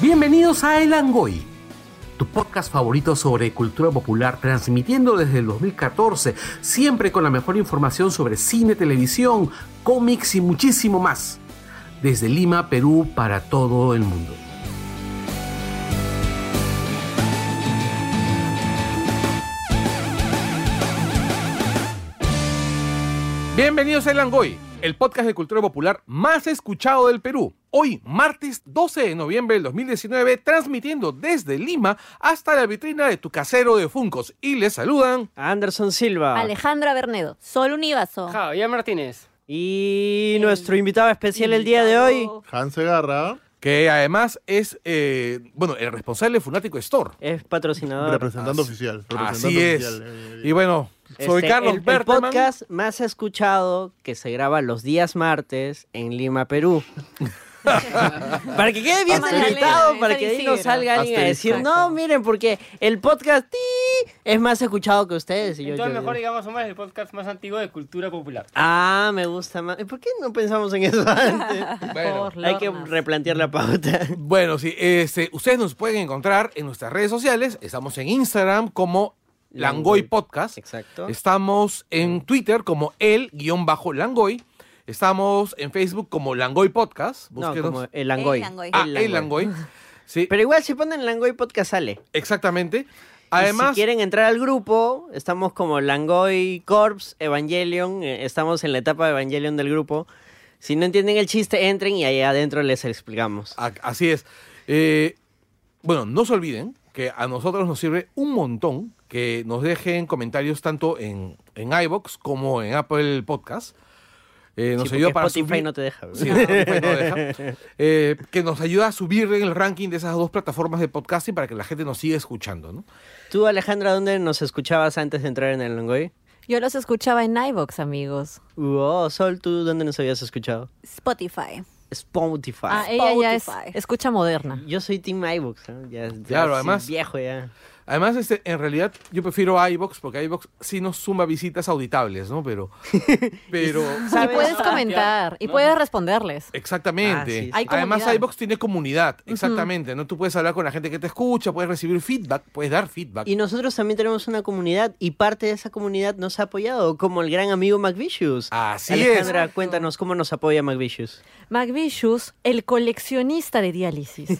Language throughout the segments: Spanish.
Bienvenidos a El Angoy, tu podcast favorito sobre cultura popular, transmitiendo desde el 2014, siempre con la mejor información sobre cine, televisión, cómics y muchísimo más. Desde Lima, Perú, para todo el mundo. Bienvenidos a El Angoy, el podcast de cultura popular más escuchado del Perú. Hoy, martes 12 de noviembre del 2019, transmitiendo desde Lima hasta la vitrina de tu casero de Funcos. Y les saludan. Anderson Silva. Alejandra Bernedo, Sol Univaso. Javier Martínez. Y nuestro invitado especial el día de hoy Hans Segarra, Que además es, eh, bueno, el responsable de Funático Store. es patrocinador. representante oficial. Representante Ah, Así es. oficial. Eh, eh, Y bueno, soy Este, Carlos el, el Berteman. podcast más escuchado que se graba los días martes en Lima, Perú. para que quede bien Asterisco. delimitado, para San que ahí no Isidro. salga alguien a decir, Asterisco. no, miren, porque el podcast ti, es más escuchado que ustedes. Y yo- Entonces, yo- mejor digamos, somos el podcast más antiguo de cultura popular. Ah, me gusta más. ¿Por qué no pensamos en eso antes? Bueno, Por Hay que Lornas. replantear la pauta. bueno, sí, este, ustedes nos pueden encontrar en nuestras redes sociales. Estamos en Instagram como Langoy Langoy. Podcast. Exacto. Estamos en Twitter como el-langoy. Estamos en Facebook como Langoy Podcast. No, Búsquenos. como el Langoy. El Langoy. Ah, el el Langoy. Langoy. Sí, Pero igual si ponen Langoy Podcast sale. Y exactamente. Además, si quieren entrar al grupo, estamos como Langoy Corps, Evangelion, eh, estamos en la etapa de Evangelion del grupo. Si no entienden el chiste, entren y ahí adentro les explicamos. a- así es. Eh, bueno, no se olviden que a nosotros nos sirve un montón que nos dejen comentarios tanto en, en iBox como en Apple Podcast. Eh, nos Sí, ayuda porque para Spotify subir- no te deja. Sí, Spotify no deja. Eh, que nos ayuda a subir en el ranking de esas dos plataformas de podcasting para que la gente nos siga escuchando, ¿no? Tú, Alejandra, ¿dónde nos escuchabas antes de entrar en el Langoy? Yo los escuchaba en iVox, amigos. Oh, Sol, ¿tú dónde nos habías escuchado? Spotify. Spotify. Ah, ella ya es Spotify. escucha moderna. Yo soy Team iBooks, ¿no? Ya- ya Claro, soy además- Viejo ya. Además, este, en realidad yo prefiero iBox porque iBox sí nos suma visitas auditables, ¿no? Pero, pero Y ¿Sabes? puedes comentar y puedes responderles. exactamente. Ah, sí, sí. Hay Además, comunidad. iBox tiene comunidad, exactamente. No, tú puedes hablar con la gente que te escucha, puedes recibir feedback, puedes dar feedback. Y nosotros también tenemos una comunidad y parte de esa comunidad nos ha apoyado, como el gran amigo McVicious. Así Alejandra, cuéntanos cómo nos apoya McVicious. McVicious, el coleccionista de diálisis.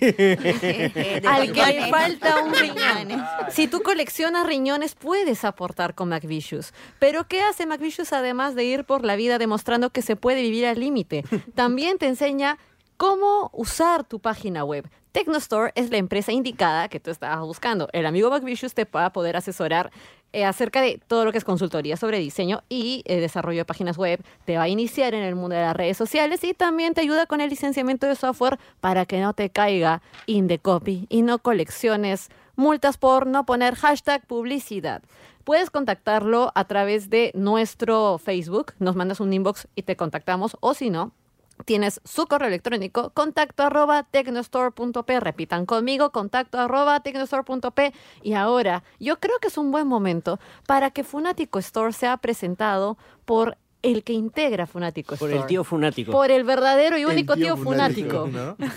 al que le hay falta un riñón. Si tú coleccionas riñones, puedes aportar con McVicious. Pero ¿qué hace McVicious además de ir por la vida demostrando que se puede vivir al límite? También te enseña cómo usar tu página web. Tecnostore es la empresa indicada que tú estabas buscando. El amigo McVicious te va a poder asesorar eh, acerca de todo lo que es consultoría sobre diseño y eh, desarrollo de páginas web. Te va a iniciar en el mundo de las redes sociales y también te ayuda con el licenciamiento de software para que no te caiga in the copy y no colecciones multas por no poner hashtag publicidad. Puedes contactarlo a través de nuestro Facebook, nos mandas un inbox y te contactamos o si no, Tienes su correo electrónico, contacto arroba tecnostore.p. Repitan conmigo, contacto arroba tecnostore.p. Y ahora, yo creo que es un buen momento para que Funatico Store sea presentado por el que integra Funatico Por Store. el tío funático. Por el verdadero y el único tío, funático, Funatico. ¿no?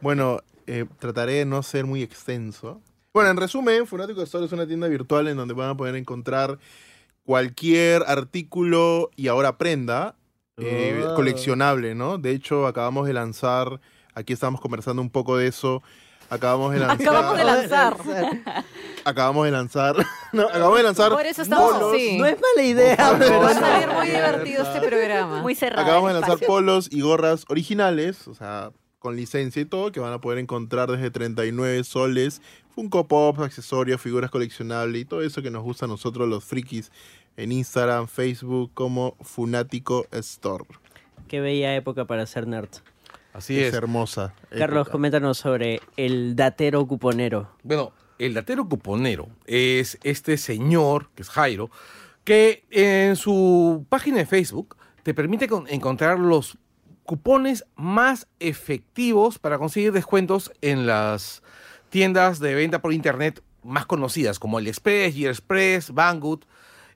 Bueno, eh, trataré de no ser muy extenso. Bueno, en resumen, Funático Store es una tienda virtual en donde van a poder encontrar cualquier artículo y ahora prenda eh, Ah. Oh. coleccionable, ¿no? De hecho, acabamos de lanzar, aquí estábamos conversando un poco de eso, acabamos de lanzar... Acabamos de lanzar. acabamos de lanzar... no, acabamos de lanzar... Por eso estamos bolos. así. No es mala idea, Por favor. Va pero a no. salir muy divertido este programa. Muy cerrado. Acabamos de lanzar polos y gorras originales, o sea, con licencia y todo, que van a poder encontrar desde 39 soles, Funko Pop, accesorios, figuras coleccionables y todo eso que nos gusta a nosotros los frikis en Instagram, Facebook como Funático Store. Qué bella época para ser nerd. Así es es. hermosa. Carlos, época. coméntanos sobre el datero cuponero. Bueno, el datero cuponero es este señor, que es Jairo, que en su página de Facebook te permite con- encontrar los cupones más efectivos para conseguir descuentos en las tiendas de venta por internet más conocidas, como AliExpress, GearExpress, Banggood,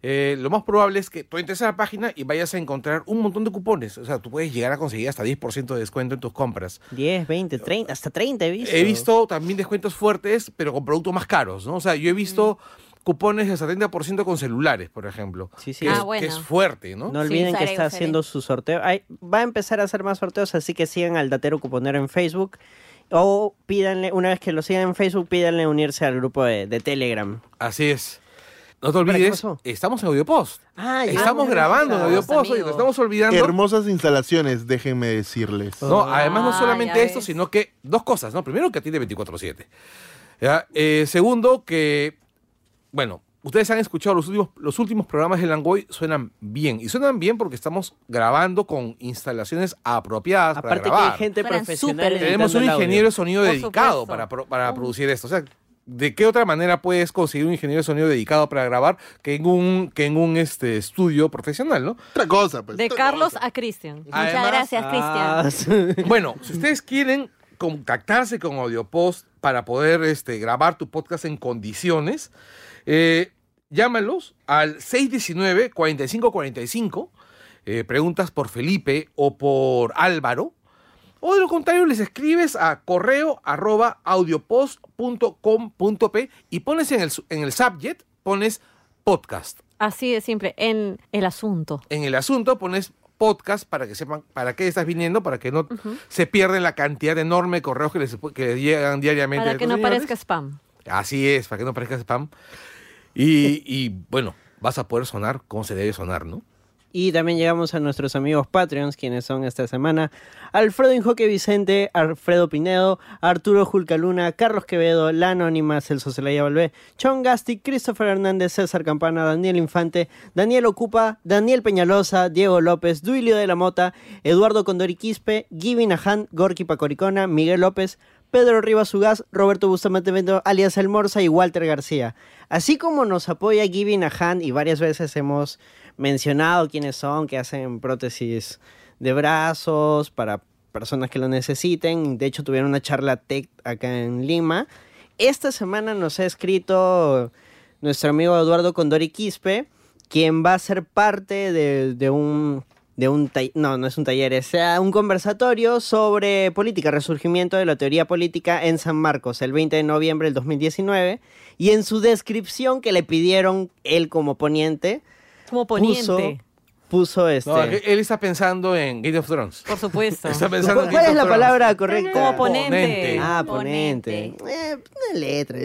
eh, lo más probable es que tú entres a la página y vayas a encontrar un montón de cupones. O sea, tú puedes llegar a conseguir hasta 10% de descuento en tus compras. 10, 20, 30, hasta 30 he visto. He visto también descuentos fuertes, pero con productos más caros, ¿no? O sea, yo he visto cupones del 70% con celulares, por ejemplo. Sí, sí. Que, Ah, es, bueno. que es fuerte, ¿no? No Sí, olviden que usaré, está usaré. haciendo su sorteo. Ay, va a empezar a hacer más sorteos, así que sigan al Datero Cuponero en Facebook. O pídanle, una vez que lo sigan en Facebook, pídanle unirse al grupo de, de Telegram. Así es. No te qué olvides, pasó? estamos en Audiopost. Ah, ya. estamos Ah, grabando en mira. Audiopost y amigos. nos estamos olvidando. Hermosas instalaciones, déjenme decirles. No, además no Ah, solamente ya esto, ves. sino que dos cosas, ¿no? Primero que atiende 24/7. ¿ya? Eh, segundo que, bueno, ustedes han escuchado los últimos, los últimos programas de Langoy, suenan bien. Y suenan bien porque estamos grabando con instalaciones apropiadas para Aparte que grabar. hay gente Fueran profesional. súper editando Tenemos un el audio. ingeniero de sonido Por dedicado supuesto. para, pro- para producir esto. O sea, ¿de qué otra manera puedes conseguir un ingeniero de sonido dedicado para grabar que en un, que en un este, estudio profesional, no? Otra cosa, pues. De otra Carlos cosa. a Cristian. Además- Muchas gracias, Cristian. Ah, sí. Bueno, si ustedes quieren contactarse con Audiopost para poder este, grabar tu podcast en condiciones, eh, llámalos al 619-4545, eh, preguntas por Felipe o por Álvaro, o de lo contrario les escribes a correo arroba audiopost.com.p y pones en el, su- en el subject, pones podcast. Así de simple, en el asunto. En el asunto pones podcast para que sepan para qué estás viniendo, para que no se pierden la cantidad enorme de correos que les, que les llegan diariamente. Para de que no estos señores. parezca spam. Así es, para que no parezca spam. Y, y, bueno, vas a poder sonar como se debe sonar, ¿no? Y también llegamos a nuestros amigos Patreons, quienes son esta semana Alfredo Injoque Vicente, Alfredo Pinedo, Arturo Julcaluna, Carlos Quevedo, La Anónima, Celso Celaya Valvé, Chon Gasti, Christopher Hernández, César Campana, Daniel Infante, Daniel Ocupa, Daniel Peñalosa, Diego López, Duilio de la Mota, Eduardo Condori Quispe, Gibi Nahan, Gorky Pacoricona, Miguel López, Pedro Rivas Ugaz, Roberto Bustamante Bento, alias El Morsa y Walter García. Así como nos apoya Gibi Nahan y varias veces hemos mencionado quiénes son, que hacen prótesis de brazos para personas que lo necesiten. De hecho, tuvieron una charla tech acá en Lima. Esta semana nos ha escrito nuestro amigo Eduardo Condori Quispe, quien va a ser parte de, de un... De un ta- no, no es un taller, es eh, un conversatorio sobre política, resurgimiento de la teoría política en San Marcos, el 20 de noviembre del 2019. Y en su descripción que le pidieron él como poniente, Como poniente, puso, puso este. No, que Él está pensando en Game of Thrones. por supuesto. Está ¿Cu- pensando en ¿Cuál Game es of la Thrones. palabra correcta? Como ponente. Ponente. Ah, ponente. Eh, una letra.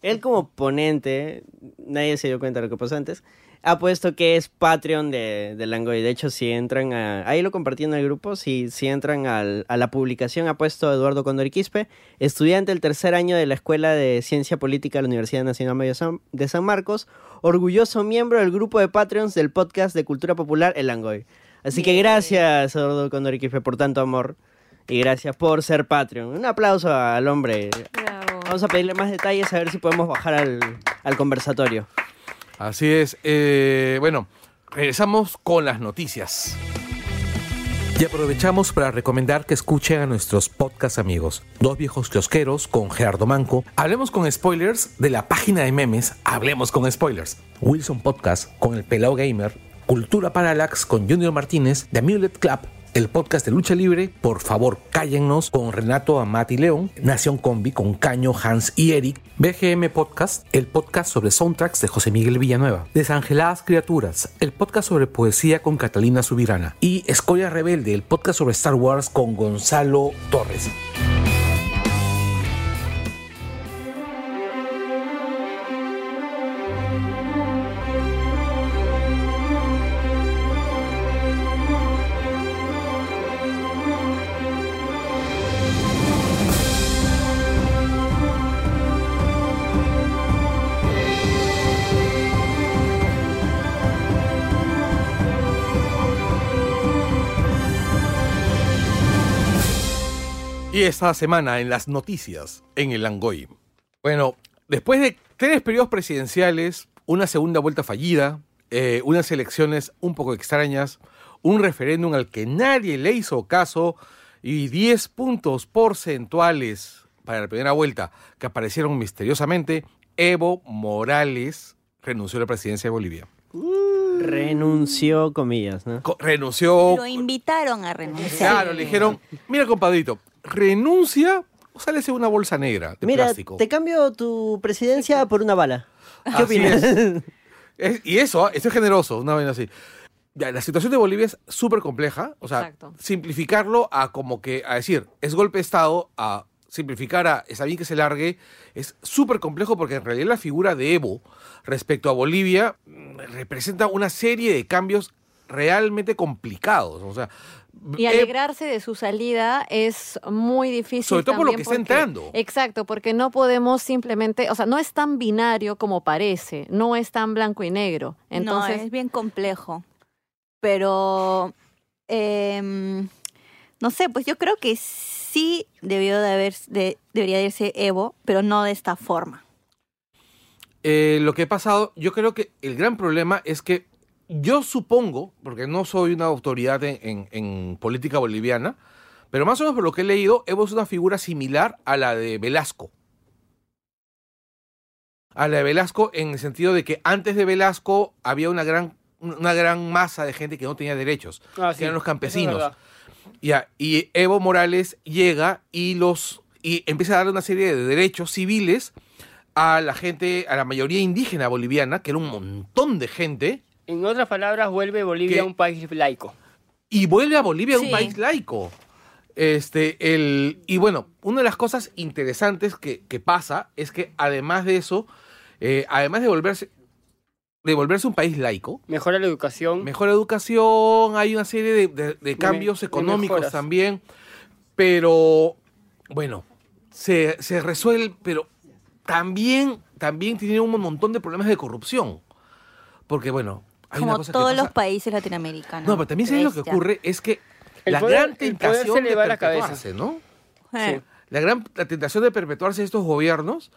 Él como ponente, nadie se dio cuenta de lo que pasó antes, ha puesto que es Patreon de, de Langoy. De hecho, si entran a... Ahí lo compartí en el grupo. Si, si entran al- a la publicación, ha puesto Eduardo Condori Quispe, estudiante del tercer año de la Escuela de Ciencia Política de la Universidad Nacional Medio San- de San Marcos, orgulloso miembro del grupo de Patreons del podcast de Cultura Popular El Langoy. Así que gracias, Eduardo Condori Quispe, por tanto amor. Y gracias por ser Patreon. Un aplauso al hombre. Bravo. Vamos a pedirle más detalles a ver si podemos bajar al, al conversatorio. Así es. eh, bueno, regresamos con las noticias. Y aprovechamos para recomendar que escuchen a nuestros podcast amigos, Dos Viejos Kiosqueros con Gerardo Manco. Hablemos con spoilers de la página de memes Hablemos con spoilers. Wilson Podcast con el Pelao Gamer. Cultura Parallax con Junior Martínez. The Amulet Club. El podcast de lucha libre, por favor, cállennos con Renato Amati León, Nación Combi con Caño, Hans y Eric, BGM Podcast, el podcast sobre soundtracks de José Miguel Villanueva, Desangeladas Criaturas, el podcast sobre poesía con Catalina Subirana y Escoria Rebelde, el podcast sobre Star Wars con Gonzalo Torres. Y esta semana en las noticias en el Langoy. Bueno, después de tres periodos presidenciales, una segunda vuelta fallida, eh, unas elecciones un poco extrañas, un referéndum al que nadie le hizo caso y 10 puntos porcentuales para la primera vuelta que aparecieron misteriosamente, Evo Morales renunció a la presidencia de Bolivia. Renunció, comillas, ¿no? Co- renunció. Lo invitaron a renunciar. Claro, le dijeron, mira compadrito, renuncia o sales en una bolsa negra de Mira, plástico. te cambio tu presidencia por una bala. ¿Qué Así opinas? Es- y eso, ¿ah? eso es generoso, una vaina así. Ya, la situación de Bolivia es súper compleja. O sea, Exacto. simplificarlo a como que, a decir, es golpe de Estado, a simplificar a está bien que se largue, es súper complejo porque en realidad la figura de Evo respecto a Bolivia mm, representa una serie de cambios realmente complicados. O sea, eh, Y Evo- alegrarse de su salida es muy difícil. Sobre todo por lo también que está porque- entrando. Exacto, porque no podemos simplemente, o sea, no es tan binario como parece, no es tan blanco y negro. Entonces, no, es bien complejo. Pero, em, no sé, pues yo creo que sí debió de haber, de- debería de irse Evo, pero no de esta forma. Eh, lo que ha pasado, yo creo que el gran problema es que yo supongo, porque no soy una autoridad en, en- en política boliviana, pero más o menos por lo que he leído, Evo es una figura similar a la de Velasco. A la de Velasco en el sentido de que antes de Velasco había una gran, una gran masa de gente que no tenía derechos. Ah, Que eran los eso es campesinos. verdad. Ya, y Evo Morales llega y los y empieza a darle una serie de derechos civiles a la gente, a la mayoría indígena boliviana, que era un montón de gente, En otras palabras, vuelve Bolivia ¿Qué? a un país laico. y vuelve a Bolivia Sí. un país laico. Este, el, y bueno, una de las cosas interesantes que, que pasa es que además de eso, eh, además de volverse, de volverse un país laico, Mejora la educación. mejor educación, hay una serie de, de- de cambios de económicos mejoras. también, pero bueno, se, se resuelve, pero también, también tiene un montón de problemas de corrupción, porque bueno, hay una Como cosa que todos pasa- los países latinoamericanos. No, pero también sabes lo que Bestia. ocurre es que El la poder- gran el poder se tentación le de va a la cabeza. perpetuarse, ¿no? Eh, La gran la tentación de perpetuarse estos gobiernos.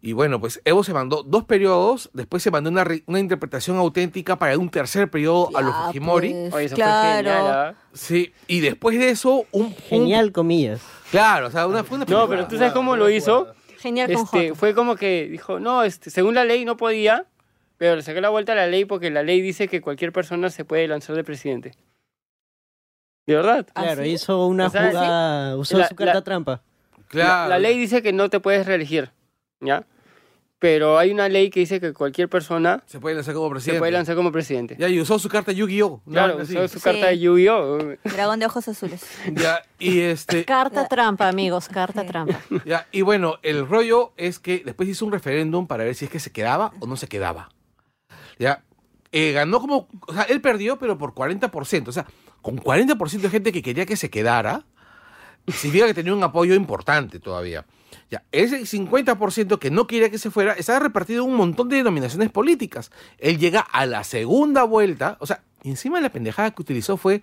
Y bueno, pues Evo se mandó dos periodos, después se mandó una, re- una interpretación auténtica para un tercer periodo a los Ah, Ya, Fujimori. pues, Oye, eso fue claro. genial, ¿ah? Sí, y después de eso, un. un- Genial, comillas. claro, o sea, una, fue una No, película. pero tú sabes cómo lo hizo. genial con Este, J. fue como que dijo, no, este, según la ley no podía, pero le saqué la vuelta a la ley porque la ley dice que cualquier persona se puede lanzar de presidente. ¿De verdad? Claro, Así. hizo una ¿Ah, O sea, jugada, usó La- su carta la- trampa. La, Claro. la ley dice que no te puedes reelegir, ¿ya? Pero hay una ley que dice que cualquier persona Se puede lanzar como presidente. se puede lanzar como presidente. Ya, y usó su carta Yu-Gi-Oh! ¿no? claro, Así. usó su Sí. carta de Yu-Gi-Oh! Dragón de ojos azules. Ya, y este. Carta trampa, amigos, carta trampa. ya, y bueno, el rollo es que después hizo un referéndum para ver si es que se quedaba o no se quedaba. Ya. Eh, ganó como. O sea, él perdió, pero por 40%. O sea, con 40% de gente que quería que se quedara, significa que tenía un apoyo importante todavía. Ya, ese 50% que no quería que se fuera estaba repartido en un montón de denominaciones políticas. Él llega a la segunda vuelta, o sea, y encima la pendejada que utilizó fue,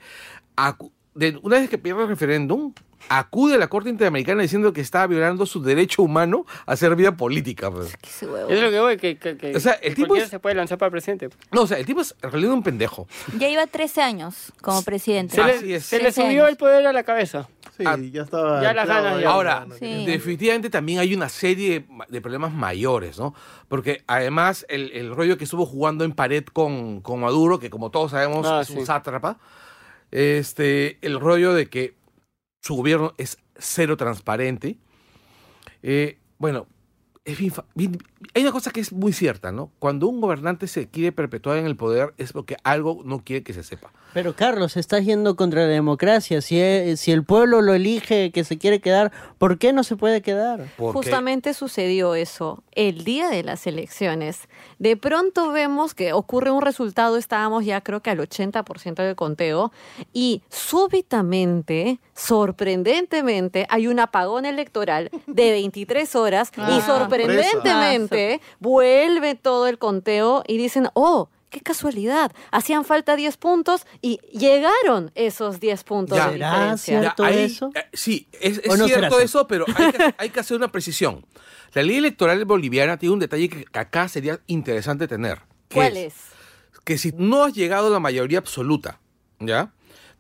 acu- de- una vez que pierde el referéndum, acude a la Corte Interamericana diciendo que estaba violando su derecho humano a hacer vida política. pues. Qué su huevo. Eso es lo que voy, que, que, que- O sea, el que tipo es- cualquiera se puede lanzar para presidente. No, o sea, el tipo es en realidad un pendejo. Ya iba 13 años como presidente. Se Así le, es. se le 13 subió años. el poder a la cabeza. Sí, Ah, ya estaba. ya las clavo ganas ahí, ya. Ahora, no Sí. definitivamente también hay una serie de, de problemas mayores, ¿no? Porque además el, el rollo que estuvo jugando en pared con, con Maduro, que como todos sabemos Ah, es un sí. sátrapa, este, el rollo de que su gobierno es cero transparente. Eh, bueno, es bien fa- bien- hay una cosa que es muy cierta, ¿no? Cuando un gobernante se quiere perpetuar en el poder es porque algo no quiere que se sepa. Pero Carlos, estás yendo contra la democracia. Si, eh, si el pueblo lo elige que se quiere quedar, ¿por qué no se puede quedar? Porque Justamente sucedió eso el día de las elecciones. De pronto vemos que ocurre un resultado, estábamos ya creo que al 80% del conteo, y súbitamente, sorprendentemente, hay un apagón electoral de 23 horas Ah, y sorprendentemente vuelve todo el conteo y dicen, oh. Qué casualidad. Hacían falta 10 puntos y llegaron esos 10 puntos Ya. de diferencia. ¿Cierto eso? eh, sí, es, es ¿O no será cierto así? eso, pero hay que, hay que hacer una precisión. La ley electoral boliviana tiene un detalle que acá sería interesante tener. que ¿Cuál es? Que si no has llegado a la mayoría absoluta, ¿ya?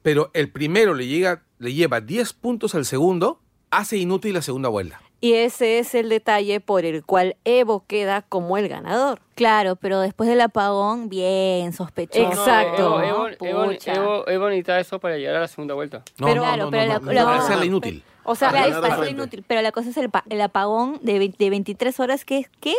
Pero el primero le, llega, le lleva 10 puntos al segundo, hace inútil la segunda vuelta. Y ese es el detalle por el cual Evo queda como el ganador. Claro, pero después del apagón, bien sospechoso. Exacto. No, Evo, Evo- Evo- Pucha. Evo- Evo necesita eso para llegar a la segunda vuelta. No, no, Pero- claro, no, pero no, la- no, la- no, esa es la inútil. O sea, Claro, ahí Ganar está. de fue frente. inútil. Pero la cosa es el, pa- el apagón de, ve- de 23 horas que es que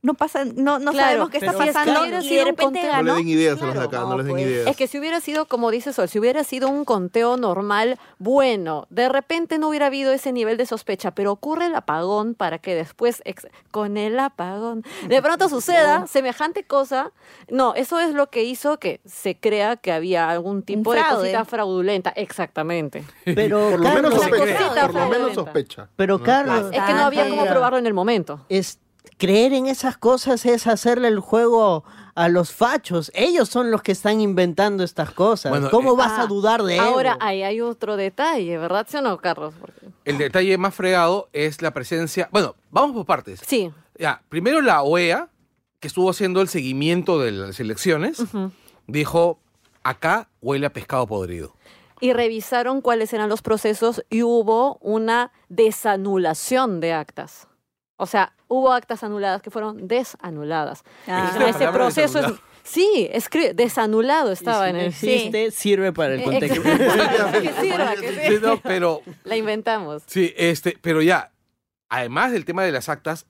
no pasa, no, no Claro, sabemos qué está pero si es pasando que hubiera y sido de un repente conteo- No le ganó. den ideas a los de Claro, acá, no, no, les den pues. ideas. Es que si hubiera sido, como dice Sol, si hubiera sido un conteo normal, bueno, de repente no hubiera habido ese nivel de sospecha, pero ocurre el apagón para que después, ex- con el apagón, de pronto suceda semejante cosa. No, eso es lo que hizo que se crea que había algún tipo de fraude. cosita fraudulenta. Exactamente. Pero, Por lo Carlos, menos una sospe- sospecha. cosita Por lo menos fraudulenta. sospecha. pero ¿no? Carlos, Es que no había cómo Mira, probarlo en el momento. Es, creer en esas cosas es hacerle el juego a los fachos. Ellos son los que están inventando estas cosas. Bueno, ¿Cómo eh, vas Ah, a dudar de Ahora, Evo? ahí hay otro detalle, ¿verdad? ¿Sí o no, Carlos? Porque- ah. El detalle más fregado es la presencia. Bueno, vamos por partes. Sí. Ya, primero la OEA, que estuvo haciendo el seguimiento de las elecciones, Ujú. dijo: acá huele a pescado podrido. y revisaron cuáles eran los procesos y hubo una desanulación de actas. O sea, hubo actas anuladas que fueron desanuladas. Ah. Existe la Ese palabra proceso es- desanulado. Sí, escri- desanulado Y estaba si en no el... existe, sirve para el Eh, contexto. exacto. Que sirva, que Sí, sirva. no, pero La inventamos. Sí, este, pero ya, además del tema de las actas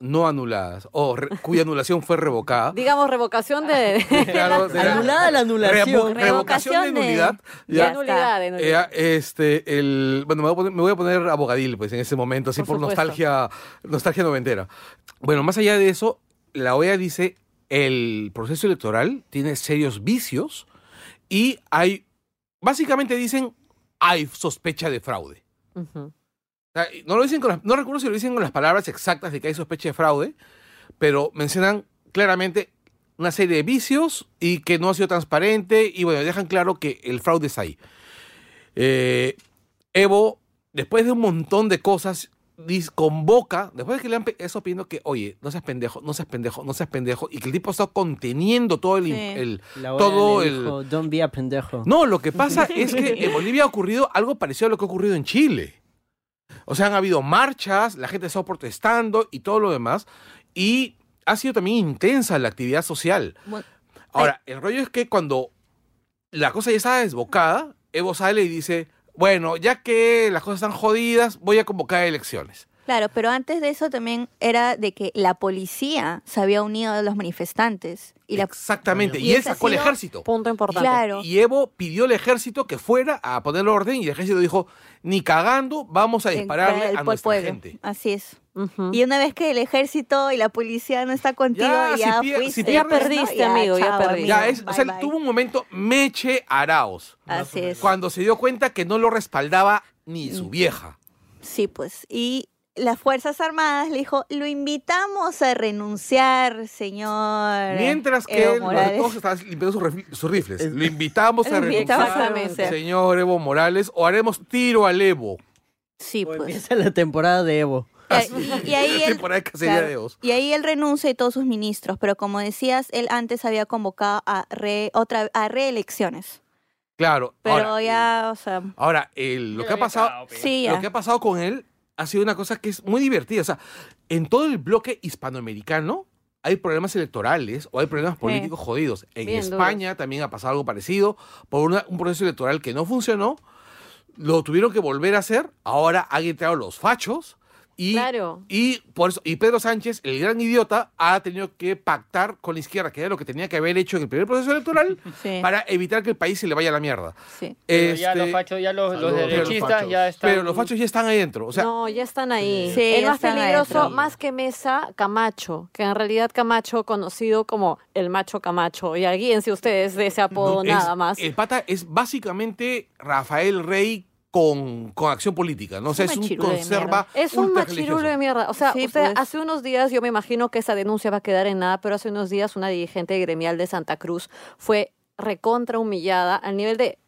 no anuladas o re- cuya anulación fue revocada. Digamos, revocación de... Claro, Ah. de la- Anulada la anulación. revo- revocación de nulidad. de ya, nulidad, de nulidad. ya, este, el, bueno, me voy, a poner, me voy a poner abogadil, pues, en ese momento, así Por por, supuesto. nostalgia, nostalgia noventera. Bueno, más allá de eso, la OEA dice el proceso electoral tiene serios vicios y hay, básicamente dicen, hay sospecha de fraude. Ujú. O sea, No, lo dicen con las- no recuerdo si lo dicen con las palabras exactas de que hay sospecha de fraude, pero mencionan claramente una serie de vicios y que no ha sido transparente y bueno, dejan claro que el fraude está ahí. Eh, Evo, después de un montón de cosas, dis- convoca, después de que le han pe- eso pidiendo que, oye, no seas pendejo, no seas pendejo, no seas pendejo, y que el tipo está conteniendo todo el... Sí. el- La OEA todo le el- dijo, Don't be a pendejo. no, lo que pasa es que en Bolivia ha ocurrido algo parecido a lo que ha ocurrido en Chile. O sea, han habido marchas, la gente ha estado protestando y todo lo demás. Y ha sido también intensa la actividad social. Bueno, Ahora, el rollo es que cuando la cosa ya está desbocada, Evo sale y dice, bueno, ya que las cosas están jodidas, voy a convocar elecciones. Claro, pero antes de eso también era de que la policía se había unido a los manifestantes. Y la, Exactamente. Y Y él ese ha sacó el sido- ejército. Punto importante. claro. Y Evo pidió al ejército que fuera a poner orden y el ejército dijo, ni cagando, vamos a en- dispararle para el a pue- nuestra pueblo. gente. Así es. Ujú. Y una vez que el ejército y la policía no está contigo, Ya, ya, si pier- fuiste. si pierdes, ¿no? perdiste, amigo, ya perdiste. Ya amigo, es, o bye, sea, él bye. tuvo un momento Meche Araos, Así es. cuando se dio cuenta que no lo respaldaba ni su vieja. Sí, pues. Y las Fuerzas Armadas le dijo, lo invitamos a renunciar, señor. Mientras que Evo él, Morales". todos estaban limpiando sus, refli- sus rifles. Lo invitamos a Lo invitamos a renunciar, renunciar. señor Evo Morales, o haremos tiro al Evo. Sí, O pues. Empieza la temporada de Evo. Y, y ahí él, Temporada de cacería claro, de Evos. y ahí él renuncia y todos sus ministros, pero como decías, él antes había convocado a, re- otra, a reelecciones. Claro. Pero ahora, ya, o sea, ahora, el- lo que ha pasado, sí, lo ya. que ha pasado con él ha sido una cosa que es muy divertida. O sea, en todo el bloque hispanoamericano hay problemas electorales o hay problemas políticos jodidos. En Bien España también ha pasado algo parecido por una- un proceso electoral que no funcionó. Lo tuvieron que volver a hacer. Ahora han entrado los fachos. Y, Claro. y, por eso- y Pedro Sánchez, el gran idiota, ha tenido que pactar con la izquierda, que era lo que tenía que haber hecho en el primer proceso electoral, Sí. para evitar que el país se le vaya a la mierda. sí. Pero ya los Este, fachos, ya los, los Saludos a los derechistas fachos. ya están. pero los fachos ya están ahí dentro. O sea, no, ya están ahí. Sí, el ya más están peligroso, adentro. más que Mesa, Camacho, que en realidad Camacho, conocido como el macho Camacho, y alguien, si ustedes de ese apodo No, es- nada más. El pata es básicamente Rafael Rey con, con acción política, ¿no? O sea, Es es un un machirulo de conserva. Es un ultrarreligioso. machirulo de mierda. O sea, Sí, usted, pues. hace unos días, yo me imagino que esa denuncia va a quedar en nada, pero hace unos días una dirigente gremial de Santa Cruz fue recontra humillada al nivel de.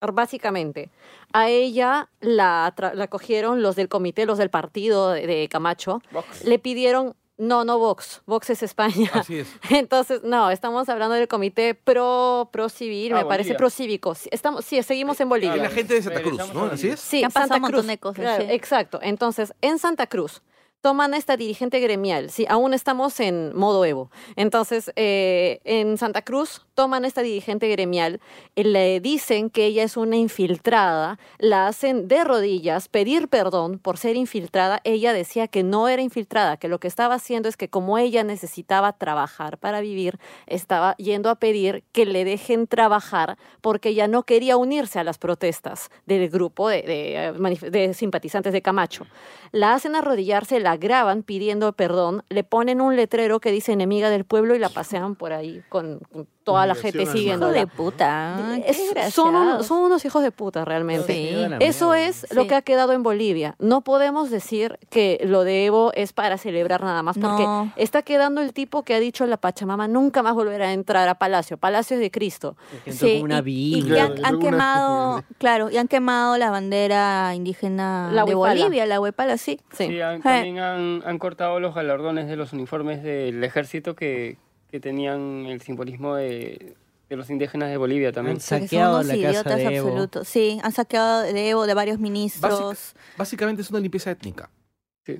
Básicamente, a ella la, tra- la cogieron los del comité, los del partido de, de Camacho, Vox. le pidieron. No, no Vox. Vox es España. Así es. Entonces, no, estamos hablando del comité pro, pro civil, Ah, me parece, Bolivia. pro cívico. Sí, Estamos, sí, seguimos en Bolivia. Es la gente de Santa Cruz, Regresamos ¿no? a Así es. Sí, Que han pasado Santa un montón Cruz. de cosas, Claro, sí. Exacto. Entonces, en Santa Cruz, toman a esta dirigente gremial, sí, aún estamos en modo Evo. Entonces, eh, en Santa Cruz toman a esta dirigente gremial, eh, le dicen que ella es una infiltrada, la hacen de rodillas pedir perdón por ser infiltrada. Ella decía que no era infiltrada, que lo que estaba haciendo es que como ella necesitaba trabajar para vivir, estaba yendo a pedir que le dejen trabajar porque ella no quería unirse a las protestas del grupo de, de, eh, manif- de simpatizantes de Camacho. La hacen arrodillarse, la graban pidiendo perdón, le ponen un letrero que dice enemiga del pueblo y la pasean por ahí con, con toda la gente Humillación al Hijo de siguiéndola. puta. Es- qué son, un- desgraciados. son unos hijos de puta realmente. Sí. Eso es lo Sí. que ha quedado en Bolivia. No podemos decir que lo de Evo es para celebrar nada más, porque No. está quedando el tipo que ha dicho la Pachamama nunca más volverá a entrar a Palacio. Palacio es de Cristo. entró Sí, con una y, y que Biblia. han, han Claro, quemado, alguna- claro, y han quemado la bandera indígena La de huipala. Bolivia, la huepala, sí. Sí. Sí, han- Eh. también han, han cortado los galardones de los uniformes del ejército que, que tenían el simbolismo de, de los indígenas de Bolivia también. O sea, que son Saqueado unos la casa idiotas de Evo. absolutos. Sí, han saqueado de Evo, de varios ministros. Básicamente es una limpieza étnica.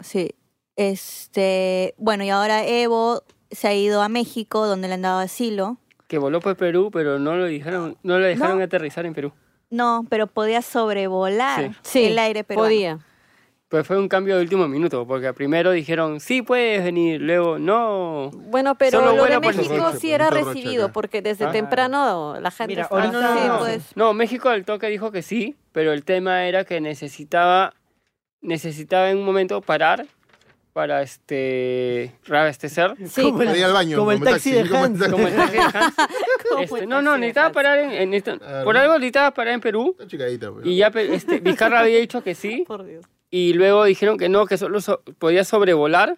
Sí. Este, bueno, y ahora Evo se ha ido a México, donde le han dado asilo. Que voló por Perú, pero no lo dejaron, no lo dejaron No. aterrizar en Perú. No, pero podía sobrevolar Sí. Sí, el aire peruano. podía. Pues fue un cambio de último minuto, porque primero dijeron, sí puedes venir, luego, no. Bueno, pero Solo lo de buena por México nosotros. sí era Mucha rocha recibido, acá. porque desde Ah. temprano la gente Mira, estaba- Ah, no, no, Sí, no, no. pues. No, México al toque dijo que sí, pero el tema era que necesitaba, necesitaba en un momento parar para este reabastecer. Sí, pues, Como Para claro. ir al baño. como el taxi de como el Hans. taxi. Como el traje de Hans. Este, no, no, necesitaba parar en, en esto- Claro. por algo necesitaba parar en Perú. Está chicadita, pero- Y ya pe- este, Vizcarra había dicho que sí, Por Dios. y luego dijeron que no, que solo so- podía sobrevolar,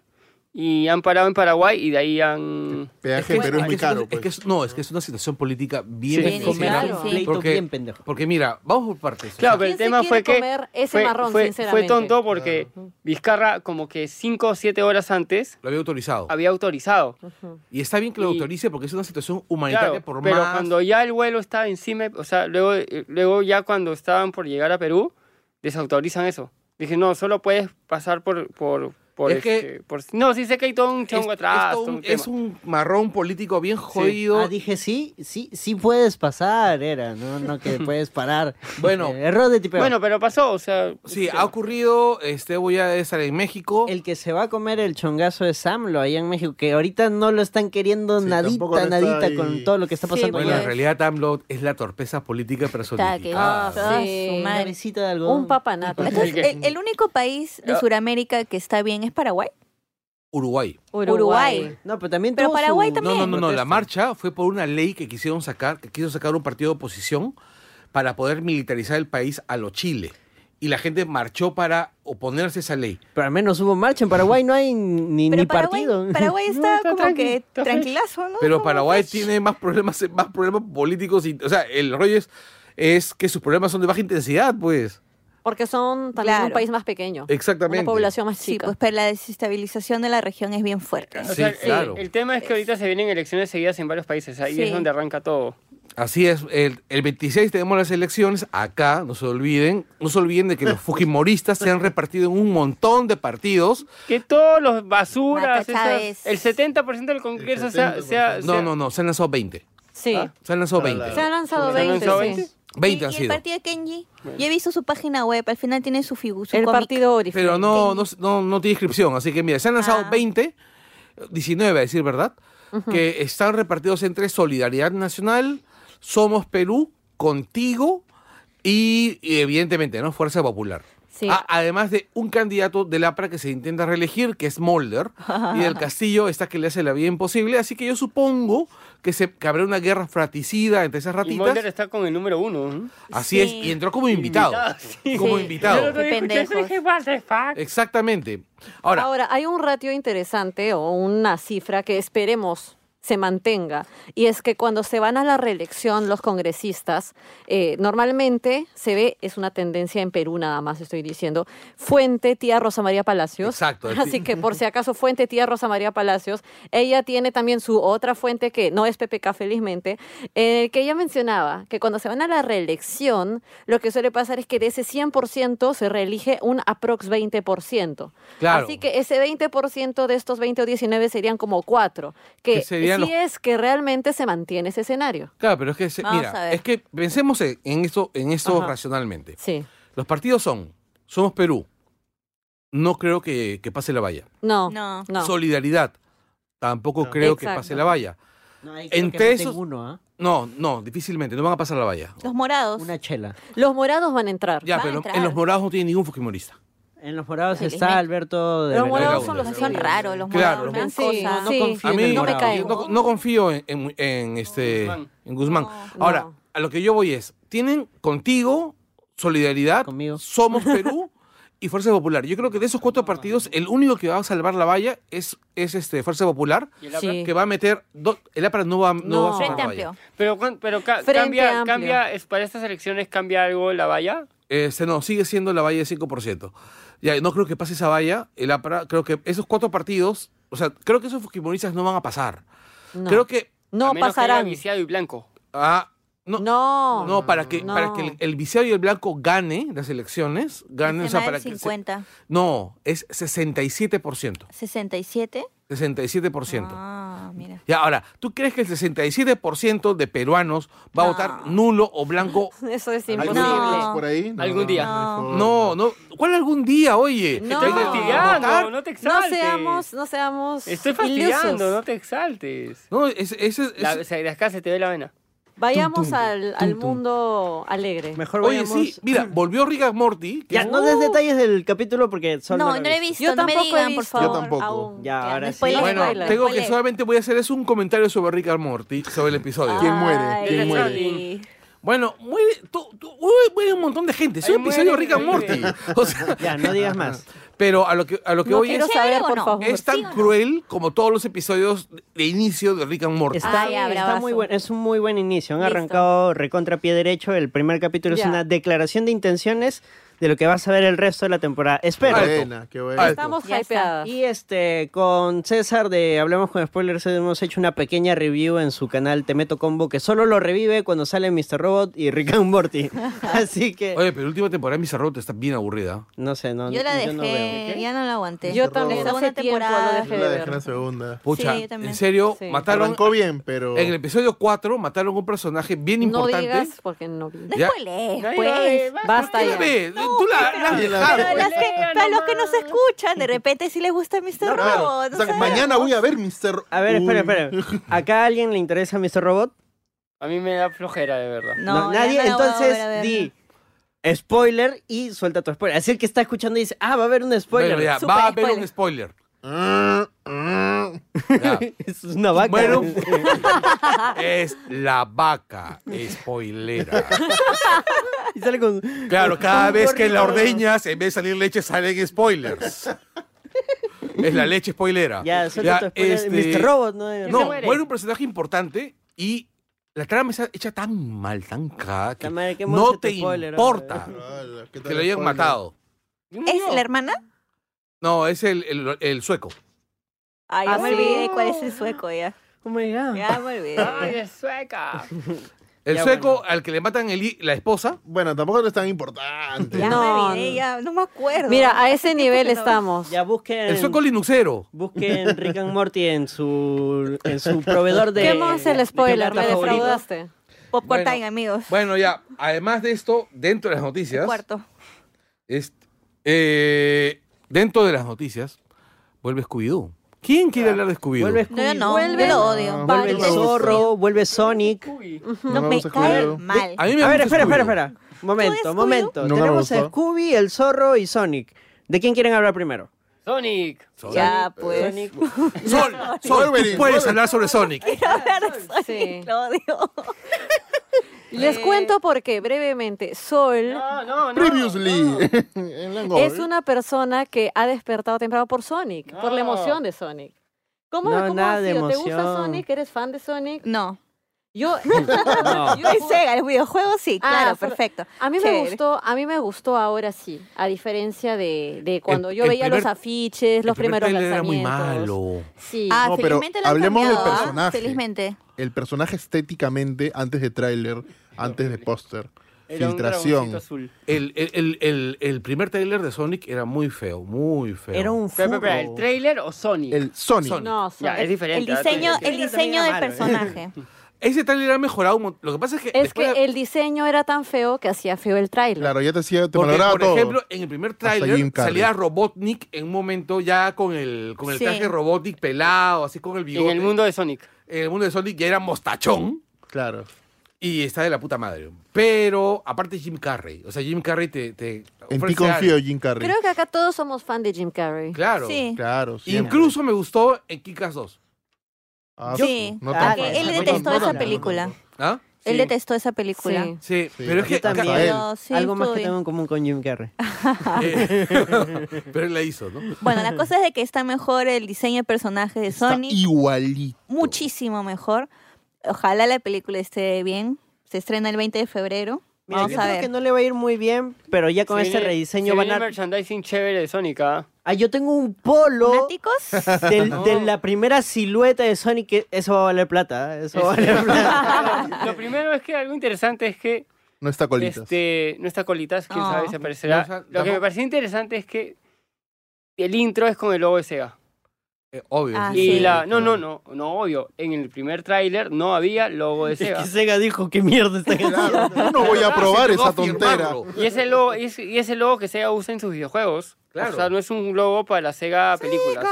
y han parado en Paraguay, y de ahí han... Peaje en Perú es muy que caro. es- es que pues. es- no, es que es una situación política Sí. bien Bien, difícil. y se hace claro. un pleito Porque- bien pendejo. Porque mira, vamos por partes. Claro, pero ¿Quién el se tema quiere fue que comer ese fue, marrón, fue- fue sinceramente? tonto porque Vizcarra como que 5 o 7 horas antes Lo había autorizado. había autorizado. Y está bien que lo Y- autorice porque es una situación humanitaria Claro, por pero más... cuando ya el vuelo estaba encima, o sea, luego, eh, luego ya cuando estaban por llegar a Perú, desautorizan eso. Dije, no, solo puedes pasar por... por, por, Es que- este, por- no, sí sé que hay todo un es, chongo atrás. es todo un, es tema. un marrón político bien jodido. Ah, dije, sí, sí, sí puedes pasar, era, no, no que puedes parar. Bueno. Eh, error de tipeo. Bueno, pero pasó, o sea... Sí, ha ocurrido, este voy a estar en México. el que se va a comer el chongazo es AMLO allá en México, que ahorita no lo están queriendo Sí, nadita, tampoco no está nadita ahí. con todo lo que está Sí, pasando. Bueno, allá. en realidad AMLO es la torpeza política Está que- personificada. ah, sí. su Una madre. visita de algodón. Un papanato. Entonces, que- el, el único país de Ah. Sudamérica que está bien es Paraguay. Uruguay. Uruguay. No, pero también Pero tuvo su- Paraguay No, también. no, no, no, la marcha fue por una ley que quisieron sacar, que quiso sacar un partido de oposición para poder militarizar el país a lo Chile. Y la gente marchó para oponerse a esa ley. Pero al menos hubo marcha. En Paraguay no hay ni, Pero ni Paraguay, partido. Paraguay está, No, está como tranqui, que está tranquilazo, ¿no? Pero Como Paraguay que- tiene más problemas, más problemas políticos. y- o sea, el rollo es, es que sus problemas son de baja intensidad, pues. Porque son también un Claro. país más pequeño. Exactamente. Una población más Sí, chica. pues pero la desestabilización de la región es bien fuerte. O Sí, sea, el- claro. el, tema es que ahorita se vienen elecciones seguidas en varios países, ahí Sí. es donde arranca todo. Así es, el, el 26 tenemos las elecciones, acá, no se olviden, no se olviden de que los fujimoristas se han repartido en un montón de partidos. Que todos los basuras, Mata esas- Chávez. el 70% del Congreso sea, 70%. sea- No, sea- no, no, se han lanzado 20. Sí. ¿Ah? Se han lanzado Para la- 20. Se han lanzado ¿Se han 20, lanzado sí. 20? 20 y, han y el sido. partido de Kenji. Yo he visto su página web, al final tiene su figura. El partido Orif. Pero no, no, no, no tiene inscripción, así que mira, se han lanzado Ah. 20, 19 a decir verdad, que están repartidos entre Solidaridad Nacional, Somos Perú, Contigo y, y evidentemente, ¿no? Fuerza Popular. Sí. A- además de un candidato del APRA que se intenta reelegir, que es Molder, y del Castillo, esta que le hace la vida imposible. Así que yo supongo que, se, que habrá una guerra fratricida entre esas Y ratitas. Mulder está con el número uno. ¿no? Así Sí. es, y entró como invitado. Invitado, Ah, sí. Como Sí. Yo invitado. lo Qué dije, escuché eso y dije, "What the fuck?". Exactamente. Ahora, Ahora, hay un ratio interesante o una cifra que esperemos se mantenga. Y es que cuando se van a la reelección los congresistas, eh, normalmente se ve, es una tendencia en Perú nada más estoy diciendo, Fuente, tía Rosa María Palacios. Exacto, el Así ti- que por si acaso Fuente, tía Rosa María Palacios, ella tiene también su otra fuente que no es PPK felizmente, eh, que ella mencionaba que cuando se van a la reelección, lo que suele pasar es que de ese 100% se reelige un aprox 20%. Claro. Así que ese 20% de estos 20 o 19 serían como 4, que Que si serían los- es que realmente se mantiene ese escenario. Claro, pero es que, se- Vamos a mira, ver. es que pensemos en en eso, en eso Ajá. racionalmente. Sí. Los partidos son, somos Perú. No creo que, que pase la valla. No. No. No. Solidaridad. Tampoco No. creo que Exacto. pase la valla. Entre Entre esos- esos. Uno, ¿ah? No, no, difícilmente. No van a pasar la valla. Los morados. Una chela. Los morados van a entrar. Ya, van a pero entrar. en los morados no tiene ningún fujimorista. En los morados Felizmente. está Alberto de Los Veracruz. morados son Los los son tibios. raros, los Claro, morados. los me dan Ah, Sí, cosa. no confío A en mí el no, morado. cae. no- no confío en, en- en este Guzmán. en Guzmán. No. Ahora, No. a lo que yo voy es, tienen contigo solidaridad, Conmigo. somos Perú y Fuerza Popular. Yo creo que de esos cuatro partidos, el único que va a salvar la valla es, es este Fuerza Popular, ¿Y el APRA? Sí. que va a meter do- el APRA no va, no No. va a salvar Frente la amplio. valla. Pero, cuan- pero ca- Frente cambia, Amplio. cambia, es- para estas elecciones cambia algo la valla. Este, no, sigue siendo la valla de 5%. Ya, no creo que pase esa valla. El APRA, creo que esos cuatro partidos, o sea, creo que esos fujimoristas no van a pasar. No. Creo que No a menos que haya pasarán. viciado y blanco. ah, no, No. No, para que, no. para que el, el viciado y el blanco gane las elecciones, gane, o sea, Tema para del que se- 50, no, es 67%. 67. 67%. Ah, mira. Ya, ahora, ¿tú crees que el 67% de peruanos va a No. votar nulo o blanco? Eso es ¿Algún imposible. No. día por ahí? Algún día. hay forma. No, no, ¿cuál algún día, oye? No. Estoy Entonces, fastidiando, votar- no te No exaltes. seamos, no seamos. Estoy fastidiando, ilusos. no te exaltes. No, es, es- es- La, o sea, de acá se te ve la vena. Vayamos al, al mundo alegre. Mejor Oye, vayamos- sí, mira, volvió Rick and Morty. que Ya, es- no des detalles del capítulo porque Sol Uh. No, lo no lo he vio. visto. Yo no me tampoco digan, he por visto favor. Yo tampoco. aún. Ya, ahora no sí. spoileen, Bueno, spoileen, tengo que spoileen. solamente voy a hacerles un comentario sobre Rick and Morty, sobre el episodio. Ah. ¿Quién muere? Ay, ¿Quién sí. muere? Bueno, muere, tú- tú- muere- muere un montón de gente. Es Ay, un episodio muere, Rick and muere. Morty. O sea, Ya, no digas más. pero a lo que, a lo que No voy quiero es, ¿Es saber, chévere o por no? favor. es tan ¿Sí o no? cruel como todos los episodios de inicio de Rick and Morty. Está, Ah, ya, está bravazo. muy buen, es un muy buen inicio. Han Listo. arrancado recontra pie derecho. El primer capítulo es Ya. una declaración de intenciones de lo que vas a ver el resto de la temporada. Espero. Qué Alto. buena, qué buena. Alto. Estamos Ya está. hypeadas. Y este, con César de Hablamos con Spoilers, hemos hecho una pequeña review en su canal Te Meto Combo, que solo lo revive cuando sale Mr. Robot y Rick and Morty. Así que, Oye, pero la última temporada de Misa Robot está bien aburrida. no sé, no Yo la dejé, no veo. ya no la aguanté. Yo también La hace segunda tiempo lo temporada. dejé Yo la de dejé en la ver. segunda. Pucha, Sí, yo también. en serio, Sí. mataron... Arrancó bien, pero... En el episodio 4 mataron un personaje bien No importante. digas porque no vi. No Ya. spoilees, Nadie va a pues. ver, va a Basta Tú la ya. ves, tú la, la has Ah, dejado. Pero las que- Spoilea para los que nomás. nos escuchan, de repente sí les gusta Mr. No, claro. Robot. O o sea, sea, mañana voy a ver Mr. A ver, espera, Uy. espera. ¿Acá a alguien le interesa Mr. Robot? A mí me da flojera, de verdad. No, ya nadie. no la voy a entonces, volver a ver. di spoiler y suelta tu spoiler. Así el que está escuchando dice, ah, va a haber un spoiler. Bueno, ya, Super va a haber un spoiler. spoiler. Ah, ah. Ya. Es una vaca. Bueno, es la vaca spoilera. y sale con... Claro, cada Un vez que la gorrito. ordeñas, en vez de salir leche, salen spoilers. Es la leche spoilera. Ya, suelta tu spoiler. este, Mr. Robot, ¿no? No, muere. muere un personaje importante y la trama está hecha tan mal, tan caca, que La madre, qué no monstruo te tu spoiler, importa Hola, ¿qué tal que lo el hayan spoiler? matado. ¿Es la hermana? No, es el, el- el sueco. Ay, ¿Ah, ya me sí? olvidé cuál es el sueco ya. Oh my God. Ya me olvidé. ¡Ay, es sueca! El Ya, sueco bueno. al que le matan el hi- la esposa. Bueno, tampoco es tan importante. Ya No, me olvidé, no. ya no me acuerdo. Este Mira, a ese nivel porque no- estamos. Ya busquen... El sueco linuxero. Busquen Rick and Morty en su, en su proveedor de... ¿Qué más el spoiler? de Me favorito. defraudaste. Popcorn Bueno. Time, amigos. Bueno, ya, además de esto, dentro de las noticias. Cuarto. Este, eh, dentro de las noticias, vuelve Scooby-Doo. ¿Quién quiere hablar de Scooby-Doo? Vuelve No, yo Scooby, no, Vuelve- yo lo odio. No, vuelve el Varios. zorro, vuelve Sonic. Uy, No No me me gusta cae Scooby-Doo. mal. A mí me A ver, gusta espera, espera, Scooby-Doo. espera. Momento, Scooby? momento. Nunca me Tenemos a gustó. Scooby, el zorro y Sonic. ¿De quién quieren hablar primero? Sonic. Ya, pues. Sonic. Sol, Sol, Wolverine, tú puedes Wolverine. hablar sobre Sonic. Sí. Lo odio. Les Eh. cuento por qué, brevemente. Sol No, no, no. Previously. no. en Langor. es una persona que ha despertado temprano por Sonic, por la No. emoción de Sonic. ¿Cómo, No, cómo nada ha de sido? ¿Te gusta emoción. Sonic? ¿Eres fan de Sonic? No, Yo, No. yo es Sega, el videojuego sí, Ah, claro, por- perfecto. A mí me Chévere. gustó, a mí me gustó ahora sí, a diferencia de, de cuando El- yo el veía los primer- afiches, los El primer primeros trailer era muy lanzamientos. malo. Sí. Ah, No, pero felizmente lo han hablemos del cambiado, ¿ah? personaje. Felizmente. El personaje estéticamente, antes de tráiler, antes de póster. Era un Filtración. dragoncito azul. El, el- el- el- el primer trailer de Sonic era muy feo, muy feo. Era un Espera, espera, espera, ¿El furro. trailer o Sonic? El Sonic. No, son- Ya, es El diferente. ¿ah? diseño, Tiene- el trailer diseño también del era malo, personaje. Ese trailer ha mejorado un montón. Lo que pasa es que. es después que de- el diseño era tan feo que hacía feo el tráiler. Claro, ya te hacía, te Porque, malograba por todo. ejemplo, en el primer Jim tráiler Carrey. salía Robotnik en un momento ya con el, con el Sí. traje Robotnik pelado, así con el bigote. En el mundo de Sonic. en el mundo de Sonic ya era mostachón Claro. y está de la puta madre. Pero aparte Jim Carrey. O sea, Jim Carrey te. te En ti ofrece confío, algo. Jim Carrey. Creo que acá todos somos fan de Jim Carrey. Claro. Sí. Claro, siempre. Incluso me gustó en Kikas 2. Ah, Sí. no Ah, tanto. que él No detestó tanto. esa no, película. ¿Ah? Él Sí. detestó esa película. Sí. Sí, Sí. pero es que. Yo también. Ca- Pero sí, Algo más estuvo que bien. tengo en común con Jim Carrey. Ah, eh, pero él la hizo, ¿no? Bueno, la cosa es de que está mejor el diseño de personaje de Está Sonic. igualito. Muchísimo mejor. Ojalá la película esté bien. Se estrena el 20 de febrero. Mira, Vamos yo a creo ver. que no le va a ir muy bien, pero ya con Se este viene- rediseño se van viene a... merchandising chévere de Sonic, ¿ah? Ah, yo tengo un polo ¿Fanáticos? del- No. de la primera silueta de Sonic. que Eso va a valer plata. ¿eh? Eso va a valer plata. Ah. Lo- Lo primero es que algo interesante es que No está colitas. este, no está colitas, quién Ah. sabe si aparecerá. No, o sea, Lo que tampoco- me pareció interesante es que el intro es con el logo de Sega. Eh, obvio. Ah, y sí. la. No, no, no, no, obvio. En el primer tráiler no había logo de Es Sega. que Sega dijo, ¿qué mierda está Claro, yo no voy a probar Se tocó esa tontera. firmarlo. Y ese logo, y ese, y ese logo que Sega usa en sus videojuegos. Claro. O sea, no es un logo para Sega películas.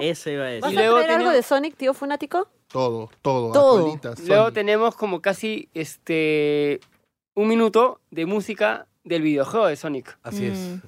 Eso iba a ¿Vas Y decir. a luego traer algo tenía- de Sonic, tío fanático? Todo, todo. a Todo. colitas, Luego Sonic. tenemos como casi este un minuto de música del videojuego de Sonic. Así es. Mm,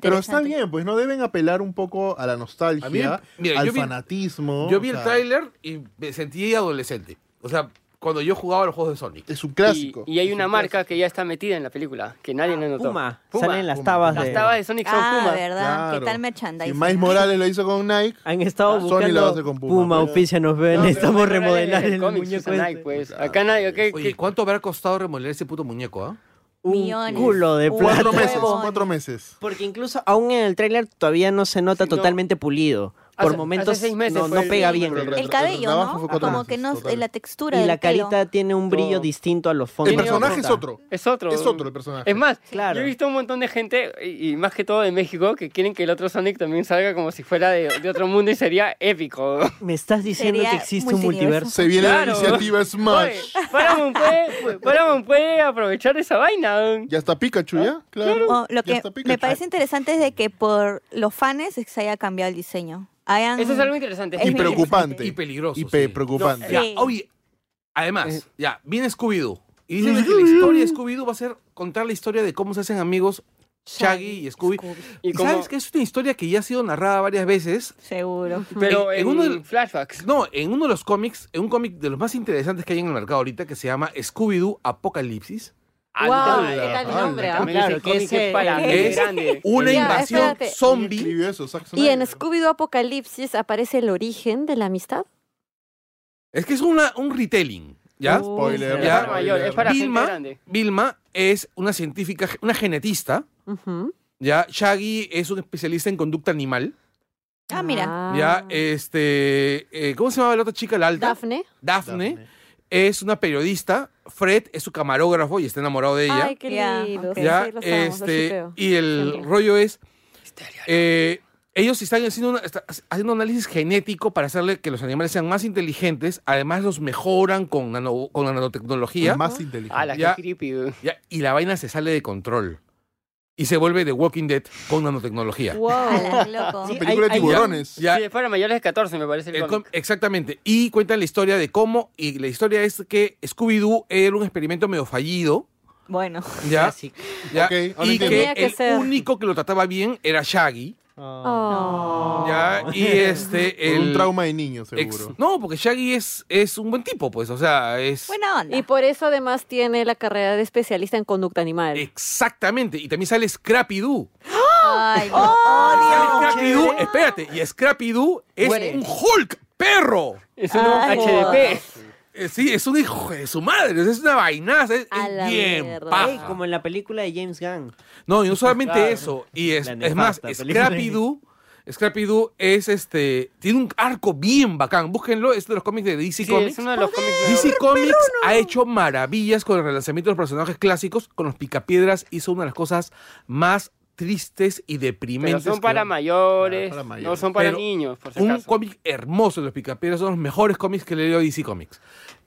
Pero está interesante. bien, pues no deben apelar un poco a la nostalgia, A mí, mira, al yo vi- fanatismo. Yo vi o el sea, tráiler y me sentí adolescente. O sea, cuando yo jugaba los juegos de Sonic. Es un Y- clásico. Y, hay es una un marca que ya está metida en la película, que nadie la notó. Puma. Puma. Salen las Puma. tabas Las de... tabas de Sonic son Ah, Puma. ¿verdad? Claro. ¿Qué tal clásico. Si merchandising? Miles Morales lo hizo con Nike. Han estado Ah, Sony la va a hacer buscando con Puma, Puma, pero- auspicia nos ve, No, necesitamos pero Puma era remodelar el el cómic, muñeco Susan este. Knight, pues. Claro. Acá nadie. ¿qué- Oye, qué- ¿cuánto habrá costado remodelar ese puto muñeco? ah? Un Millones. culo de Un plata. Cuatro meses, Huevón. cuatro meses. Porque incluso aún en el tráiler todavía no se nota Sí, no. totalmente pulido. Por Hace- momentos hace seis meses no, fue no el- pega Sí, bien. pero el El retrato cabello, de abajo ¿no? fue cuatro Como meses, que no, total. la textura Y del la pelo. carita tiene un brillo Todo. distinto a los fondos. El Tiene personaje otra. es otro. Es otro. Es otro el personaje. Es más, Claro. yo he visto un montón de gente, y, y más que todo de México, que quieren que el otro Sonic también salga como si fuera de, de otro mundo y sería épico. Me estás diciendo Sería que existe un multiverso. multiverso. Se viene Claro. la iniciativa Smash. Oye, Paramount puede, Paramount puede aprovechar esa vaina. Ya está Pikachu, ¿ya? Claro. Oh, ya lo que está Pikachu. me parece interesante es de que por los fans es que se haya cambiado el diseño. Hayan- Eso es algo interesante. Es Y muy preocupante. Y peligroso. Y pe- sí. preocupante. Ya, Sí. oye, además, Eh. ya, viene Scooby-Doo. Y dicen que la historia de Scooby-Doo va a ser contar la historia de cómo se hacen amigos Shaggy y Scooby. Y Y como- sabes que es una historia que ya ha sido narrada varias veces. Seguro. Pero en, En- en uno del- flashbacks. No, en uno de los cómics, en un cómic de los más interesantes que hay en el mercado ahorita, que se llama Scooby-Doo Apocalipsis. wow, Ala, ¿qué tal el ala, nombre? ah? también Claro, ese que cómic ese- es para que es- grande. Una Ya, invasión espérate. zombie. Escribió eso, Zack Y en Snyder. Scooby-Doo Apocalipsis aparece el origen de la amistad. Es que es una, un retelling, Oh. ¿ya? Uh, Spoiler. Es Ya. para mayor, es para Vilma. gente grande. Vilma es una científica, una genetista, Ujú. ¿ya? Shaggy es un especialista en conducta animal, Ah, mira. ¿ya? eh, Este, eh, ¿cómo se llamaba la otra chica, la alta? Daphne. Daphne. es una periodista, Fred es su camarógrafo y está enamorado de ella, Ay, qué Ya, lindo. ok. sí, ¿ya? sí, los amamos, los este, shipeo. y el Siempre. rollo es, eh, ellos están haciendo, una- está- haciendo un análisis genético para hacerle que los animales sean más inteligentes, además los mejoran con, nano- con la nanotecnología. Es más inteligente. Ala, Ya. qué creepy. güey. Ya, y la vaina se sale de control. Y se vuelve The Walking Dead con nanotecnología. Wow. Ala, qué loco. Sí, Película de hay- hay- tiburones. Ya, Sí, es para mayores de 14, me parece. El el com- cómic. exactamente. Y cuentan la historia de cómo. Y la historia es que Scooby-Doo era un experimento medio fallido. Bueno, Ya. Así. ya, Ok, ahora y entiendo. que, Tenía que el ser. único que lo trataba bien era Shaggy. Oh. Ya. Y este. Por el un trauma de niño, ex- seguro. no, porque Shaggy es, es un buen tipo, pues. O sea, es. buena onda. Y por eso además tiene la carrera de especialista en conducta animal. Exactamente. Y también sale Scrappy Doo. Ay, no. Oh, Oh, Sale Scrappy Doo, espérate, y Scrappy Doo es Muere. un Hulk, perro. Es un nuevo Ay, HDP. Eh, sí, es un hijo de su madre, es una vainaza, es, A es la bien mierda. paja. Ey, Ah. como en la película de James Gunn. No, y no solamente Claro. eso, y es, La es más, nefasta película. Scrappy Doo, Scrappy Doo es este, tiene un arco bien bacán, búsquenlo, es de los cómics de DC Sí, Comics. es uno de los cómics nuevos. DC Comics ha hecho maravillas con el relanzamiento de los personajes clásicos, con los picapiedras hizo una de las cosas más tristes y Pero deprimentes. son que- para mayores, Para mayores. no son para Pero niños, por si Un acaso. cómic hermoso de los picapiedras, son los mejores cómics que le dio DC Comics.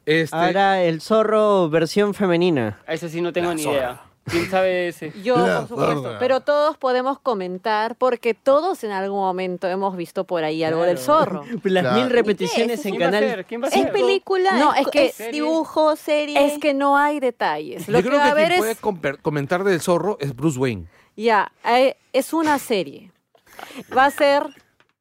Este, Ahora el zorro versión femenina. A Ese sí no tengo La ni zorra. idea. ¿Quién sabe ese? Yo, La por supuesto. zorra. Pero todos podemos comentar porque todos en algún momento hemos visto por ahí algo del zorro. Las Claro. mil repeticiones ¿Y en ¿Quién va a canal. ser? ¿Quién va a Es ser? película, No, es, es que- es dibujo, serie. Es que no hay detalles. Lo yo que creo va que a quien haber puede es, comper- comentar del zorro es Bruce Wayne. ya, eh, es una serie. Va a ser,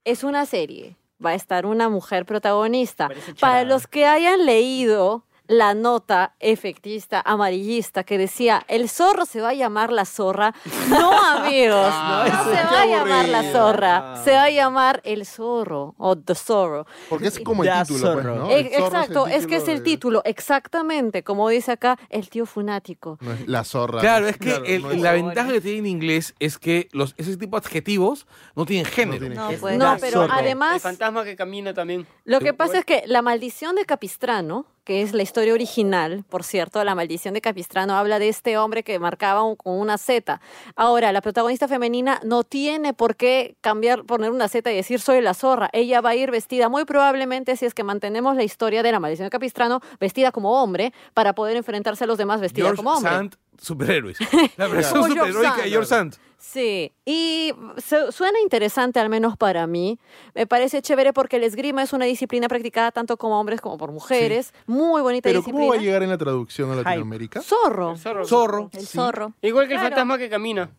es una serie. Va a estar una mujer protagonista. Para los que hayan leído la nota efectista, amarillista, que decía, el zorro se va a llamar la zorra. No, amigos, Ah, no se qué va a llamar la aburrido. Ah. zorra. Se va a llamar el zorro o the zorro. Porque es como el Da título, pues, zorro. ¿no? Eh, El zorro exacto, es, el que es el de- título, exactamente, como dice acá el tío funático. No es la zorra. Claro, es que Claro, el- no es- la ventaja que tiene en inglés es que los, ese tipo de adjetivos no tienen género. tienen- No, Es pues. No, la pero zorra. El además, fantasma que camina también. lo que pasa es que la maldición de Capistrano, que es la historia original, por cierto, la maldición de Capistrano habla de este hombre que marcaba un- con una Z. Ahora, la protagonista femenina no tiene por qué cambiar, poner una Z y decir soy la zorra. Ella va a ir vestida, muy probablemente, si es que mantenemos la historia de la maldición de Capistrano, vestida como hombre, para poder enfrentarse a los demás vestida George como hombre. Sand, superhéroes. La versión Como George superheroica de Sand. George Sand. Sí, y su- suena interesante, al menos para mí. Me parece chévere porque el esgrima es una disciplina practicada tanto como hombres como por mujeres. Muy bonita Pero ¿cómo va a disciplina. llegar en la traducción a Latinoamérica? Zorro. El zorro. Zorro. el zorro. Ah, Igual que el Claro. fantasma que camina.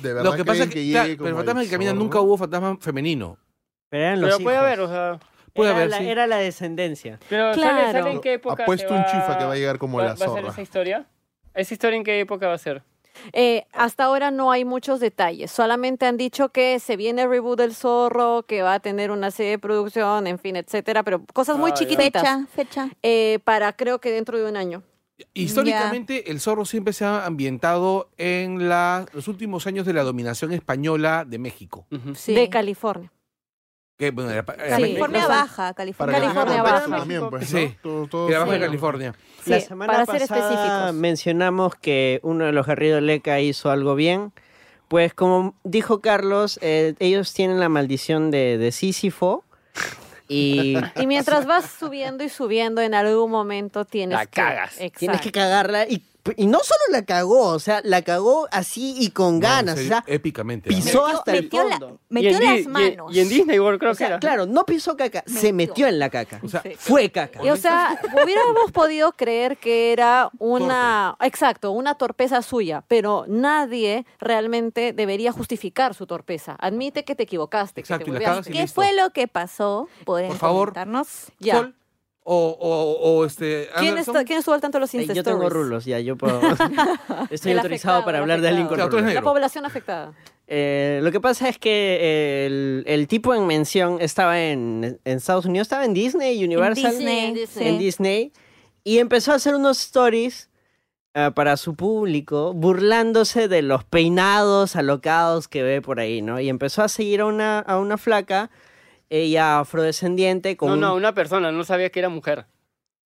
De verdad Lo que pasa creen es que, llegue claro, pero como fantasma el que camina zorro? nunca hubo fantasma femenino. Pero eran los Pero puede hijos. haber, o sea. Puede era, haber, la, sí. era la descendencia. Pero Claro. ¿sale, sale en qué época? Apuesto se un chifa que va a llegar como va- la ¿Va a ser zorra. esa historia? ¿Esa historia en qué época va a ser? Eh, hasta ahora no hay muchos detalles. Solamente han dicho que se viene el reboot del zorro, que va a tener una serie de producción, en fin, etcétera. Pero cosas muy Ah, ya. chiquititas. Fecha, fecha. eh, para creo que dentro de un año. Históricamente, el zorro siempre se ha ambientado en la- los últimos años de la dominación española de México. Sí. De California. Que, bueno, era, era Sí. México, California México. Baja, Para California, que tenga California contexto Baja. también, pues, Sí. ¿no? Todo- todo- era Baja Sí. California. la Sí, semana para ser pasada específicos. mencionamos que uno de los Garrido Leca hizo algo bien. Pues como dijo Carlos, eh, ellos tienen la maldición de, de Sísifo. Y Y mientras vas subiendo y subiendo, en algún momento tienes La que- cagas. Exacto. tienes que cagarla. Y, y no solo la cagó, o sea, la cagó así y con No, ganas. en o serio, sea, épicamente. ¿no? pisó hasta el metió la- fondo. Y metió en Di- las y- manos. Y, en Disney World creo O sea, que era. claro, no pisó caca, se metió Metió. en la caca. O sea, Fue caca. Y, o sea, hubiéramos podido creer que era una, exacto, una torpeza suya, pero nadie realmente debería justificar su torpeza. Admite que te equivocaste, Exacto, que y te la volvías. cagas y ¿Qué listo. fue lo que pasó? ¿Podrían Por favor. comentarnos? Ya. Sol, o, o- o, este. ¿Quién, Anderson. está- quién estuvo al tanto de los Eh, Insta yo tengo Stories? rulos, ya, yo puedo. Estoy El autorizado afectado, para el hablar de alguien con afectado. Claro, tú rulos. eres La población afectada. Eh, lo que pasa es que eh, el, el tipo en mención estaba en, en Estados Unidos, estaba en Disney, Universal, Disney, en Disney. sí. en Disney, y empezó a hacer unos stories ah, para su público, burlándose de los peinados alocados que ve por ahí, ¿no? Y empezó a seguir a una, a una flaca, ella afrodescendiente, con No, un- no, una persona, no sabía que era mujer.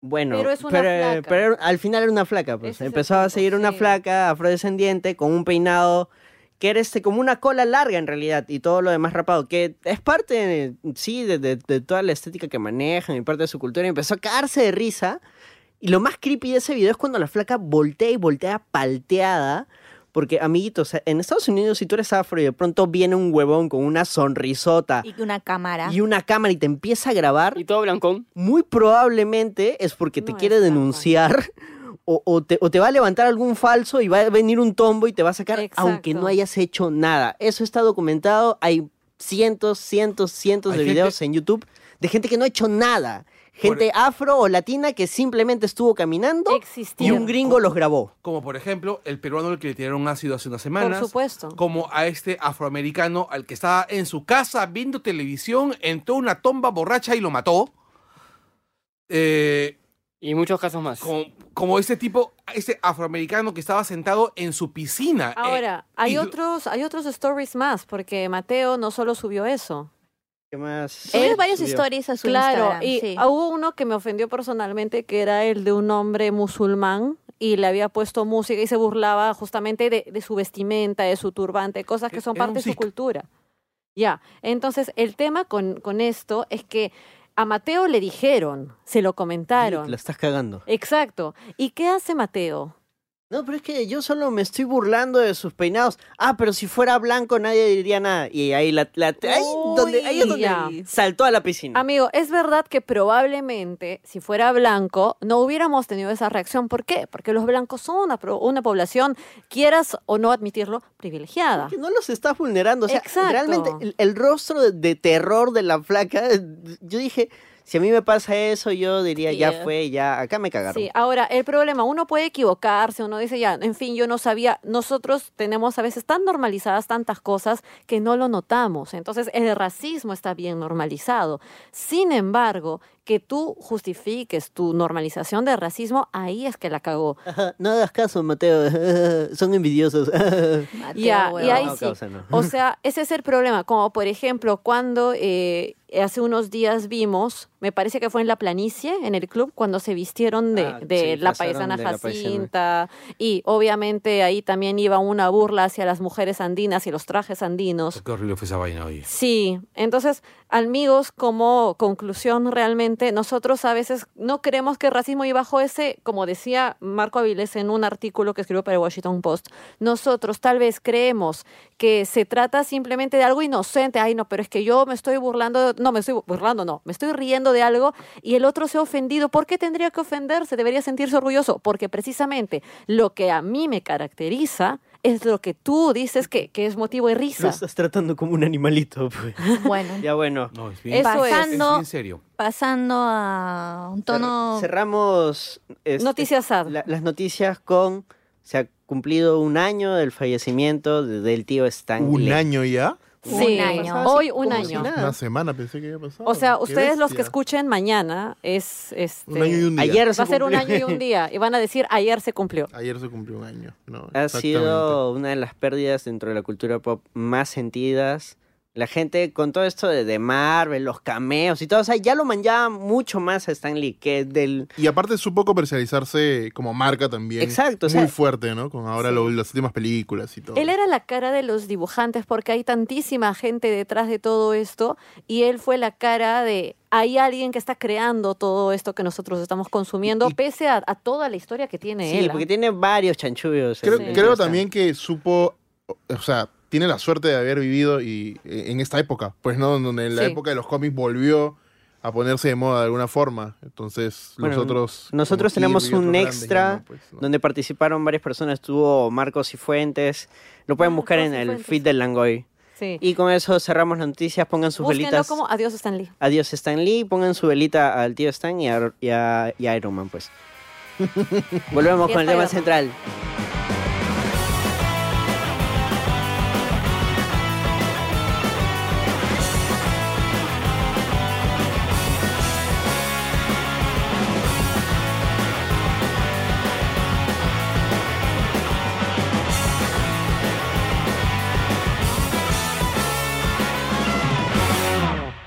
Bueno, Pero es una pero, eh, flaca. pero al final era una flaca, pues. Ese es el Empezó a punto, seguir una sí. flaca afrodescendiente con un peinado que era este, como una cola larga en realidad y todo lo demás rapado, que es parte, sí, de, de- de toda la estética que manejan y parte de su cultura. Y empezó a cagarse de risa. Y lo más creepy de ese video es cuando la flaca voltea y voltea palteada. Porque, amiguitos, en Estados Unidos, si tú eres afro y de pronto viene un huevón con una sonrisota Y una cámara. y una cámara y te empieza a grabar, Y todo blancón. muy probablemente es porque te No quiere es tan denunciar o, o te, o te va a levantar algún falso y va a venir un tombo y te va a sacar Exacto. aunque no hayas hecho nada. Eso está documentado, hay cientos, cientos, cientos Hay de gente- videos en YouTube de gente que no ha hecho nada. Gente afro o latina que simplemente estuvo caminando y Existía. un gringo los grabó. Como por ejemplo, el peruano al que le tiraron ácido hace unas semanas. Por supuesto. Como a este afroamericano al que estaba en su casa viendo televisión, entró una tomba borracha y lo mató. eh, Y muchos casos más. com- como este tipo, este afroamericano que estaba sentado en su piscina. eh, Ahora, hay y- otros, hay otros stories más, porque Mateo no solo subió eso. ¿Qué más? Tienes varios Subió. stories a su Claro, Instagram, y sí. hubo uno que me ofendió personalmente, que era el de un hombre musulmán y le había puesto música y se burlaba justamente de, de su vestimenta, de su turbante, cosas E-, que Eh, son era parte un de su sikh. cultura. Ya, entonces el tema con, con esto es que a Mateo le dijeron, se lo comentaron. La estás cagando. Exacto. ¿Y qué hace Mateo? No, pero es que yo solo me estoy burlando de sus peinados. Ah, pero si fuera blanco nadie diría nada. Y ahí, la, la- ahí, Uy, donde, ahí es donde ya. saltó a la piscina. Amigo, es verdad que probablemente si fuera blanco no hubiéramos tenido esa reacción. ¿Por qué? Porque los blancos son una, pro- una población, quieras o no admitirlo, privilegiada. Que no los estás vulnerando. O sea, Exacto. realmente el, el rostro de, de terror de la flaca, eh, yo dije, si a mí me pasa eso, yo diría, ya Yeah. fue, ya, acá me cagaron. Sí, ahora, el problema, uno puede equivocarse, uno dice, ya, en fin, yo no sabía, nosotros tenemos a veces tan normalizadas tantas cosas que no lo notamos, entonces el racismo está bien normalizado. Sin embargo, que tú justifiques tu normalización del racismo, ahí es que la cagó. Ajá, No hagas caso, Mateo. Son envidiosos. Mateo, Ya, y Ah, oh, huevón. ahí No, sí. causa, no. O sea, ese es el problema. Como por ejemplo, cuando eh, hace unos días vimos, me parece que fue en la planicie, en el club, cuando se vistieron de, Ah, de sí, la pasaron paisana de la paisana. Jacinta. Y obviamente ahí también iba una burla hacia las mujeres andinas y los trajes andinos. Qué horrible fue esa vaina, oye. Sí, entonces, amigos, como conclusión realmente, nosotros a veces no creemos que el racismo y bajo ese, como decía Marco Avilés en un artículo que escribió para el Washington Post, nosotros tal vez creemos que se trata simplemente de algo inocente, ay no, pero es que yo me estoy burlando, no, me estoy burlando, no, me estoy riendo de algo y el otro se ha ofendido, ¿por qué tendría que ofenderse? Debería sentirse orgulloso, porque precisamente lo que a mí me caracteriza es lo que tú dices que, que es motivo de Lo risa. estás tratando como un animalito. pues. Bueno, Ya bueno. No, es Eso es. Pasando- en serio. pasando a un tono... Cer- Cerramos este, Noticias sad. la- las noticias con... Se ha cumplido un año del fallecimiento de- del tío Stan ¿Un Lee. año ya? Sí, Un año. hoy un Como año. si nada. Una semana pensé que había pasado. O sea, Oh, Qué ustedes los bestia. que escuchen mañana es este Un año y un día. Ayer se va a ser un cumplió. año y un día y van a decir ayer se cumplió. Ayer se cumplió un año. No, Ha exactamente. sido una de las pérdidas dentro de la cultura pop más sentidas. La gente con todo esto de, de Marvel, los cameos y todo, o sea, ya lo manchaba mucho más a Stan Lee que del... Y aparte supo comercializarse como marca también. Exacto, o Muy sea- fuerte, ¿no? Con ahora lo- las últimas películas y todo. Él era la cara de los dibujantes porque hay tantísima gente detrás de todo esto y él fue la cara de hay alguien que está creando todo esto que nosotros estamos consumiendo Y- y- pese a, a toda la historia que tiene Sí, él. ¿ah? porque tiene varios chanchullos. Creo, el- el creo tío Stan. también que supo, o o sea, tiene la suerte de haber vivido y eh, en esta época, pues no, donde en la Sí. época de los cómics volvió a ponerse de moda de alguna forma. Entonces, Bueno, nosotros nosotros como tenemos Kirby y otros un grandes, extra ya no, pues, ¿no? donde participaron varias personas, estuvo Marcos y Fuentes, lo pueden buscar en Ah, Marcos y el Fuentes. feed del Langoy. Sí. Y con eso cerramos las noticias, pongan sus Búsquenlo velitas. como Adiós Stan Lee. Adiós Stan Lee, pongan su velita al tío Stan y a, y a- y a Iron Man, pues. Volvemos Y con el tema Spider-Man. central.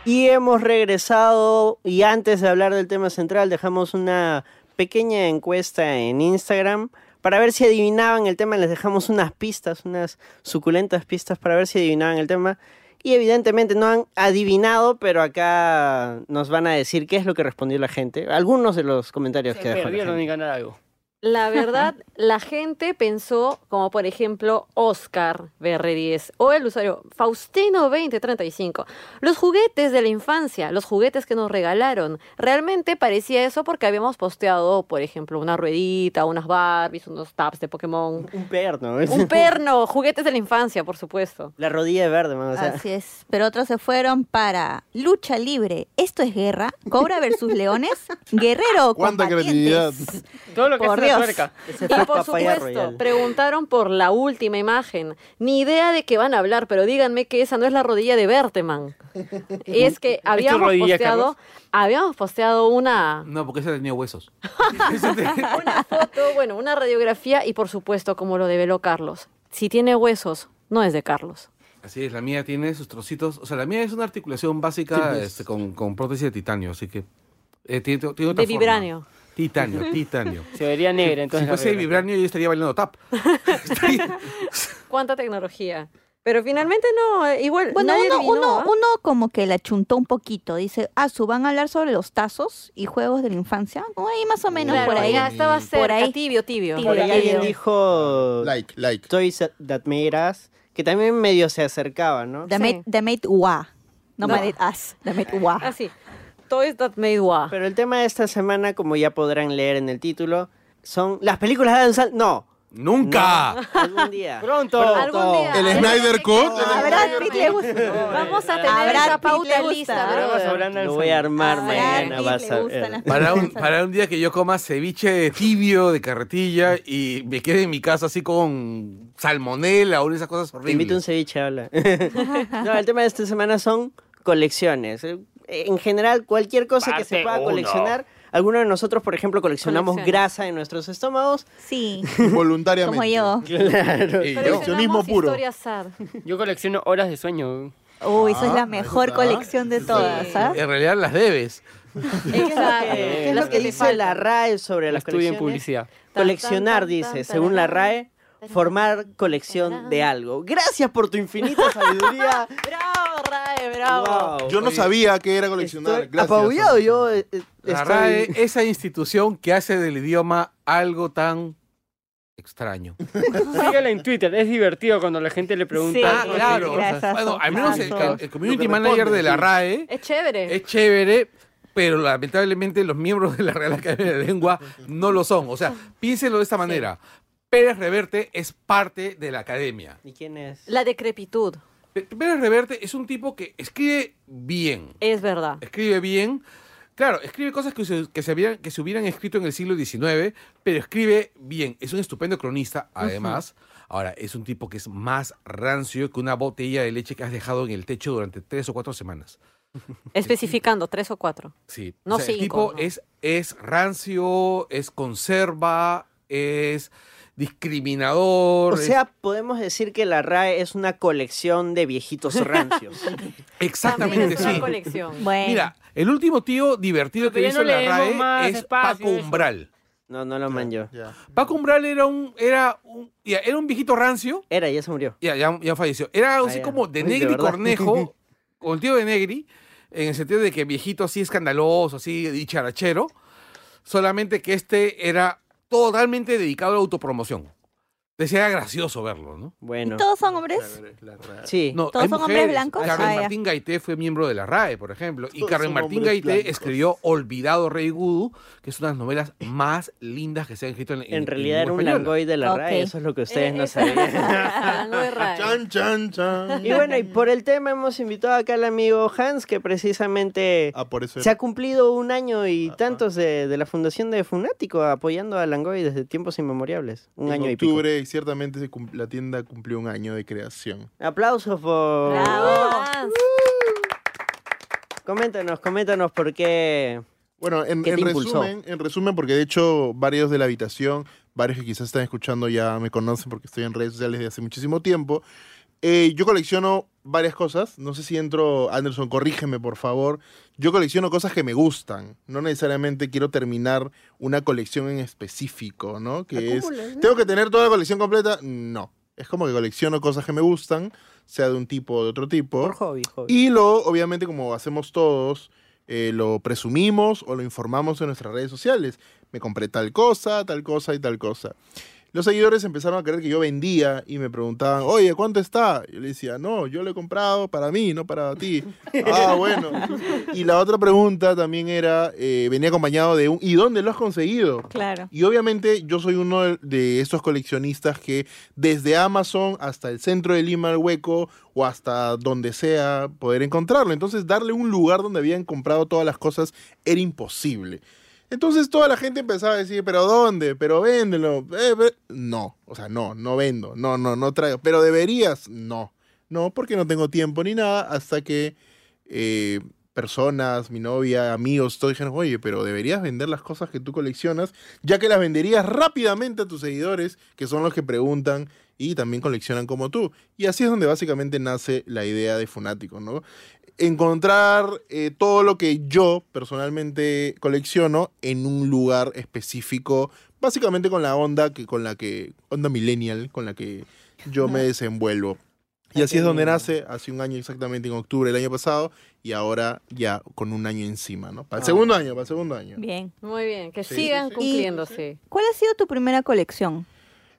Y hemos regresado y antes de hablar del tema central dejamos una pequeña encuesta en Instagram para ver si adivinaban el tema. Les dejamos unas pistas, unas suculentas pistas para ver si adivinaban el tema. Y evidentemente no han adivinado, pero acá nos van a decir qué es lo que respondió la gente. Algunos de los comentarios que Se dejó la perdieron y gente. ganar algo. La verdad, la gente pensó, como por ejemplo Oscar BR10 o el usuario Faustino2035, los juguetes de la infancia, los juguetes que nos regalaron. Realmente parecía eso porque habíamos posteado, por ejemplo, una ruedita, unas Barbies, unos taps de Pokémon, Un perno. un perno, juguetes de la infancia, por supuesto. La rodilla de verde, man, o Ah, sea. Así es. Pero otros se fueron para lucha libre. Esto es guerra. Cobra versus leones. Guerrero. ¿Cuánta combatientes. creatividad? Todo lo que Por es Dios. tuerca. Y por Papaya supuesto, Royal. preguntaron por la última imagen. Ni idea de qué van a hablar, pero díganme que esa no es la rodilla de Berteman. es que habíamos rodilla, posteado, habíamos posteado una, No, porque ese tenía huesos. una foto, bueno, una radiografía y por supuesto, como lo develó Carlos, si tiene huesos, no es de Carlos. Así es, la mía tiene sus trocitos. O sea, la mía es una articulación básica este, con, con prótesis de titanio, así que. eh, tiene, tiene otra De forma. vibranio. Titanio, titanio. Se vería negra, entonces. la si fuese de regla. vibranio, yo estaría bailando tap. Estaría- ¿Cuánta tecnología? Pero finalmente no, eh, igual. Bueno, nadie uno, adivinó, uno, ¿ah? uno como que la chuntó un poquito. Dice, ah, su van a hablar sobre los tazos y juegos de la infancia. Como ahí más o menos Claro, por ahí. ya estaba Por cerca, ahí. tibio, tibio. Tibio. Por ahí Mira, alguien yo- dijo Like, like. Toys That Made Us, que también medio se acercaba, ¿no? The Sí. mate, the mate wa. No, No. made it us. The mate wa. Así. Toys that made war. Pero el tema de esta semana, como ya podrán leer en el título, son las películas de Adam Sandler. No. ¡Nunca! No. Algún día. Pronto. Algún día. ¿El algún Snyder día que- Cut? A Brad Pitt le gusta. Vamos a A tener Brad esa Pitt pauta le gusta. lista, Ahora bro. vas a hablar de Lo voy a armar Ah, A Brad mañana, Pitt vas Ah, le a gustan ver. las Para un, para un día que yo coma ceviche tibio de carretilla y me quede en mi casa así con salmonela o esas cosas Te invito a un horribles. ceviche, habla. no, el tema de esta semana son colecciones. Eh, En general, cualquier cosa que se Parte pueda uno. coleccionar. Algunos de nosotros, por ejemplo, coleccionamos Colecciones. grasa en nuestros estómagos. Sí, Voluntariamente. como yo. Y Pero yo- coleccionismo mencionamos puro. historias sad. Yo colecciono horas de sueño. Uy, eso es Ah, la ahí mejor está. colección de todas, ¿ah? en realidad las debes. Exacto. ¿Qué es las lo que te dice la faltan. RAE sobre las Estudio en colecciones? publicidad. Coleccionar, dice, según la RAE, formar colección de algo. Gracias por tu infinita sabiduría. Bravo, RAE, bravo. Wow. Yo no Oye, sabía que era coleccionar. Estoy Gracias. apabullado, yo eh, eh, La estoy- RAE, esa institución que hace del idioma algo tan extraño. Síguela en Twitter, es divertido cuando la gente le pregunta. Sí, Ah, cosas. claro. gracias. Bueno, al menos el, Exacto. el community Lo que manager responde, de la sí. RAE Es chévere. es chévere, pero lamentablemente los miembros de la Real Academia de la Lengua no lo son. O sea, piénselo de esta manera. Pérez Reverte es parte de la academia. ¿Y quién es? La decrepitud. P- Pérez Reverte es un tipo que escribe bien. Es verdad. escribe bien. Claro, escribe cosas que se, que, se hubieran, que se hubieran escrito en el siglo XIX, pero escribe bien. Es un estupendo cronista, además. Ahora, es un tipo que es más rancio que una botella de leche que has dejado en el techo durante tres o cuatro semanas. Especificando, tres o cuatro. Sí. No O sea, el cinco, tipo no. es, es rancio, es conserva, es O discriminador. es- sea, podemos decir que la RAE es una colección de viejitos rancios. También exactamente es una sí. colección. Bueno, Mira, el último tío divertido que Pero ya hizo no la leemos RAE más es espacio, Paco eso. Umbral. No, no lo manjo. Ya. Paco Umbral era un, era un, ya, era un viejito rancio, Era, ya se murió. ya, ya, ya falleció. Era algo Ah, así ya. como Uy, de de Negri verdad. Cornejo, o el tío de Negri, en el sentido de que viejito así escandaloso, así dicharachero, solamente que este era totalmente dedicado a la autopromoción. Decía era gracioso verlo, ¿no? Bueno. ¿todos son hombres? La RAE. Sí. No, ¿Todos hay son hombres mujeres. blancos? Carmen Ah, ya. Martín Gaité fue miembro de la RAE, por ejemplo. Y Todos Carmen son Martín hombres Gaité blancos. escribió Olvidado Rey Gudu, que es una de las novelas más lindas que se han escrito en, en- En en realidad era lengua un española. langoy de la Ok. RAE, eso es lo que ustedes Eh, no es- sabían. Hablando de RAE. Chan, chan, chan. Y bueno, y por el tema hemos invitado acá al amigo Hans, que precisamente Ah, por eso se era. ha cumplido un año y Ajá. tantos de, de la fundación de Funático apoyando a Langoy desde tiempos inmemoriales. Un año en y pico. octubre, ciertamente, se cum- la tienda cumplió un año de creación. Aplausos por... Bravo. Coméntanos, coméntanos por qué... Bueno, en, ¿Qué te en impulsó? resumen, en resumen, porque de hecho varios de la habitación, varios que quizás están escuchando ya me conocen porque estoy en redes sociales desde hace muchísimo tiempo. Eh, yo colecciono varias cosas. No sé si entro, Anderson, corrígeme por favor. Yo colecciono cosas que me gustan. No necesariamente quiero terminar una colección en específico, ¿no? Que es, ¿Tengo que tener toda la colección completa? No. Es como que colecciono cosas que me gustan, sea de un tipo o de otro tipo. Por hobby, hobby. Y lo, obviamente, como hacemos todos, eh, lo presumimos o lo informamos en nuestras redes sociales. Me compré tal cosa, tal cosa y tal cosa. Los seguidores empezaron a creer que yo vendía y me preguntaban, oye, ¿cuánto está? Yo le decía, no, yo lo he comprado para mí, no para ti. ah, bueno. Y la otra pregunta también era, eh, venía acompañado de un, ¿y dónde lo has conseguido? Claro. Y obviamente yo soy uno de- de estos coleccionistas que desde Amazon hasta el centro de Lima, el hueco, o hasta donde sea, poder encontrarlo. Entonces darle un lugar donde habían comprado todas las cosas era imposible. Entonces toda la gente empezaba a decir, pero ¿dónde? Pero véndelo. Eh, ve-". No, o sea, no, no vendo, no, no, no traigo. Pero deberías, no. No, porque no tengo tiempo ni nada hasta que eh, personas, mi novia, amigos, todos dijeron, oye, pero deberías vender las cosas que tú coleccionas, ya que las venderías rápidamente a tus seguidores, que son los que preguntan y también coleccionan como tú. Y así es donde básicamente nace la idea de Funático, ¿no? encontrar eh, todo lo que yo personalmente colecciono en un lugar específico, básicamente con la onda que, con la que, onda millennial, con la que yo me desenvuelvo. Y así es donde nace, hace un año exactamente, en octubre del año pasado, y ahora ya con un año encima, ¿no? Para el segundo año, para el segundo año. Bien. Muy bien, que Sí, sigan sí, sí. cumpliéndose. ¿Cuál ha sido tu primera colección?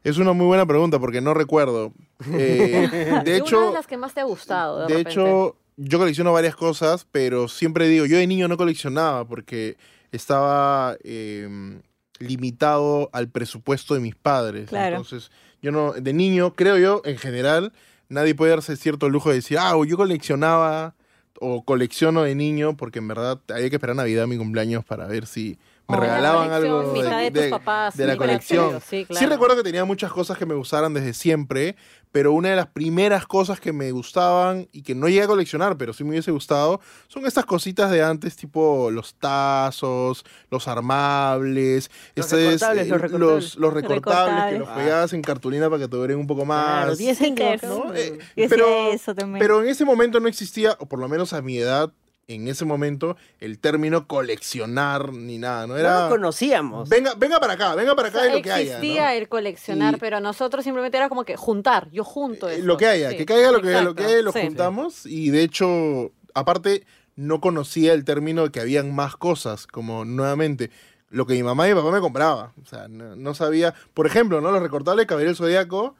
Es una muy buena pregunta porque no recuerdo. Eh, de Y una hecho, de las que más te ha gustado. De, De repente. hecho, yo colecciono varias cosas, pero siempre digo, yo de niño no coleccionaba porque estaba eh, limitado al presupuesto de mis padres. Claro. Entonces, yo no, de niño, creo yo, en general, nadie puede darse cierto lujo de decir, ah, yo coleccionaba o colecciono de niño, porque en verdad había que esperar Navidad, mi cumpleaños, para ver si me O de la regalaban colección, algo mitad de tus papás, de la mitad de tus colección. amigos, sí, Sí claro. recuerdo que tenía muchas cosas que me gustaran desde siempre, pero una de las primeras cosas que me gustaban y que no llegué a coleccionar, pero sí me hubiese gustado, son estas cositas de antes, tipo los tazos, los armables, Los estos, recortables, eh, los recortables. los- los recortables que Recortables. los pegabas en cartulina para que te duren un poco Claro, más. 10 años, Stickers. ¿no? ¿no? Eh, Yo hacía pero, eso también. pero en ese momento no existía, o por lo menos a mi edad, en ese momento, el término coleccionar ni nada, ¿no? No Era... lo conocíamos. Venga, venga para acá, venga para O acá sea, de lo que haya. ¿no? existía el coleccionar, Y- pero nosotros simplemente era como que juntar, yo junto Eh, esto. Lo que haya, Sí, que caiga lo que, lo que exacto, haya, lo sí. juntamos. Y de hecho, aparte, no conocía el término de que habían más cosas, como nuevamente. Lo que mi mamá y mi papá me compraba. O sea, no, no sabía. Por ejemplo, ¿no? Los recortables de Caballero del Zodíaco.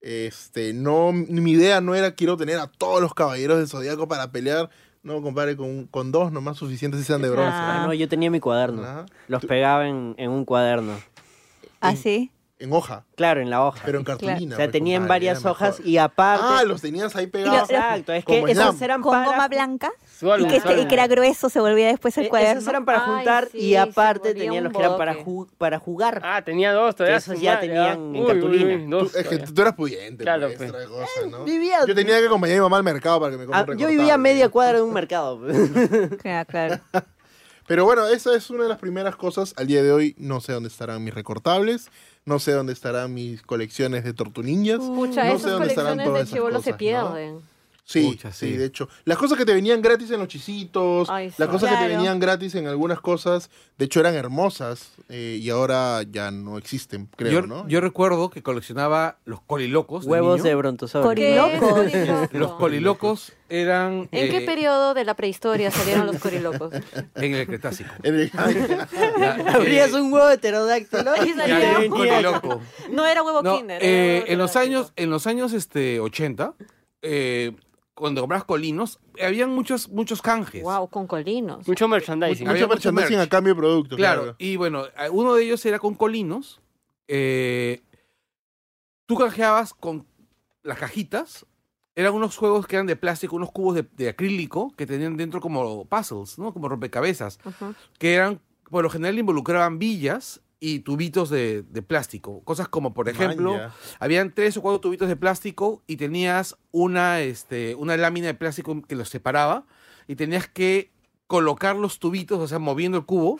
Este, no, mi idea no era quiero tener a todos los caballeros del Zodíaco para pelear. No, compadre, con, con dos nomás suficientes si sean de bronce. Ah. Ah, no, yo tenía mi cuaderno. Ajá. Los pegaba en, en un cuaderno. ¿Ah, sí? En hoja, Claro, en la hoja. pero en cartulina. o sea, pues, tenía en compadre, era varias hojas mejor. y aparte. Ah, los tenías ahí pegados. Exacto, es que como esas slam. eran Con para. goma blanca. Su álbum, Y que, su este- y álbum. que era grueso, se volvía después el eh, cuaderno. Esas eran para Ay, juntar sí, y se aparte volvía tenían un los que eran para, bodoque. ju- para jugar. Ah, tenía dos todavía. Esos su ya madre, tenían ah. en Uy, uy, cartulina. uy, dos Tú- es que todavía. tú eras pudiente. Claro, pues, pues. otra Eh, cosa, ¿no? Vivía- Yo tenía que acompañar a mi mamá al mercado para que me compre Ah, un yo vivía a recortable. media cuadra de un mercado. Ah, claro. Pero bueno, esa es una de las primeras cosas. Al día de hoy no sé dónde estarán mis recortables, no sé dónde estarán mis colecciones de tortunillas. Pucha, No sé esas dónde estarán colecciones todas de esas chivolo se cosas, ¿no? pierden. Sí, Pucha, sí, sí. de hecho. Las cosas que te venían gratis en los chisitos, Ay, sí. las cosas que te Claro. venían gratis en algunas cosas, de hecho eran hermosas eh, y ahora ya no existen, creo, yo, ¿no? yo recuerdo que coleccionaba los colilocos. de Huevos niño. de brontosaurio. Cori- ¿Qué es Locos. coriloco? Los colilocos eran ¿En qué eh, periodo de la prehistoria salieron los corilocos? en el Cretácico. eh, Abrías un huevo heterodáctilo Y y salía Ya, salía un coliloco. No era huevo No, kinder. era eh, huevo en los terápico. años, en los años este, 80, eh, cuando comprabas colinos, habían muchos, muchos canjes. Wow, con colinos. Mucho merchandising. Había Mucho mucho merchandising merch. a cambio de producto. Claro, y bueno, eh, uno de ellos era con colinos. eh, tú canjeabas con las cajitas. Eran unos juegos que eran de plástico, unos cubos de, de acrílico que tenían dentro como puzzles, ¿no? Como rompecabezas, Ujú. que eran, por lo general, involucraban villas y tubitos de, de plástico. Cosas como, por ejemplo, Manja. habían tres o cuatro tubitos de plástico y tenías una, este, una lámina de plástico que los separaba y tenías que colocar los tubitos, o sea, moviendo el cubo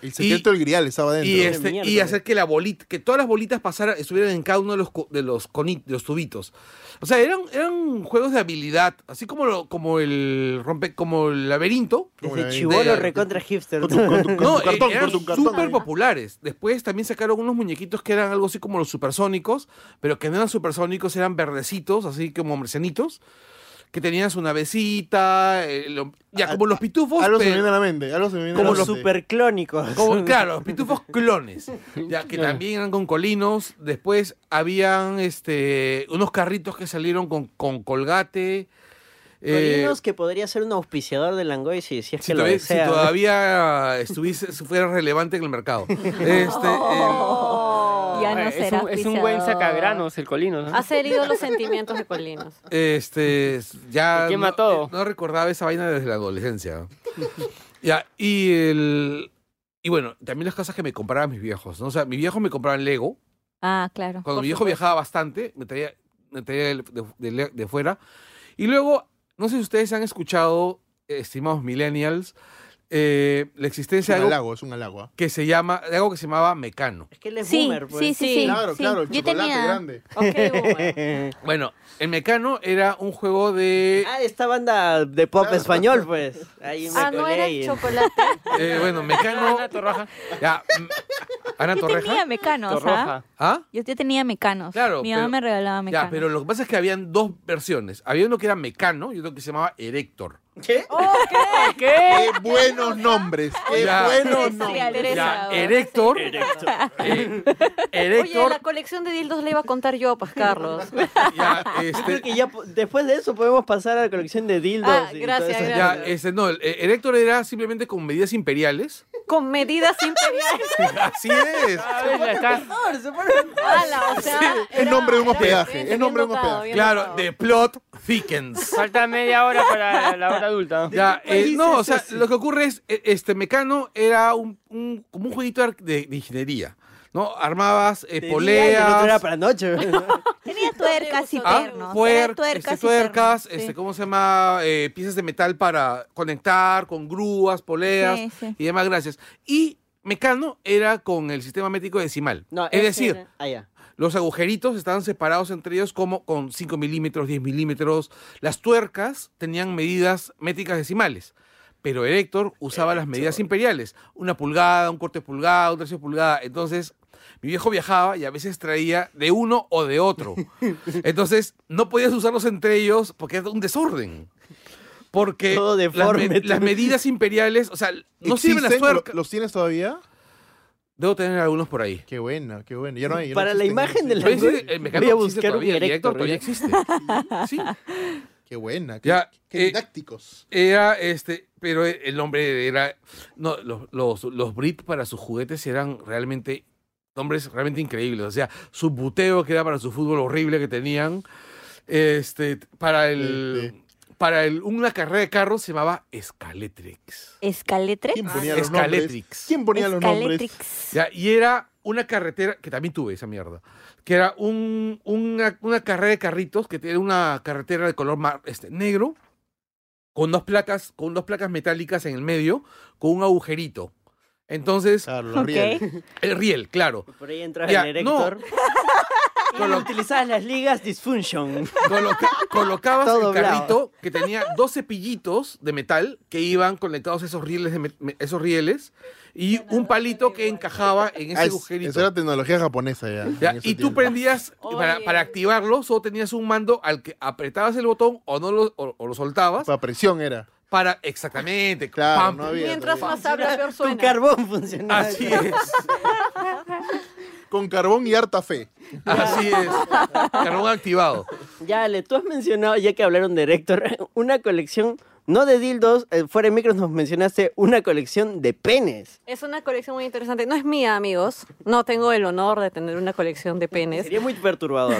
El secreto del grial estaba dentro. y, de este, mierda, y güey. hacer que la bolita, que todas las bolitas pasaran, estuvieran en cada uno de los, co- de los, coni- de los tubitos. O sea, eran, eran juegos de habilidad, así como, lo- como el rompe, como el laberinto. Desde de- chivolo de- recontra hipster. Con tu- con tu- con No, tu eh, cartón, eran con tu cartón. súper populares. Después también sacaron unos muñequitos que eran algo así como los supersónicos, pero que no eran supersónicos, eran verdecitos, así como mercenitos, que tenían su navecita, eh, lo- ya Ah, como los pitufos, Algo se me pero- viene a la mente, algo se me viene a la Como mente. los superclónicos. Como- claro, los pitufos clones. Ya que Claro. también eran con colinos. Después habían este unos carritos que salieron con, con colgate. eh, Colinos que podría ser un auspiciador de Langoy si, si es que si, lo todavía, si desea. todavía estuviese, si fuera relevante en el mercado. Este, eh, Oh. Ya no Eh, es, será un, es un buen auspiciador. sacagranos el colino. Ah, ¿no? Has herido los sentimientos de colinos. este, ya ¿Y quién no- mató? No, recordaba esa vaina desde la adolescencia. ya, y el Y bueno, también las cosas que me compraban mis viejos, ¿no? O sea, mis viejos me compraban Lego. Ah, claro. Cuando por mi viejo supuesto. viajaba bastante, me traía, me traía el- de, de- de fuera. Y luego, no sé si ustedes han escuchado, eh, estimados millennials, eh, la Es existencia un de algo halago, es un halago. ¿ah? que se llama, de algo que se llamaba Mecano. Es que él es Sí, boomer, pues. sí, sí, Sí. sí. Claro, sí. claro, el Yo chocolate tenía... grande. Ok, boomer. Bueno, el Mecano era un juego de... Ah, esta banda de pop español, pues. Ahí me Ah, no colé era y- chocolate. eh, bueno, Mecano... Ana Torraja. Ya, mm, Ana Yo tenía Torreja. mecanos, ¿ah? Torroja. ¿Ah? Yo te tenía mecanos. Claro, Mi mamá pero- me regalaba mecanos. Ya, pero lo que pasa es que habían dos versiones. Había uno que era Mecano y otro que se llamaba Erector. ¿Qué? Oh. ¡Qué buenos nombres! ¡Qué Ya. buenos Sí, nombres! Teresa, Ya, ahora Erector. eh, Oye, Erector. la colección de dildos le iba a contar yo, pues, Carlos. Ya, Creo este, que ya po- después de eso podemos pasar a la colección de dildos. Ah, y gracias, todo eso. gracias. ya, este, no, el, el Erector era simplemente con medidas imperiales. Con medidas imperiales. Así es. ¿Sabes? La está- Por supuesto. Ala, o sea, es era- nombre de un era- hospedaje, bien- es nombre de bien un dotado, hospedaje. bien Claro, dotado. The Plot Thickens. Falta media hora para la hora adulta. ¿no? Ya, eh, país no, es o sea, ese? lo que ocurre es, eh, este Mecano era un, un- como un jueguito de, ar- de- de ingeniería. ¿No? Armabas Te eh, diría que poleas. no era para noche. Tenía tuercas y Ah, pernos. Ah, Tenía puer- tuercas este, y pernos, tuercas, sí. este, ¿cómo se llama? Eh, piezas de metal para conectar con grúas, poleas Sí, sí. y demás gracias. Y Mecano era con el sistema métrico decimal. es ese decir, era- Ah, ya. los agujeritos estaban separados entre ellos como con 5 milímetros, 10 milímetros. Las tuercas tenían medidas métricas decimales. Pero Héctor usaba las medidas imperiales. Una pulgada, un cuarto de pulgada, un tercio de pulgada. Entonces, mi viejo viajaba y a veces traía de uno o de otro. Entonces, no podías usarlos entre ellos porque era un desorden. Porque Todo las, deforme, me- tú. las medidas imperiales, o sea, no sirven las ¿Existen? ¿Lo- tuercas. ¿Los tienes todavía? Debo tener algunos por ahí. Qué bueno, qué bueno. Ya no hay, ya no Para la existen, ya no imagen de existen. la- Pero ese- el mecano Voy a existe buscar un todavía, el Erector, Erector todavía ya. existe. Sí. Qué buena, qué, Ya, qué eh, didácticos. Era este, pero el nombre era. No, los, los, los Brit para sus juguetes eran realmente nombres realmente increíbles. O sea, su buteo que era para su fútbol horrible que tenían. Este, para el. Este. Para el, una carrera de carros se llamaba Escaletrix. Escaletrix. ¿Quién ponía los nombres? Escaletrix. ¿Quién ponía los nombres? Escaletrix. Ya, y era una carretera, que también tuve esa mierda, que era un- una, una carrera de carritos, que tenía una carretera de color mar- este, negro, con dos placas, con dos placas metálicas en el medio, con un agujerito. Entonces, Claro, los Ok. rieles. el riel, claro. Por ahí entras Ya, el erector. Con lo- Utilizabas las ligas Dysfunction. Coloca- colocabas Todo el carrito que tenía dos cepillitos de metal que iban conectados a esos rieles, de me- me- esos rieles y un palito que encajaba en ese Ah, es- agujerito. Esa era tecnología japonesa ya. en Ya, ese y tú tiempo. prendías Oye. para, para activarlo, solo tenías un mando al que apretabas el botón o no lo, o, o lo soltabas Para presión era. para exactamente Claro, pam. no había. Mientras todavía. más habla, peor Con suena. carbón funcionaba. Así es, Con carbón y harta fe. así es. Carbón activado. Ya, Ale, tú has mencionado, ya que hablaron de Erector, una colección, no de dildos, eh, fuera de micros nos mencionaste una colección de penes. Es una colección muy interesante. No es mía, amigos. No tengo el honor de tener una colección de penes. Sería muy perturbador.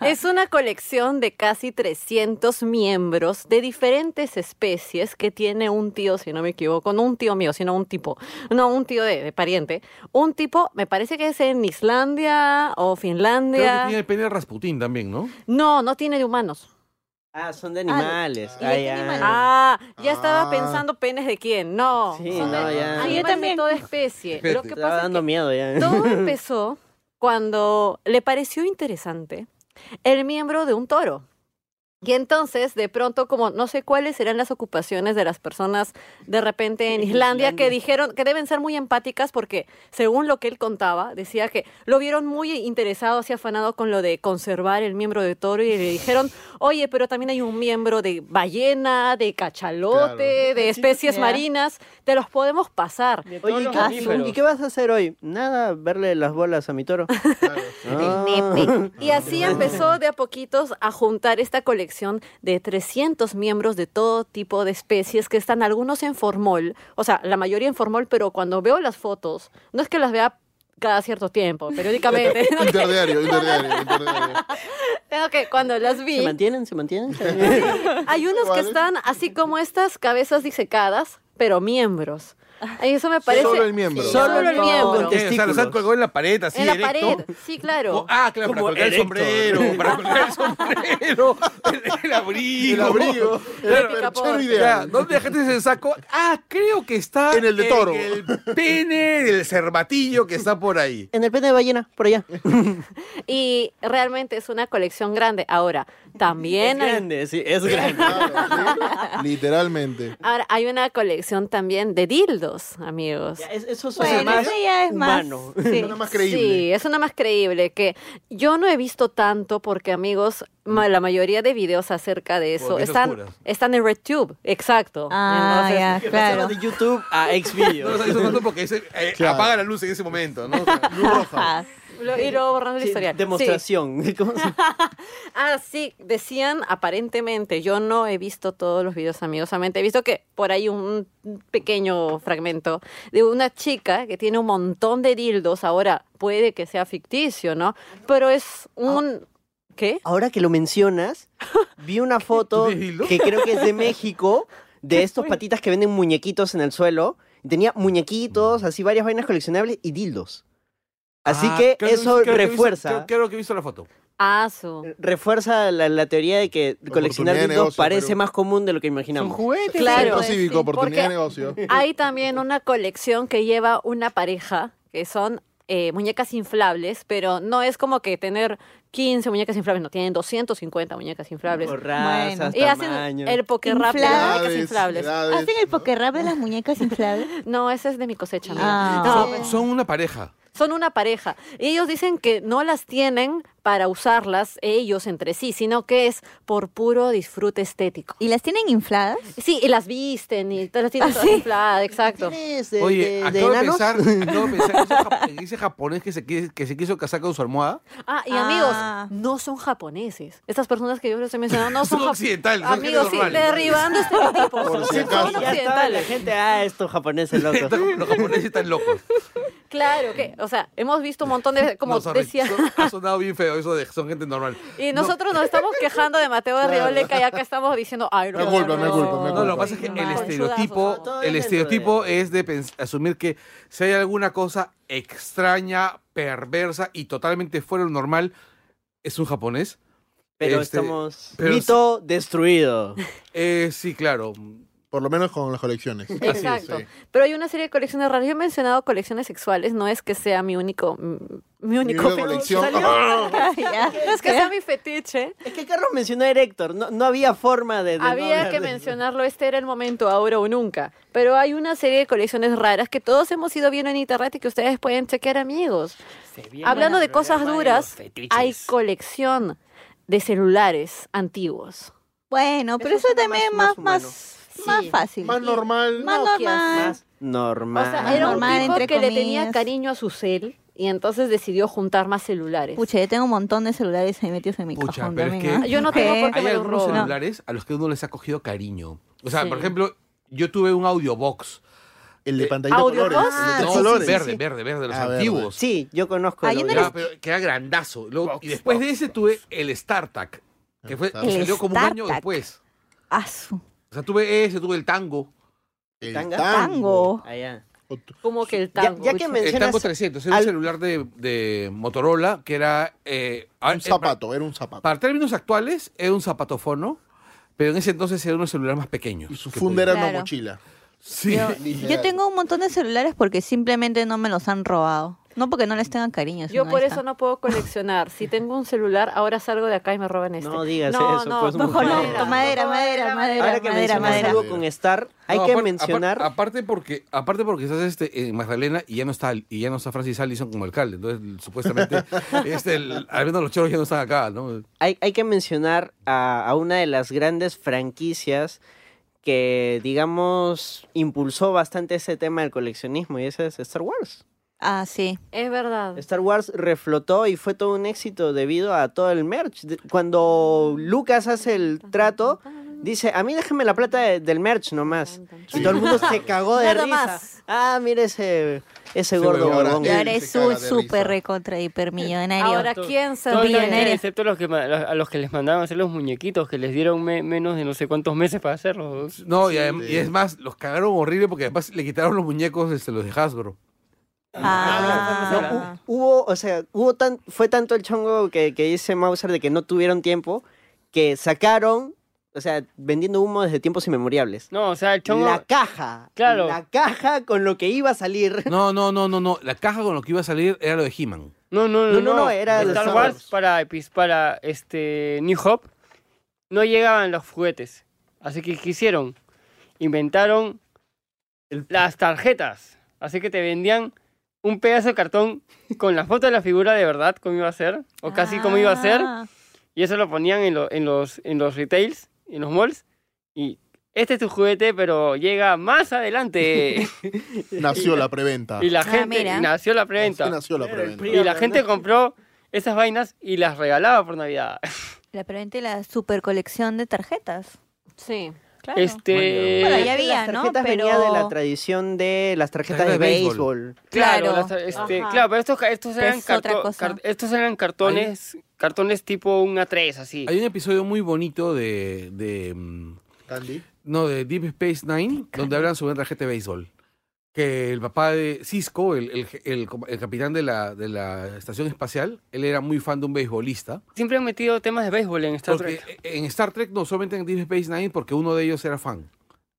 Es una colección de casi 300 miembros de diferentes especies que tiene un tío, si no me equivoco, no un tío mío, sino un tipo, no un tío de, de pariente. Un tipo, me parece que es en Islandia o Creo que Finlandia. tenía el pene de Rasputín también, ¿no? No, no tiene de humanos. ah, son de animales. ¿y de qué Ah, ya. animal? Ah, ya Ah. estaba pensando penes de quién. No, Sí, son de no, ya. animales Ah, yo también. de toda especie. Lo que Estaba pasa es dando que miedo ya. Todo empezó cuando le pareció interesante el miembro de un toro. Y entonces, de pronto, como no sé cuáles serán las ocupaciones de las personas de repente en En Islandia que Islandia. dijeron que deben ser muy empáticas porque, según lo que él contaba, decía que lo vieron muy interesado, así afanado con lo de conservar el miembro de toro y le dijeron, oye, pero también hay un miembro de ballena, de cachalote, de especies Ya. marinas, te los podemos pasar. De todos Oye, ¿y los qué- mamíferos. ¿y qué vas a hacer hoy? Nada, verle las bolas a mi toro. Claro. Ah. Y así empezó de a poquitos a juntar esta colección de 300 miembros de todo tipo de especies que están algunos en formol, o sea, la mayoría en formol, pero cuando veo las fotos, no es que las vea cada cierto tiempo, periódicamente, sino que- Interdiario, interdiario, interdiario. sino que cuando las ¿Se vi, mantienen? ¿Se mantienen? hay unos que Vale. están así como estas cabezas disecadas, pero miembros. Eso me parece. Solo el miembro. Solo el miembro. Con ¿Qué? O sea, lo testículos. han colgado en la pared, así En la erecto. pared. Sí, claro. Oh, ah, claro, Como para colgar el erecto. sombrero, para colgar el sombrero, el, el abrigo. El abrigo. El Picaporte. perchero Ya, ideal. ¿dónde dejaste ese saco? Ah, creo que está En el de toro. En el pene del cervatillo que está por ahí. En el pene de ballena, por allá. Y realmente es una colección grande. Ahora, también hay sí, es grande. Claro, sí. Literalmente. Ahora, hay una colección también de dildos, amigos. Ya, es- eso suena Bueno, más eso ya es más. humano. Sí. Una más creíble. Sí, es una más creíble que yo no he visto tanto porque amigos, ma- la mayoría de videos acerca de eso Porque es están, oscuras. están en RedTube, exacto. Ah, Entonces, ya, claro. Pasaron de YouTube a No, o Xvideos. sea, eso no porque ese, eh, Claro. apaga la luz en ese momento, ¿no? O sea, luz roja. Ajá. lo- y luego borrando el Sí, historial. Sí. demostración. ¿Cómo se- Ah, sí, decían aparentemente, yo no he visto todos los videos amigos, solamente he visto que por ahí un pequeño fragmento de una chica que tiene un montón de dildos, ahora puede que sea ficticio, ¿no? Pero es un... ¿Qué? Ahora que lo mencionas, vi una foto ¿Tú ves hilo? que creo que es de México, de estos patitas que venden muñequitos en el suelo. Tenía muñequitos, así varias vainas coleccionables y dildos. Así Mm. Ah, que creo eso creo que he visto- refuerza. creo- creo que he visto la foto. Ah, su. Refuerza la, la teoría de que coleccionar de dildos negocio, parece Perú. más común de lo que Son imaginamos. juguetes. Claro. Centro cívico, oportunidad de porque- negocio. Hay también una colección que lleva una pareja, que son eh, muñecas inflables, pero no es como que tener 15 muñecas inflables, no, tienen 250 muñecas inflables. Por razas, Y hacen tamaños. el poker rap de las Inflables. muñecas inflables. edades, ¿Hacen el poker rap de las muñecas inflables? No, esa es de mi cosecha. amigo. Ah. No, pues, Sí. Son una pareja. son una pareja. Y ellos dicen que no las tienen para usarlas ellos entre sí, sino que es por puro disfrute estético. ¿Y las tienen infladas? Sí, y las visten y te las tienen todas infladas, exacto. ¿Tienes de, Oye, de- de acabo de, enanos? pensar, acabo de pensar, ese jap- ese japonés que se, quis- que se quiso casar con su almohada. Ah, y Ah. amigos, no son japoneses. Estas personas que yo les he mencionado no son, Son jap- occidentales, son Amigos, sí, gente normal. derribando estereotipos. Por si Son acaso. Ya está, la occidentales. gente, ah, estos japoneses locos. Los japoneses están locos. Claro que, o sea, hemos visto un montón de, como No, sorry, decía. son- ha sonado bien feo eso de son gente normal. Y No, nosotros nos estamos quejando de Mateo de Rioleca y acá estamos diciendo, ay, no. Me culpa, me no, culpa, me No, culpa. lo que pasa es que el Ay, estereotipo, sudazo. Todo el bien estereotipo dentro de- es de pens- asumir que si hay alguna cosa extraña, perversa y totalmente fuera de lo normal, es un japonés. Pero Este, estamos... pero mito destruido. Eh, sí, claro. Por lo menos con las colecciones. Exacto. Sí. Pero hay una serie de colecciones raras. Yo he mencionado colecciones sexuales, no es que sea mi único. Mi Mi único. única pero colección. salió- Ya. No es que sea mi fetiche. Es que Carlos mencionó a Erector, no, no había forma de... de no Había hablar que de- mencionarlo, este era el momento, ahora o nunca. Pero hay una serie de colecciones raras que todos hemos ido viendo en internet y que ustedes pueden chequear, amigos. Hablando de cosas duras, hay colección de celulares antiguos. Bueno, pero Eso eso, suena también es más- más, más más, más fácil. Más normal. Más Nokias. normal. Más normal. O sea, Más era un normal, tipo entre que le tenía comillas. cariño a su cel y entonces decidió juntar más celulares. Pucha, yo tengo un montón de celulares ahí metidos en mi Pucha, cajón pero es también, que- ¿ah? Yo no tengo por qué Hay me lo algunos roban. celulares a los que uno les ha cogido cariño. O sea, Sí. por ejemplo, yo tuve un audiobox. El de pantallita ¿Audio colores. voz? el de No, sí, colores. verde, verde, verde, los Ah, verde. antiguos. Sí, yo conozco Hay el una Ya, audio. pero que era grandazo. Luego- y después de ese tuve el Ah, StarTac, que, fue, que El salió como un año StarTAC. después. Ah, su O sea, tuve ese, tuve el tango. El Tanga. tango. Allá. Como que Ya- el tango. ya pucha. que me- El Mencionas Eh, tango 300, era al- un celular de, de Motorola que era... eh, ah, eh, Un zapato, era un zapato. Para, para términos actuales, era un zapatofono, pero en ese entonces era unos celulares más pequeños. Y su que funda era podía- una Claro. mochila. Sí. Yo tengo un montón de celulares porque simplemente no me los han robado. No porque no les tengan cariño. Yo sino por ahí eso está. no puedo coleccionar. Si tengo un celular, ahora salgo de acá y me roban este. No digas eso, pues, Mejor no, Madera. madera, madera, Ahora madera, que madera, mencionas madera. algo con Star, hay No, que apar- apar- mencionar... aparte porque aparte porque estás este en Magdalena y ya no está y ya no está Francis Allison como alcalde, entonces supuestamente este el- al menos los choros ya no están acá, ¿no? hay, hay que mencionar a, a una de las grandes franquicias que, digamos, impulsó bastante ese tema del coleccionismo y ese es Star Wars. Ah, sí. Es verdad. Star Wars reflotó y Ah, fue todo un éxito debido a todo el merch. De- Cuando Lucas hace el trato, Dice, a mí déjame la plata de- del merch nomás. Y todo el mundo se cagó de Nada risa. más. Ah, mira ese, ese Ese gordo huevón. gordón. Y ahora Él es se caga un de súper risa. recontra hipermillonario. Ahora, ¿quién se Todo Todos bien, están bien, eres. ríe? excepto los que, ma- los- a los que les mandaban hacer los muñequitos, que les dieron me- menos de no sé cuántos meses para hacerlos. No, y, adem- y es más, los cagaron horrible porque además le quitaron los muñecos este, los de Hasbro. Ah. Hubo, o sea, hubo tan, fue tanto el chongo que, que dice Mauser de que no tuvieron tiempo que sacaron, o sea, vendiendo humo desde tiempos inmemoriales. No, o sea, el chongo. La caja. Claro. La caja con lo que iba a salir. No, no, no, no, no. La caja con lo que iba a salir era lo de He-Man. No, no, no, No, no, no, era Star de Star Wars, Wars. para, epi- para este New Hope no llegaban los juguetes. Así que ¿qué hicieron? Inventaron las tarjetas. Así que te vendían un pedazo de cartón con la foto de la figura de verdad, cómo iba a ser, o casi cómo iba a ser, Ah. y eso lo ponían en, lo- en los, en los retails, en los malls, y este es tu juguete, pero llega más adelante. Nació la preventa. y la Ah, gente mira. nació la Así preventa. nació la preventa. Y la gente compró esas vainas y las regalaba por Navidad. La preventa y la super colección de tarjetas. Sí. Claro. Este. Bueno, ya Las había, ¿no? tarjetas Pero- venía de la tradición de las tarjetas Tarjeta de de béisbol. béisbol. Claro, Claro. las- este, Ajá. claro, pero estos, ca- estos Pero eran, es otra carto- cosa. car- estos eran cartones, cartones tipo un A3, así. Hay un episodio muy bonito de. de, mm, Candy. no, de Deep Space Nine, donde hablan sobre una tarjeta de béisbol. Que el papá de Cisco, el, el- el- el capitán de la, de la estación espacial, él era muy fan de un beisbolista. Siempre han metido temas de béisbol en Star Porque e, Trek. en Star Trek, no solamente en Deep Space Nine, porque uno de ellos era fan.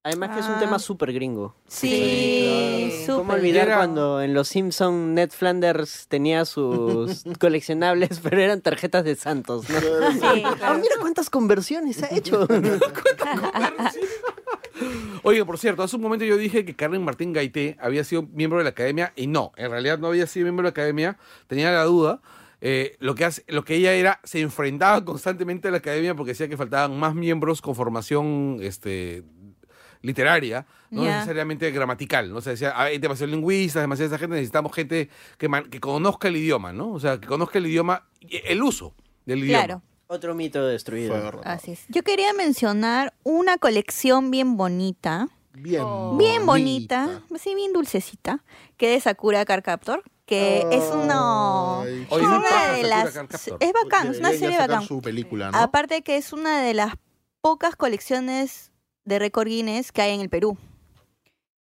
Además que es Ah. un tema súper gringo. Sí, ¿Cómo súper. olvidar Era- cuando en los Simpson Ned Flanders tenía sus coleccionables, pero eran tarjetas de Santos, ¿no? Sí, Ah, mira cuántas conversiones ha hecho. Oye, por cierto, hace un momento yo dije que Carmen Martín Gaité había sido miembro de la academia y no, en realidad no había sido miembro de la academia, tenía la duda. Eh, lo, que hace- lo que ella era, se enfrentaba constantemente a la academia porque decía que faltaban más miembros con formación este, literaria, no Ya. necesariamente gramatical, ¿no? O sea, decía, "Ah, hay demasiados lingüistas, demasiada esa gente, necesitamos gente que, man- que conozca el idioma, ¿no? O sea, que conozca el idioma, y el uso del idioma. claro. Otro mito destruido. Fue derrotado. Así es. Yo quería mencionar una colección bien bonita, Bien, bien bonita, sí, bien dulcecita, que de Sakura Car Captor, que es una, Ay, Oye, es no una pasa de Sakura las Card Captor. es bacán, es Deberían una ya serie sacar bacán. su película, ¿no? Aparte que es una de las pocas colecciones de récord Guinness que hay en el Perú,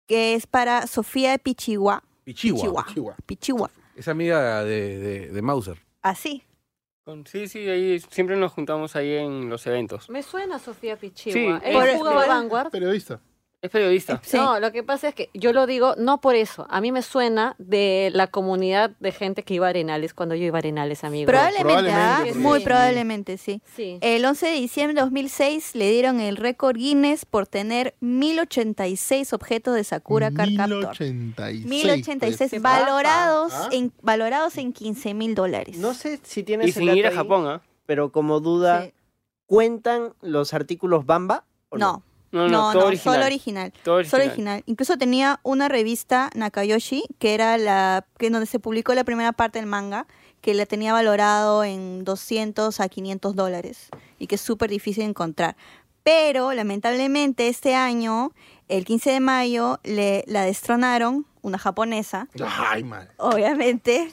que es para Sofía Pichigua, Pichihua, Pichihua. Chihuahua. Pichigua, es amiga de, de- de Mauser. así. Con- Sí, sí, ahí siempre nos juntamos ahí en los eventos. Me suena Sofía Pichigua. Sí, ¿Ella por- jugaba por- Vanguard? Periodista. Es periodista. Sí. No, lo que pasa es que yo lo digo no por eso. A mí me suena de la comunidad de gente que iba a Arenales cuando yo iba a Arenales, amigo. Probablemente, ¿ah? Probablemente, muy sí. probablemente, sí. Sí. Eh, El 11 de diciembre de 2006 le dieron el récord Guinness por tener 1086 objetos de Sakura Card Captor. 1086. 1086 pues. valorados Ah. en valorados en 15 mil dólares. No sé si Y tienes el sin ir dato a ahí, Japón, ¿ah? pero como duda, Sí. ¿cuentan los artículos Bamba? o No, No, no, no, no, todo, original, solo original. todo original. Solo original. Incluso tenía una revista Nakayoshi que era la que donde se publicó la primera parte del manga que la tenía valorado en 200 a 500 dólares y que es súper difícil de encontrar. Pero lamentablemente este año, el 15 de mayo, le, la destronaron una japonesa, Ay, man. obviamente,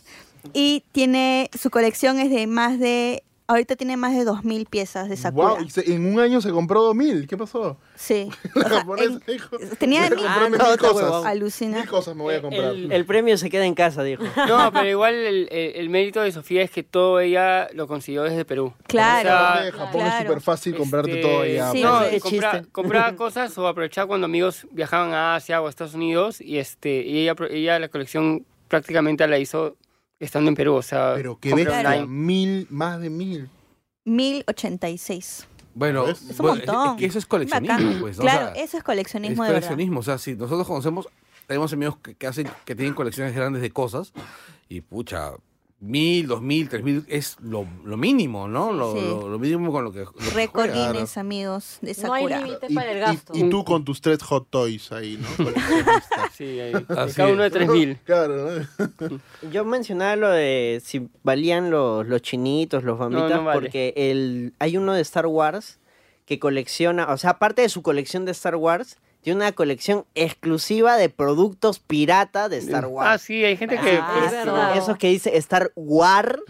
y tiene su colección es de más de ahorita tiene más de 2000 piezas de Sakura. Wow, y se- en un año se compró 2000. ¿Qué pasó? Sí. O sea, Japonés, en- hijo. tenía Voy a mil- comprarme Ah, no, mil está cosas. huevón. alucina. Mil cosas me voy a comprar. El, el premio se queda en casa, dijo. No, pero igual el, el- el mérito de Sofía es que todo ella lo consiguió desde Perú. Claro. O Aparte de sea, Japón es claro. súper fácil comprarte Este, todo pues. allá. Sí, no, sí. Qué compra- chiste. compraba cosas o aprovechaba cuando amigos viajaban a Asia o a Estados Unidos y este y ella, apro- ella la colección prácticamente la hizo estando en Perú, o sea, Pero qué compré bestia, online. mil, más de mil. 1086. Bueno, Es un bueno, montón. Es, que eso es coleccionismo, Bacán. pues. ¿no? O claro, sea, eso es coleccionismo es de coleccionismo. O sea, si nosotros conocemos, tenemos amigos que, que hacen, que tienen colecciones grandes de cosas y pucha, mil, dos mil, tres mil es lo, lo mínimo, ¿no? Lo, Sí. lo- lo mínimo con lo que. lo que verdad. Récord juegan. Guinness, amigos, de No hay Sakura. límite Y, para el y- gasto. y tú con tus tres hot toys ahí, ¿no? Sí, ahí. Así cada uno de es. 3000. claro, ¿no? Yo mencionaba lo de si valían los, los chinitos, los bambitas, no vale. porque el, hay uno de Star Wars que colecciona, o sea, aparte de su colección de Star Wars, tiene una colección exclusiva de productos pirata de Star Ah, Wars. sí, hay gente que. Ah, pues, es verdad. Esos que dice Star War,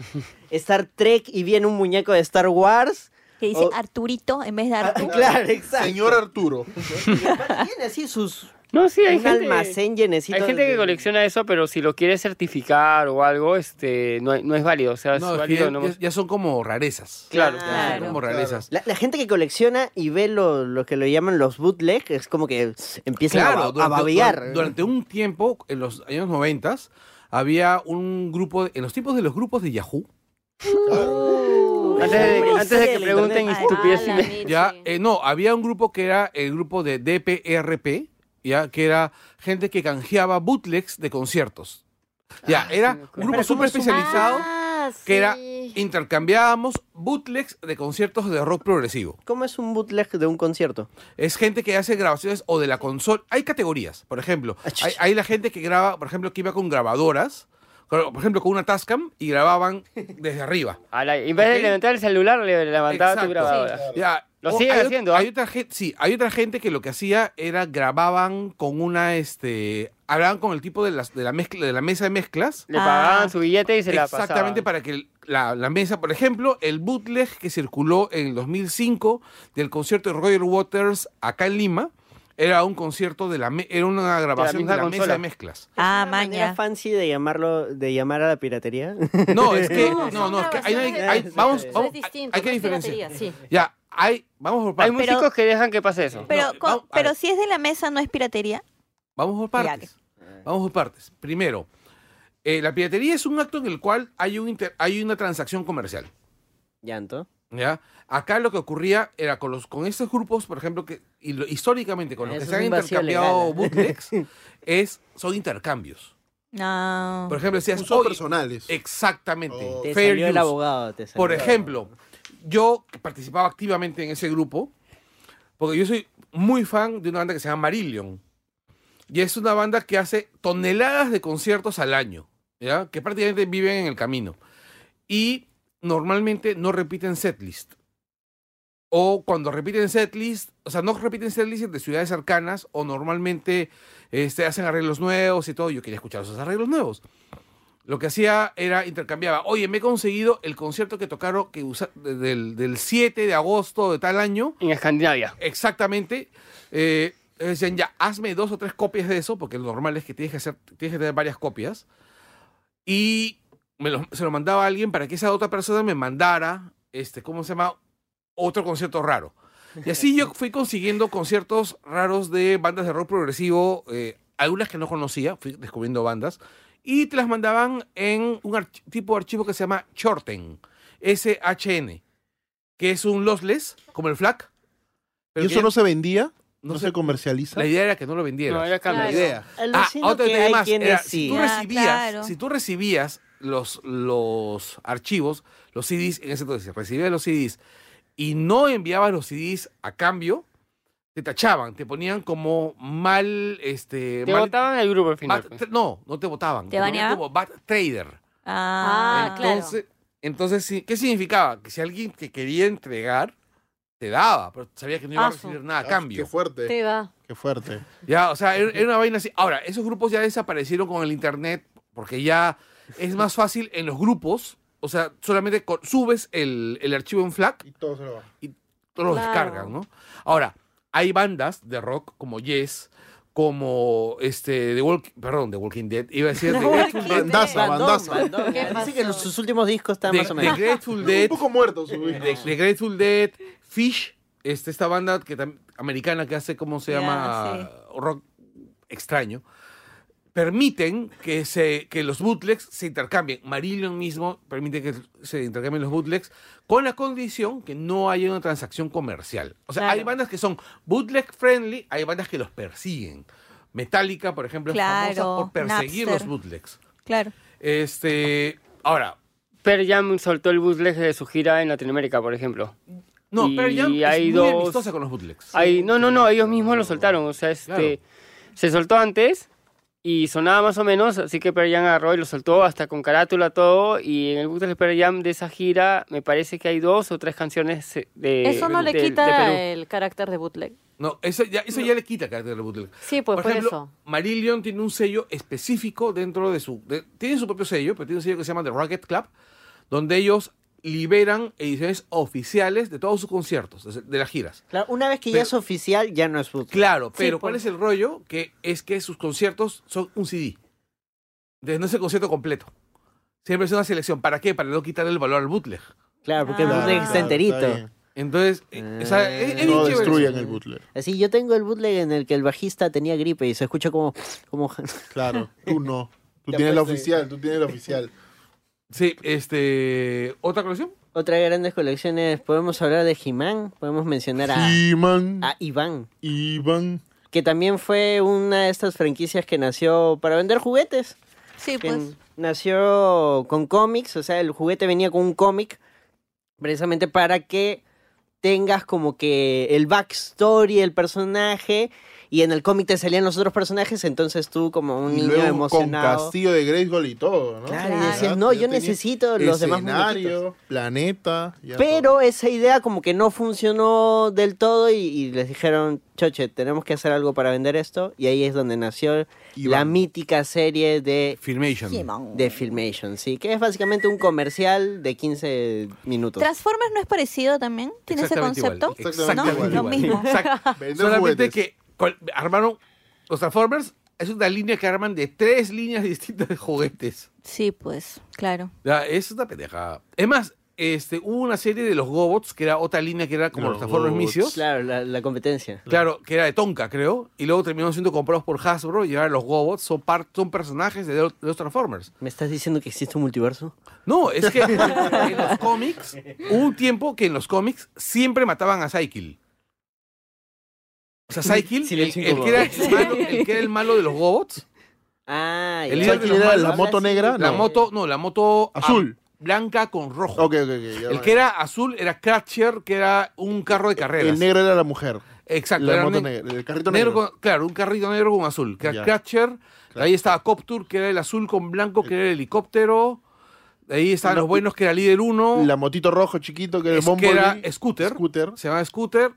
Star Trek y viene un muñeco de Star Wars. Que dice Oh. Arturito en vez de Ah, Arturo. claro, exacto. Señor Arturo. Tiene así sus no, sí, hay un gente. almacén llenecito. Hay gente de- que colecciona eso, pero si lo quiere certificar o algo, este, no, no es válido. O sea, es No, es que válido ya, nomás. ya- ya son como rarezas. Claro, Ya son Claro. como rarezas. La, la gente que colecciona y ve lo, lo que lo llaman los bootleg es como que empiezan a, Claro, ba- a durante- babear. durante- Durante un tiempo, en los años 90, había un grupo, de- en los tipos de los grupos de Yahoo, Antes de, Hombre, antes de que sí, pregunten internet. estupidez, Uh. Ah, la me- ya, leche. eh, no, había un grupo que era el grupo de DPRP, ya, que era gente que canjeaba bootlegs de conciertos. Ya, era me un acuerdo. grupo súper especializado Ah, sí. que era intercambiábamos bootlegs de conciertos de rock progresivo. ¿Cómo es un bootleg de un concierto? Es gente que hace grabaciones o de la consola. Hay categorías, por ejemplo. Ah, chucha. Hay, hay la gente que graba, por ejemplo, que iba con grabadoras, con- por ejemplo, con una Tascam y grababan desde arriba. a la- en vez de Ah, Ok. levantar el celular, le levantaba Exacto. tu grabadora. Ya. Lo O siguen hay ot- haciendo, ¿ah? Hay otra gente, sí, hay otra gente que lo que hacía era grababan con una, este, hablaban con el tipo de, las, de la mezcla, de la mesa de mezclas. Le Ah. pagaban su billete y se la pasaban. Exactamente para que el- la, la mesa, por ejemplo, el bootleg que circuló en el 2005 del concierto de Roger Waters acá en Lima, era un concierto de la me- era una grabación de misma la, mesa consola. de mezclas. Ah, ¿Una manera maña. fancy de llamarlo, de llamar a la piratería? No, es que No, no, no, son es que grabaciones hay, hay- de- hay- vamos, Eso es Eso vamos, es hay- distinto. pues, hay que no es diferenciar. piratería, sí. Ya, hay, vamos por Hay partes. músicos que dejan que pase eso. Pero, No, co- vamos- a pero ver. si es de la mesa, no es piratería. Vamos por Ya, partes. Vamos por partes. Primero, eh, la piratería es un acto en el cual hay, un inter- hay una transacción comercial. Llanto. ¿ya? Acá lo que ocurría era con, los, con estos grupos, por ejemplo, que y lo- históricamente con los Eso que es se han un vacío intercambiado legal. bootlegs, es, son intercambios. No. Por ejemplo, decías, Usos "Oye, personales. exactamente, Oh. Te fair salió el use". abogado. Te salió Por el ejemplo, yo que participaba activamente en ese grupo, porque yo soy muy fan de una banda que se llama Marillion. Y es una banda que hace toneladas de conciertos al año, ¿ya? que prácticamente viven en el camino. Y normalmente no repiten setlist. O cuando repiten setlist, o sea, no repiten setlist de ciudades cercanas, o normalmente este, hacen arreglos nuevos y todo. Yo quería escuchar esos arreglos nuevos. Lo que hacía era intercambiaba. Oye, me he conseguido el concierto que tocaron que usa- de- del, del 7 de agosto de tal año. En Escandinavia. Exactamente. Eh, decían, ya, hazme dos o tres copias de eso, porque lo normal es que tienes que, hacer, tienes que tener varias copias. Y me lo- se lo mandaba a alguien para que esa otra persona me mandara, este, ¿cómo se llama? Otro concierto raro. Y así yo fui consiguiendo conciertos raros de bandas de rock progresivo, eh, algunas que no conocía, fui descubriendo bandas, y te las mandaban en un arch- tipo de archivo que se llama Shorten, SHN, que es un lossless, como el FLAC. ¿Y eso no se vendía? no ¿No, se- se comercializa? La idea era que no lo No, vendieras. era Claro. cambio. idea. Ah, Alucino otro que detalle hay más. quienes era, sí. si, tú Ah, recibías, claro. si tú recibías los, los archivos, los CDs, en ese entonces, recibías los CDs y no enviabas los CDs a cambio, te tachaban, te ponían como mal. Este, Te mal- botaban el grupo al final. bad- pues. tra- no, no te votaban. ¿Te ponían baneaban? como bad trader. Ah, claro. entonces, entonces, sí, ¿qué significaba? Que si alguien que quería entregar, te daba, pero sabía que no iba a Ah, su- recibir nada a Ah, cambio. Qué fuerte, Te va. qué fuerte. Ya, o sea, era era una vaina así. Ahora, esos grupos ya desaparecieron con el internet porque ya es más fácil en los grupos. O sea, solamente co- subes el, el archivo en FLAC, Y todo se lo va. todos lo Claro. descargan, ¿no? Ahora, hay bandas de rock como Yes, como este, The Walk- perdón, The Walking Dead, iba a decir The Grateful Dead. Bandaza, Bandón, bandaza. bandón. ¿Qué Dice que pasó? los- sus últimos discos están más o The- menos. The Grateful Un Dead, poco muerto su The, The Grateful Dead, Fish, este, esta banda que tam- americana que hace, ¿cómo se Ya, llama? sí. Rock extraño. Permiten que, se, que los bootlegs se intercambien. Marillion mismo permite que se intercambien los bootlegs con la condición que no haya una transacción comercial. O sea, Claro. hay bandas que son bootleg friendly, hay bandas que los persiguen. Metallica, por ejemplo, es famosa Claro, por perseguir Napster. los bootlegs. Claro. Este, ahora, Pearl Jam soltó el bootleg de su gira en Latinoamérica, por ejemplo. no, Y Pearl Jam hay es muy dos- amistosa con los bootlegs. Ahí- no, no, no, ellos mismos lo soltaron. O sea, este, Claro. se soltó antes Y sonaba más o menos, así que Pearl Jam agarró y lo soltó hasta con carátula todo. Y en el booklet de Pearl Jam de esa gira, me parece que hay dos o tres canciones eh, de Eso no le del- de Perú. quita el carácter de bootleg. No, eso ya, eso ya le quita carácter de bootleg. Sí, pues, por ejemplo, eso. Marillion tiene un sello específico dentro de su... de- tiene su propio sello, pero tiene un sello que se llama The Rocket Club, donde ellos liberan ediciones oficiales de todos sus conciertos, de- de las giras. Claro, una vez que ya Pero- es oficial, ya no es bootleg. Claro, Sí, pues. pero por- ¿cuál es el rollo? Que es que sus conciertos son un CD. Entonces no es el concierto completo. Siempre es una selección. ¿Para qué? Para no quitarle el valor al bootleg. Claro, porque Ah. el bootleg está Claro, enterito. bien. Entonces, eh, o sea, es- es bien No chévere destruyan eso. el bootleg. Así, yo tengo el bootleg en el que el bajista tenía gripe y se escucha como... como Claro, tú no. Tú Ya tienes la pues, sí. oficial, tú tienes la oficial. Sí, este... ¿Otra colección? Otra de grandes colecciones, podemos hablar de He-Man, podemos mencionar a, He-Man, a Iván, Iván. que también fue una de estas franquicias que nació para vender juguetes. Sí, que pues. nació con cómics, o sea, el juguete venía con un cómic, precisamente para que tengas como que el backstory del personaje y en el cómic te salían los otros personajes, entonces tú como un Y niño luego con emocionado. Castillo de Grayskull y todo, ¿no? Claro, Claro. y decías, no, yo tenía necesito los demás muñequitos. Escenario, planeta. ya todo. Pero esa idea como que no funcionó del todo y, y les dijeron, choche, tenemos que hacer algo para vender esto. Y ahí es donde nació la Iván. mítica serie de Filmation. de Filmation, sí, que es básicamente un comercial de 15 minutos. Transformers no es parecido también, tiene ese Exactamente igual, concepto. Exactamente no, igual. lo mismo. Exacto. Vender Solamente juguetes. que col- armaron los Transformers. Es una línea que arman de tres líneas distintas de juguetes. Sí, pues, claro. Ya, es una pendeja. Es más, este, hubo una serie de los Gobots, que era otra línea que era como los, Los Transformers Gobots. Misios. Claro. Claro, la, la competencia. que era de Tonka, creo. Y luego terminaron siendo comprados por Hasbro. Y ahora los Gobots son, par- son personajes de, los- de los Transformers. ¿Me estás diciendo que existe un multiverso? No, es que en los cómics, hubo un tiempo que en los cómics siempre mataban a Psykill. O sea, Psykill, el, Silencio el que era el, malo, el que era el malo de los Gobots, Ah, El ya. líder de los malos. la moto negra? la No. moto, no, la moto ah, Azul. blanca con rojo. Ok, ok, ok. ya El va. que era azul era Cratcher, que era un carro de carreras. El negro era la mujer. Exacto, la era moto ne- negra, el carrito negro negro. con- claro, un carrito negro con azul. Que era Ya. Cratcher. De Ahí estaba Coptur, que era el azul con blanco, que era el helicóptero. De ahí estaban No, los buenos, que era líder 1. La motito rojo chiquito que era el Es que era Bumblebee. Scooter. Scooter. Se llamaba Scooter.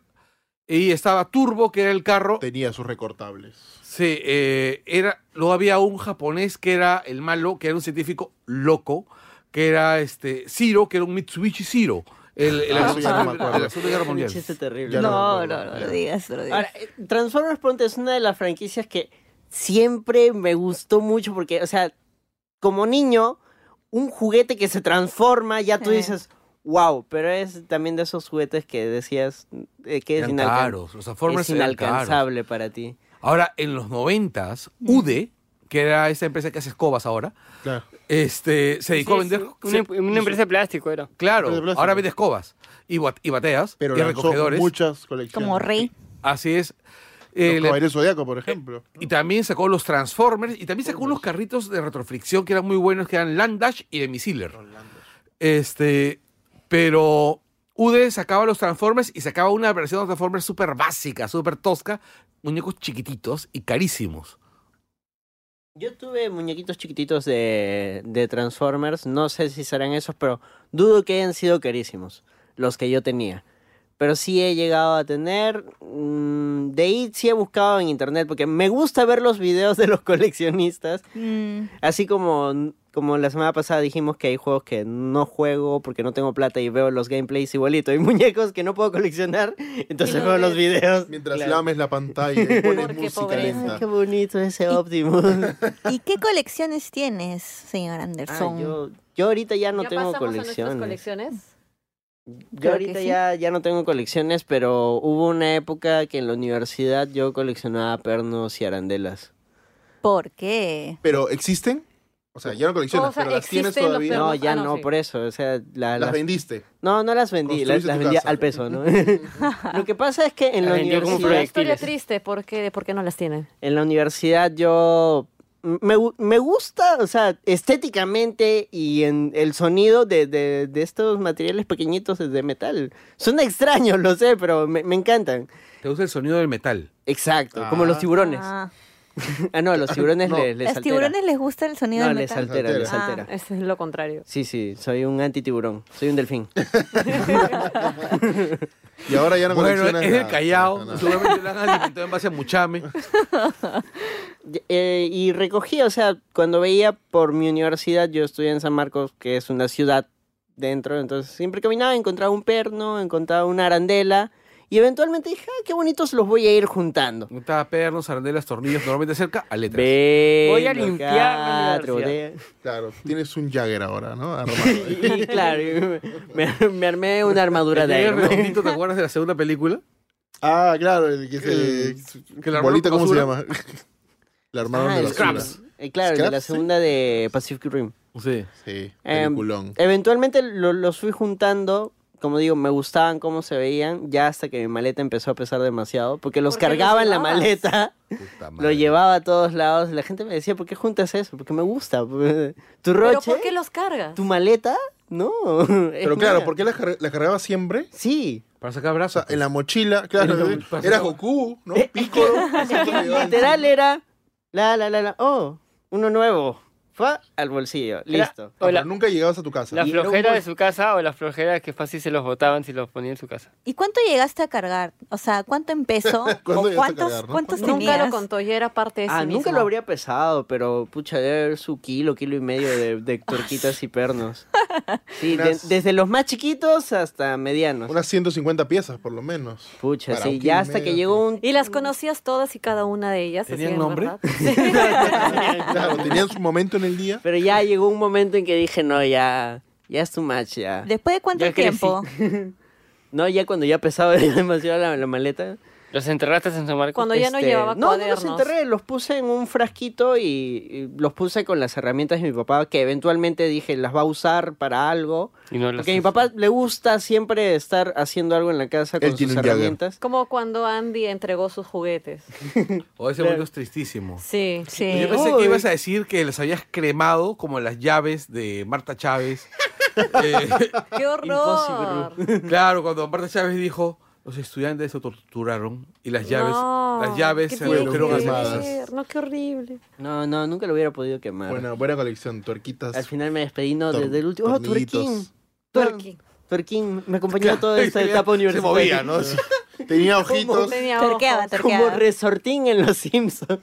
Y estaba Turbo, que era el carro. Tenía sus recortables. Sí, eh, era, luego había un japonés que era el malo, que era un científico loco, que era este Zero, que era un Mitsubishi Zero. El, el, Ah, eso ya no me el- acuerdo. de la Segunda Guerra Un Mundial. chiste terrible. Ya no No, me no, acuerdo. no, Ya. lo digas, lo digas. Ahora, eh, Transformers Ponte es una de las franquicias que siempre me gustó mucho porque, o sea, como niño, un juguete que se transforma, ya tú Sí. dices, wow, pero es también de esos juguetes que decías eh, que es, Eran inalcan- caros, los Transformers es eran caros. inalcanzable para ti. Ahora, en los noventas, UDE, que era esta empresa que hace escobas ahora, Claro. este, se dedicó a Sí, sí, vender. Una, em, se- una empresa de plástico era. Claro, Empresa de plástico. ahora vende escobas y, bat- y bateas Pero y lanzó recogedores. muchas colecciones. Como rey. Así es. Los Eh, le- Eh, Caballeros Zodíaco, por ejemplo. y también sacó los Transformers y también sacó unos carritos de retrofricción que eran muy buenos, que eran Landash y de Missiler. Este, pero UDE sacaba los Transformers y sacaba una versión de Transformers súper básica, súper tosca, muñecos chiquititos y carísimos. Yo tuve muñequitos chiquititos de, de Transformers, no sé si serán esos, pero dudo que hayan sido carísimos, los que yo tenía. Pero sí he llegado a tener, mm, de ahí sí he buscado en internet, porque me gusta ver los videos de los coleccionistas, Mm, así como, como la semana pasada dijimos que hay juegos que no juego porque no tengo plata y veo los gameplays igualito, hay muñecos que no puedo coleccionar, entonces Y lo veo los ves. videos. Mientras Claro. lames la pantalla y pones Porque música pobreza. Ay, lenta. qué bonito ese Optimus. ¿Y qué colecciones tienes, señor Ah, Anderson? yo, yo ahorita ya no ¿Ya tengo pasamos a nuestras colecciones. colecciones? Yo Creo ahorita que sí. ya, ya no tengo colecciones, pero hubo una época que en la universidad yo coleccionaba pernos y arandelas. ¿Por qué? Pero existen. O sea, ya no coleccionas, O sea, pero las tienes existen los todavía. perros. No, Pernos, ya ah, no, no, sí. por eso. O sea, la- las las- vendiste. no, no las vendí, las, Construiste las tu vendía casa. al peso, ¿no? Lo que pasa es que en Las la vendió como Sí, una universidad, proyecto. historia proyectiles. triste, ¿por qué, por qué no las tienen? en la universidad yo me, gu- me gusta, o sea, estéticamente y en el sonido de, de- de estos materiales pequeñitos de metal. Son extraños, lo sé, pero me, me encantan. Te gusta el sonido del metal. Exacto, como Ah. los tiburones. Ah, Ah, no, a los tiburones No. les, les Los altera. tiburones les gusta el sonido no, del les metal. altera, les Altera. altera. Ah, es lo contrario. Sí, sí, soy un anti-tiburón. Soy un delfín. Y ahora ya no Bueno, coleccionas es el nada, Callao. no, no. Seguramente lo han alimentado en base a muchame. Y- eh, y recogía, o sea, cuando veía por mi universidad, yo estudié en San Marcos, que es una ciudad dentro, entonces siempre caminaba, encontraba un perno, encontraba una arandela, y eventualmente dije, ah, qué bonitos los voy a ir juntando. Montaba pernos, arandelas, tornillos, normalmente cerca a letras. Ve, Voy a limpiar la universidad. Claro, tienes un Jagger ahora, ¿no? Armado. Y, y claro, y me, me armé una armadura El de Jagger Iron Man. redondito, ¿te acuerdas de la segunda película? ah, claro, el que se. que la bolita, armaron ¿cómo se con llama? la armaron Ah, de el la Scraps. Eh, claro, el de la Scraps, sí. segunda de Pacific Rim. Sí. Sí, Em, peliculón. Eventualmente lo- los fui juntando. Como digo, me gustaban cómo se veían, ya hasta que mi maleta empezó a pesar demasiado, porque los Porque los cargaba en la llevabas. maleta, Puta lo madre. llevaba a todos lados, la gente me decía, ¿por qué juntas eso? Porque me gusta. pues, ¿Tu ¿Pero roche? por qué los cargas? ¿Tu maleta? No. Pero claro, ¿por qué la, car- la cargaba siempre? Sí, Para sacar O brazos. sea, en la mochila, claro, Era un- era Goku, ¿no? Piccolo. Eh, literal era, la, la, la, la, oh, uno nuevo, fue al bolsillo, Era- listo. Ah, pero Hola. nunca llegabas a tu casa. La Y era un flojera bol- de su casa o las flojeras que fácil se los botaban si los ponía en su casa. ¿Y cuánto llegaste a cargar? O sea, ¿cuánto en peso? ¿Cuándo ¿O llegaste a cuántos, cargar, no? cuántos Nunca tenías? lo contó y era parte de sí Ah, nunca mismo. lo habría pesado, pero pucha, debe haber su kilo, kilo y medio de, de torquitas y pernos. Sí, de- Unas- desde los más chiquitos hasta medianos. Unas 150 piezas, por lo menos. Pucha, Para sí, un kilo ya y hasta que medio, llegó un... Y las conocías todas y cada una de ellas. así ¿Tenían de nombre? verdad. Claro, tenían su momento en el día. Pero ya llegó un momento en que dije, no, ya, ya es too much, ya. ¿Después de cuánto Ya crecí. tiempo? No, ya cuando ya pesaba demasiado la, la maleta. ¿Los enterraste en este, San Marcos? Cuando ya no llevaba no, no los cuadernos. enterré, los puse en un frasquito y, y los puse con las herramientas de mi papá, que eventualmente dije, las va a usar para algo. Y no los Porque a mi papá le gusta siempre estar haciendo algo en la casa con Él tiene sus un Jagger. herramientas. Como cuando Andy entregó sus juguetes. O Oh, ese vuelo es tristísimo. Sí. Sí. Pues Yo pensé Uy. que ibas a decir que las habías cremado como las llaves de Marta Chávez. Eh, Oh, ¡Qué horror! Claro, cuando Marta Chávez dijo, los estudiantes se torturaron y las llaves, No, las llaves qué se redujeron a horrible. armadas. No, qué horrible. No, no, nunca lo hubiera podido quemar. Buena, buena colección, tuerquitas. Al final me despedí, no, Tor- desde el último... ¡Oh, tornillitos. Tuerquín! Twerking. Tuerquín, me acompañó a toda esta etapa Se movía, universitaria. ¿no? Sí. Tenía ojitos. Eh. Tenía ojos. Terqueaba, Como terqueaba. Resortín en Los Simpsons,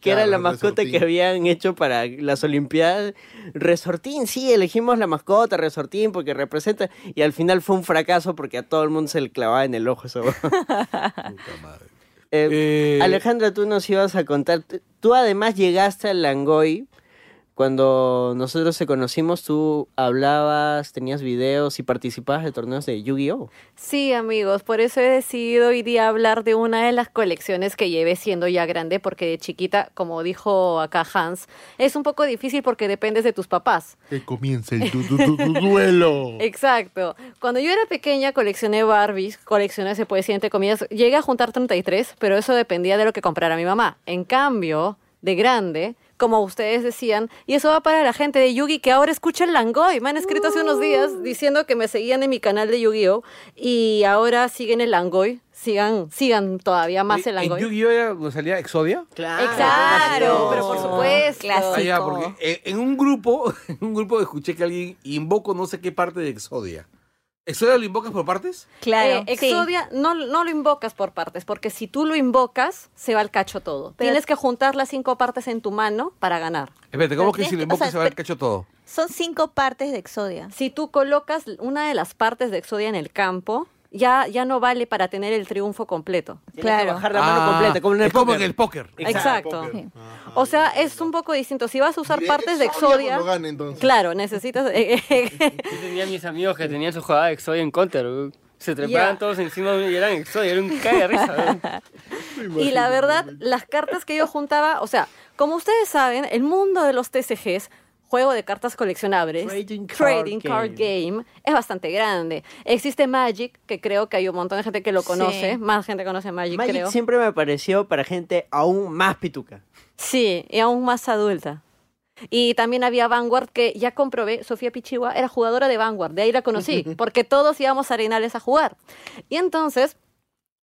que era Claro, la mascota Resortín. que habían hecho para las Olimpiadas. Resortín, sí, elegimos la mascota, Resortín, porque representa. Y al final fue un fracaso porque a todo el mundo se le clavaba en el ojo eso. Eh, Eh, Alejandra, tú nos ibas a contar. t- Tú además llegaste al Langoy. Cuando nosotros se conocimos, tú hablabas, tenías videos y participabas de torneos de Yu-Gi-Oh! Sí, amigos, por eso he decidido hoy día hablar de una de las colecciones que llevé siendo ya grande, porque de chiquita, como dijo acá Hans, es un poco difícil porque dependes de tus papás. Que comienza el du- du- du- du- duelo. Eh, Exacto. Cuando yo era pequeña coleccioné Barbies, coleccioné, se puede decir, entre comillas, llegué a juntar 33, pero eso dependía de lo que comprara mi mamá. En cambio, de grande, como ustedes decían, y eso va para la gente de Yugi que ahora escucha el Langoy. Me han escrito hace unos días diciendo que me seguían en mi canal de Yu-Gi-Oh! y ahora siguen el Langoy. Sigan, sigan todavía más el ¿En Langoy. Yu-Gi-Oh! era donde salía Exodia? Claro, Exacto, pero por supuesto. Clásico. Ah, ya, porque en, en un grupo, en un grupo escuché que alguien invocó no sé qué parte de Exodia. ¿Exodia lo invocas por partes? Claro, Eh, sí. Exodia no, no lo invocas por partes, porque si tú lo invocas, se va al cacho todo. Pero- Tienes que juntar las cinco partes en tu mano para ganar. Espérate, ¿cómo Pero que si tienes lo que- o invocas sea, se va el espe- cacho todo? Son cinco partes de Exodia. Si tú colocas una de las partes de Exodia en el campo, ya, ya no vale para tener el triunfo completo. Claro. Claro. bajar la mano Ah, completa, como en el es como póker. en el póker. Exacto. Póker. O sea, es un poco distinto. Si vas a usar Diré partes de Exodia, pues, cuando gane, entonces. claro, necesitas... eh, Yo tenía mis amigos que tenían su jugada de Exodia en Counter. weón. Se trepaban Ya. todos encima de mí y eran Exodia. Era un cae de risa. weón. Y la verdad, las cartas que yo juntaba, o sea, como ustedes saben, el mundo de los TCGs, juego de cartas coleccionables, Trading card trading game. card game, es bastante grande. Existe Magic, que creo que hay un montón de gente que lo Sí. conoce, más gente conoce Magic, Magic creo. siempre me pareció para gente aún más pituca. Sí, y aún más adulta. Y también había Vanguard, que ya comprobé, Sofía Pichigua era jugadora de Vanguard, de ahí la conocí, porque todos íbamos a Arenales a jugar. Y entonces,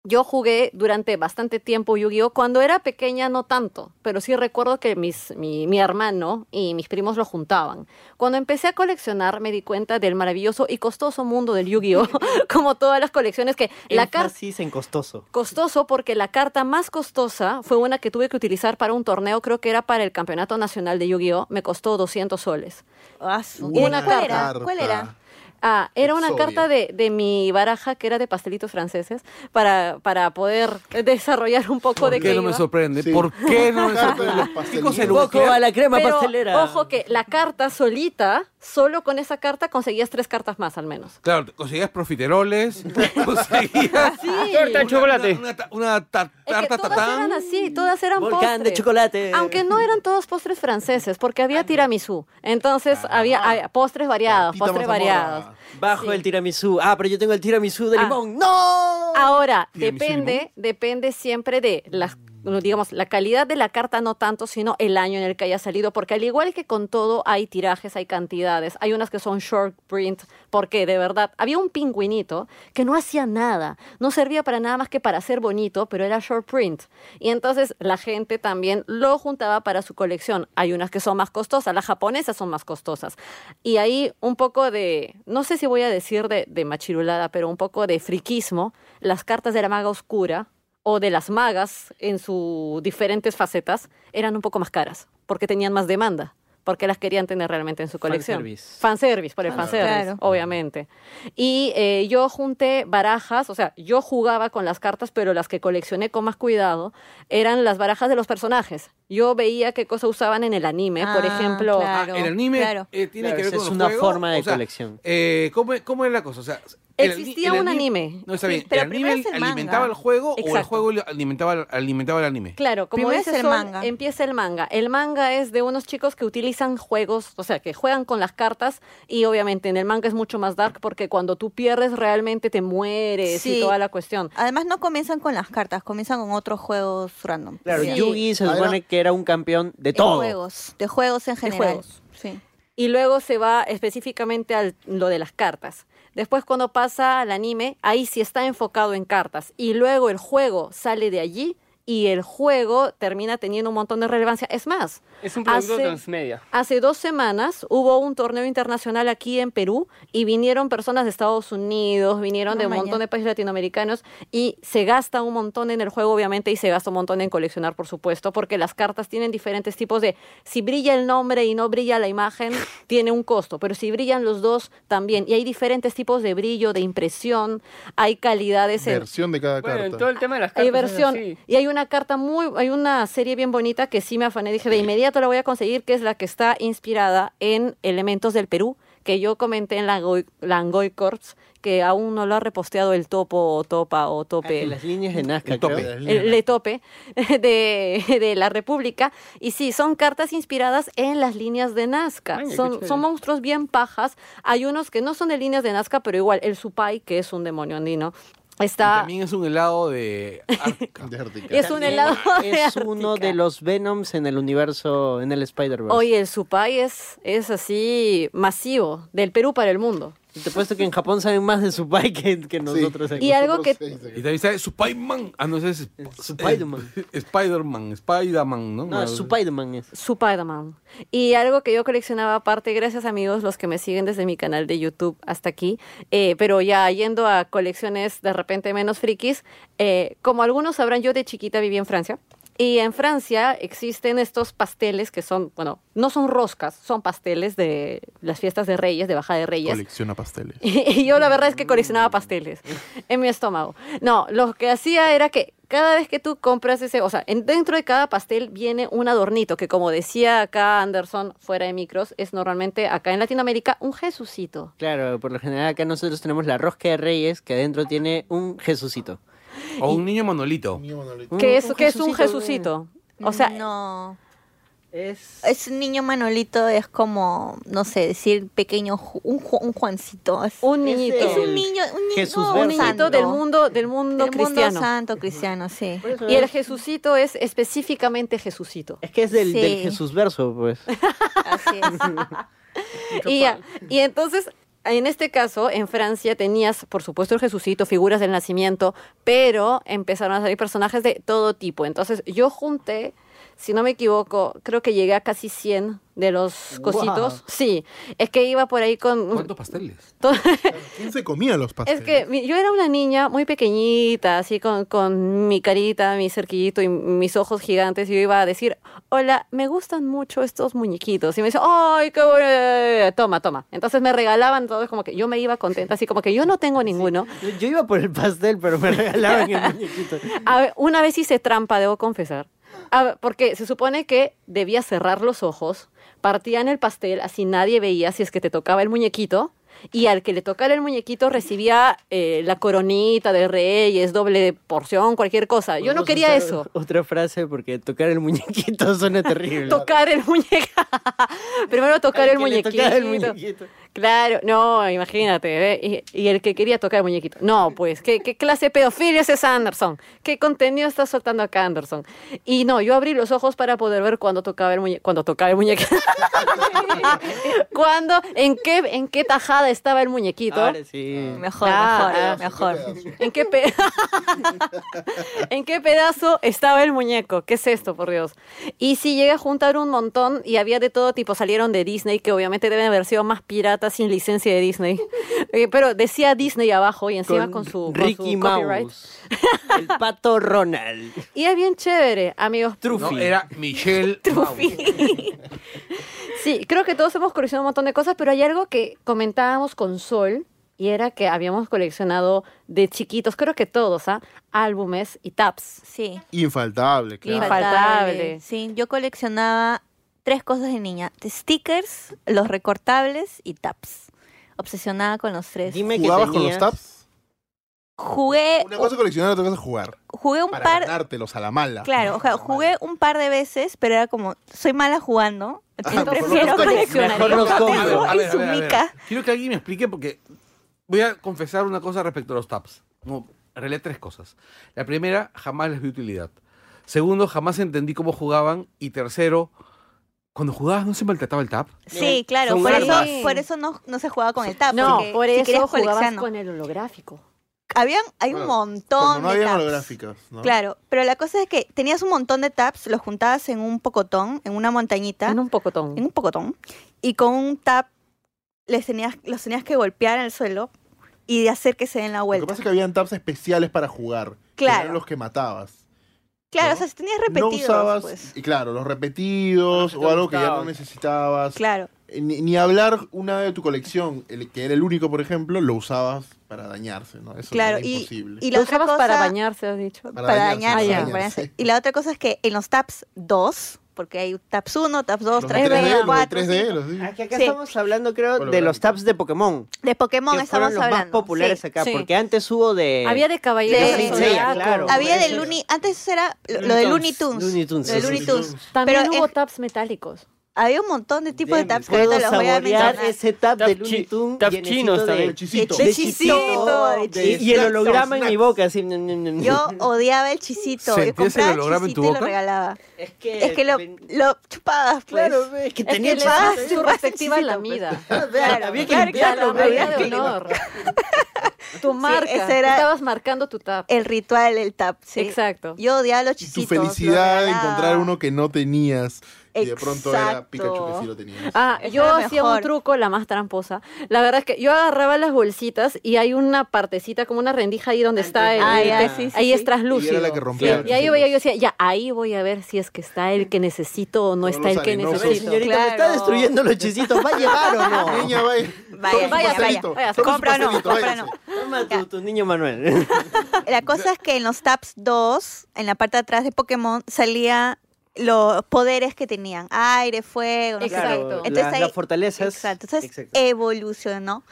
yo jugué durante bastante tiempo Yu-Gi-Oh! Cuando era pequeña no tanto, pero sí recuerdo que mis, mi, mi hermano y mis primos lo juntaban. Cuando empecé a coleccionar me di cuenta del maravilloso y costoso mundo del Yu-Gi-Oh! como todas las colecciones que la carta... Énfasis en costoso. Costoso porque la carta más costosa fue una que tuve que utilizar para un torneo, creo que era para el Campeonato Nacional de Yu-Gi-Oh! Me costó 200 soles. Ah, su- Una ¿Cuál era? carta. ¿Cuál era? Ah, era una Exodia. carta de, de mi baraja que era de pastelitos franceses para, para poder desarrollar un poco de ¿Por qué no me iba. sorprende? Sí. ¿Por qué no me Carta de los sorprende? Chicos, pastelitos. el Poco bucle- la crema Pero, ojo que la carta solita, solo con esa carta conseguías tres cartas más al menos. Claro, te- conseguías profiteroles, conseguías... Torta de chocolate. Una, una ta- una ta- Es que tarta todas eran tatán. así, todas eran Volcán de postres. chocolate. Aunque no eran todos postres franceses, porque había tiramisú. Entonces Ah. había, había postres variados, Tita postres mazamorra. variados. Bajo el tiramisú. Ah, pero yo tengo el tiramisú de Ah. limón. ¡No! Ahora, Tiramisú Mm. limón. depende, depende siempre de las no, digamos, la calidad de la carta no tanto, sino el año en el que haya salido, porque al igual que con todo, hay tirajes, hay cantidades, hay unas que son short print, porque de verdad, había un pingüinito que no hacía nada, no servía para nada más que para ser bonito, pero era short print. Y entonces la gente también lo juntaba para su colección. Hay unas que son más costosas, las japonesas son más costosas. Y ahí un poco de, no sé si voy a decir de, de machirulada, pero un poco de friquismo, las cartas de la maga oscura o de las magas en sus diferentes facetas eran un poco más caras porque tenían más demanda porque las querían tener realmente en su colección. Fanservice. Fanservice, por el fanservice, Claro. obviamente. Y eh, yo junté barajas, o sea, yo jugaba con las cartas, pero las que coleccioné con más cuidado eran las barajas de los personajes. Yo veía qué cosa usaban en el anime, por Ah, ejemplo. claro. el anime claro. eh, tiene Claro, que ver esa con es los una juegos, forma de o sea, colección. eh, ¿cómo, cómo era la cosa? O sea, el ani- Existía el un ani- anime. No, está Sí, bien. pero ¿El anime primero es el alimentaba manga. el juego o el Exacto. juego le alimentaba, al- alimentaba el anime? Claro, como Primero dice es el Sol, manga. empieza el manga. El manga es de unos chicos que utilizan juegos, o sea, que juegan con las cartas y obviamente en el manga es mucho más dark porque cuando tú pierdes realmente te mueres y Sí. toda la cuestión. Además no comienzan con las cartas, comienzan con otros juegos random. Claro, Sí. Yugi se Ahí supone que era un campeón de todo. De juegos, de juegos en general. juegos. Sí. Y luego se va específicamente a lo de las cartas. Después cuando pasa al anime, ahí sí está enfocado en cartas. Y luego el juego sale de allí y el juego termina teniendo un montón de relevancia. Es más, Es un producto hace- transmedia. Hace dos semanas hubo un torneo internacional aquí en Perú y vinieron personas de Estados Unidos, vinieron No, de un maña. montón de países latinoamericanos y se gasta un montón en el juego, obviamente, y se gasta un montón en coleccionar, por supuesto, porque las cartas tienen diferentes tipos de. Si brilla el nombre y no brilla la imagen, tiene un costo, pero si brillan los dos, también. Y hay diferentes tipos de brillo, de impresión, hay calidades en, Versión de cada Bueno, en carta. todo el tema de las cartas. hay es versión. así. Y hay una carta muy, hay una serie bien bonita que sí me afané, dije de inmediato la voy a conseguir, que es la que está inspirada en Elementos del Perú, que yo comenté en la, Goi- la Angoy Corps, que aún no lo ha reposteado el topo o topa o Ah, que tope Las líneas de Nazca, El tope. creo. el le tope de, de la República. Y sí, son cartas inspiradas en las líneas de Nazca. Ay, qué son, chévere. son monstruos bien pajas. Hay unos que no son de líneas de Nazca, pero igual el Supai, que es un demonio andino, Y está... También es un helado de Ártica. De Ártica. Es un helado de Es uno Ártica. de los Venoms en el universo, en el Spider-Verse. Oye, el Supai es, es así masivo, del Perú para el mundo. Te puesto que en Japón saben más de su que, que nosotros aquí. Y algo que- Y también está Spiderman. Ah, no, ese es Spiderman. eh, Spiderman, Spiderman, ¿no? No, su es. Supaidaman. Y algo que yo coleccionaba aparte, gracias amigos, los que me siguen desde mi canal de YouTube hasta aquí, eh, pero ya yendo a colecciones de repente menos frikis, eh, como algunos sabrán, yo de chiquita viví en Francia. Y en Francia existen estos pasteles que son, bueno, no son roscas, son pasteles de las fiestas de Reyes, de Baja de Reyes. Colecciona pasteles. Y yo la verdad Mm. es que coleccionaba pasteles en mi estómago. No, lo que hacía era que cada vez que tú compras ese, o sea, en- dentro de cada pastel viene un adornito, que como decía acá Anderson, fuera de micros, es normalmente acá en Latinoamérica un Jesucito. Claro, por lo general acá nosotros tenemos la rosca de reyes que adentro tiene un Jesucito. O un niño monolito. Mm, Un- Que es, que es un Jesucito, Jesucito. O sea, no. Es... Es un niño Manolito, es como, no sé, decir pequeño, Ju- un, Ju- un Juancito. Es, un niñito. es el un niño, un niño Jesús santo. Un niñito del mundo, del mundo Del mundo cristiano. santo cristiano, sí. y el Jesucito es específicamente Jesucito. Es que es del, Sí. del Jesús verso, pues. Así es. Y, ya, y entonces en este caso, en Francia tenías, por supuesto, el Jesucito, figuras del nacimiento, pero empezaron a salir personajes de todo tipo. Entonces, yo junté, si no me equivoco, creo que llegué a casi 100 de los cositos. Sí, es que iba por ahí con... ¿Cuántos pasteles? todo- ¿Quién se comía los pasteles? Es que mi- yo era una niña muy pequeñita, así con, con mi carita, mi cerquillito y mis ojos gigantes, y yo iba a decir, hola, me gustan mucho estos muñequitos. Y me decían, ay, qué bueno, toma, toma. Entonces me regalaban todos como que yo me iba contenta, así como que yo no tengo ninguno. Yo, yo iba por el pastel, pero me regalaban el muñequito. A ver, una vez hice trampa, debo confesar. A ver, porque se supone que debía cerrar los ojos, partían el pastel, así nadie veía si es que te tocaba el muñequito. Y al que le tocara el muñequito recibía eh, la coronita de reyes, doble porción, cualquier cosa. Yo no Podemos quería usar eso. Otra frase, porque tocar el muñequito suena terrible. Tocar el muñequito. Primero Al tocar que el le muñequito. tocaba el muñequito. Claro, no, imagínate. ¿eh? Y, y el que quería tocar el muñequito. No, pues, ¿qué, qué clase de pedofilia es esa, Anderson? ¿Qué contenido está soltando acá, Anderson? Y no, yo abrí los ojos para poder ver cuando tocaba el muñequito. Cuando tocaba el muñequito. cuando, en qué, en qué tajada estaba el muñequito. Ahora sí. Mejor, Ah, mejor, mejor. ¿En qué, pe- ¿En qué pedazo estaba el muñeco? ¿Qué es esto, por Dios? Y sí, llegué a juntar un montón y había de todo tipo. Salieron de Disney, que obviamente deben haber sido más piratas sin licencia de Disney. Eh, Pero decía Disney abajo y encima con, su, con Ricky su copyright. Mouse. El pato Ronald. Y es bien chévere, amigos. No, Truffy. era Michelle Maui. Sí, creo que todos hemos coleccionado un montón de cosas, pero hay algo que comentábamos con Sol y era que habíamos coleccionado de chiquitos, creo que todos, ¿ah? Álbumes y tabs. Sí. Infaltable, claro. Infal- Infaltable. Sí, yo coleccionaba tres cosas de niña. Stickers, los recortables y taps. Obsesionada con los tres. Dime que ¿Jugabas con los tenías- taps? Jugué, Una cosa es coleccionar, otra cosa es jugar. jugué un Para par... ganártelos a la mala. Claro, o sea, jugué un par de veces, pero era como, soy mala jugando. Ah, por lo prefiero menos tengo- coleccionar. Mejor los A ver, a ver, Ay, a ver, a su ver. mica. Quiero que alguien me explique porque voy a confesar una cosa respecto a los taps. No, en realidad tres cosas. La primera, jamás les vi utilidad. Segundo, jamás entendí cómo jugaban. Y tercero, cuando jugabas no se maltrataba el tap. Sí, claro, Son por eso, armas. por eso no, no se jugaba con el tap. No, porque por si eso querías jugabas coleccionar, no. con el holográfico. Habían, hay un Bueno, montón Cuando no de había taps. holográficas, ¿no? Claro, pero la cosa es que tenías un montón de taps, los juntabas en un pocotón, en una montañita, En un pocotón. en un pocotón, y con un tap les tenías, los tenías que golpear en el suelo y hacer que se den la Lo que vuelta. pasa es que habían taps especiales para jugar. que Claro. eran los que matabas. Claro, ¿no? o sea, si tenías No repetidos, usabas, pues. y claro, los Los repetidos que te o algo que ya no gustaban. necesitabas. Claro, Eh, Ni, ni hablar una de tu colección, el que era el único, por ejemplo, lo usabas para dañarse, ¿no? Eso claro. era Y, imposible. y Lo la otra usabas cosa, para bañarse, has dicho. Para para dañarse, dañarse, para para dañarse. dañarse. Y la otra cosa es que en los taps 2, porque hay taps 1, taps Los 2, de 3, 3D, los de 4, 4 3D, 5. los de- Aquí acá Sí. estamos hablando, creo, de Holográfico. los taps de Pokémon. De Pokémon que estamos fueron los hablando. más populares Sí, acá, sí. porque antes hubo de... Había de caballero De- del sí, Zodiaco. claro. Había de Eso era. Looney, antes eso era lo, lo de Looney Tunes. Looney Tunes, Lo de sí, Looney sí, Tunes. sí. También Pero hubo es- taps metálicos. Había un montón de tipos de Bien, taps que ahorita puedo los voy a saborear mencionar. ese tap, de Tap Looney chi- Tunes. tap llenecito chinos de- también. Hechicito. De De chisito. chisito. De Y, y el snacks, holograma en snacks. mi boca, así. ñam, ñam, ñam. Yo odiaba el chisito. Yo ¿Sentías compraba el holograma el en tu chisito y lo boca? regalaba. Es que... Es que lo, lo chupabas, pues. Claro, es que Es tenía ¿eh? que le chapa- chupabas, daban su chupabas respectiva chisito, lamida. Claro, había que claro, limpiarlo, claro, ¿no? había Lamida que de limpiarlo. honor. Tu marca. ese era- Eh, Estabas marcando tu tap. El ritual, el tap, sí. Exacto. Yo odiaba los Y chisitos. tu los felicidad de regalaba. encontrar uno que no tenías. Y de pronto era Exacto. Pikachu que sí lo tenías. Ah, Esa yo era hacía un mejor. truco, la más tramposa. La verdad es que yo agarraba las bolsitas y hay una partecita, como una rendija ahí donde está el. Ah, el- ya, sí, sí, ahí sí. es y traslúcido. era la que rompía. Y ahí veía yo decía, ya, ahí voy a ver si es que está el que necesito o no Todos está los el que arenosos. necesito. pues, Señorita, me está Claro. destruyendo los chisitos. ¿Va a llevar o no? Niña, vaya. Vaya, Toma su vaya, pastelito, vaya, vaya. toma su Compra o no, pastelito, compra o váyase. no. Toma Ya. tu, tu niño Manuel. La cosa es que en los taps 2, en la parte de atrás de Pokémon, salía los poderes que tenían. Aire, fuego, no sé qué. Exacto. Claro, Entonces las- ahí- las fortalezas. Exacto. Entonces Exacto. evolucionó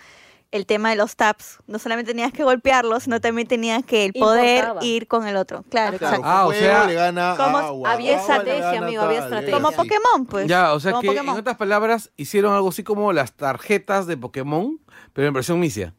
el tema de los taps. No solamente tenías que golpearlos, sino también tenías que el poder Importaba. ir con el otro. Claro, Claro, exacto. Ah, o fuego sea, le gana como- agua, había agua le estrategia, gana amigo, había tal, Ah, eh. estrategia. Como sí. Pokémon, pues. ya, o sea como que en Pokémon. otras palabras hicieron algo así como las tarjetas de Pokémon, pero en versión misia.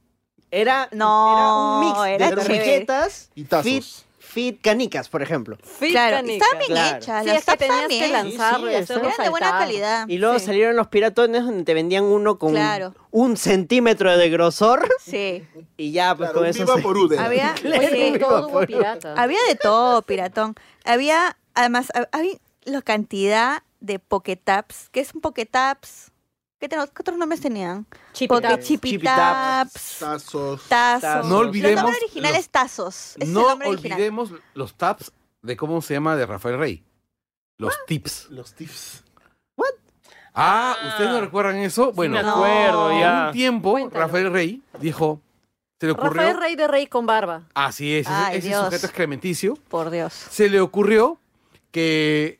Era, No, era un mix era de chévere. tarjetas, Y tazos. fit, Fit Canicas, por ejemplo. Fit claro, Canica. estaban bien Claro. hechas. Sí, las es que tapas tenías estaban que bien. lanzarlo y Sí, sí, hacerlo Eran de buena saltar. calidad. Y luego Sí. salieron los piratones donde te vendían uno con Ah, Claro. un centímetro de grosor Sí. y ya, pues Claro, con un eso. viva se- por Ude. Había, Claro, oye, Oye, viva todo hubo por- pirata. había de todo, piratón. Había, además, hab- había la cantidad de Pokétaps. ¿Qué es un Pokétaps? ¿Qué, ten- qué otros nombres tenían? Porque Chipitaps. Chipitaps, Tazos. Tazos. No Los olvidemos nombres originales los- Tazos. Ese es el no nombre original. olvidemos los taps de cómo se llama de Rafael Rey. Los Ah. tips. Los tips. Ah. Ah, ¿ustedes no recuerdan eso? Bueno, Bueno, me No. acuerdo un ya. tiempo Cuéntalo. Rafael Rey dijo, se le ocurrió, Rafael Rey de Rey con barba. así es, ese- Ay, ese, Dios. sujeto excrementicio, Por Dios. se le ocurrió que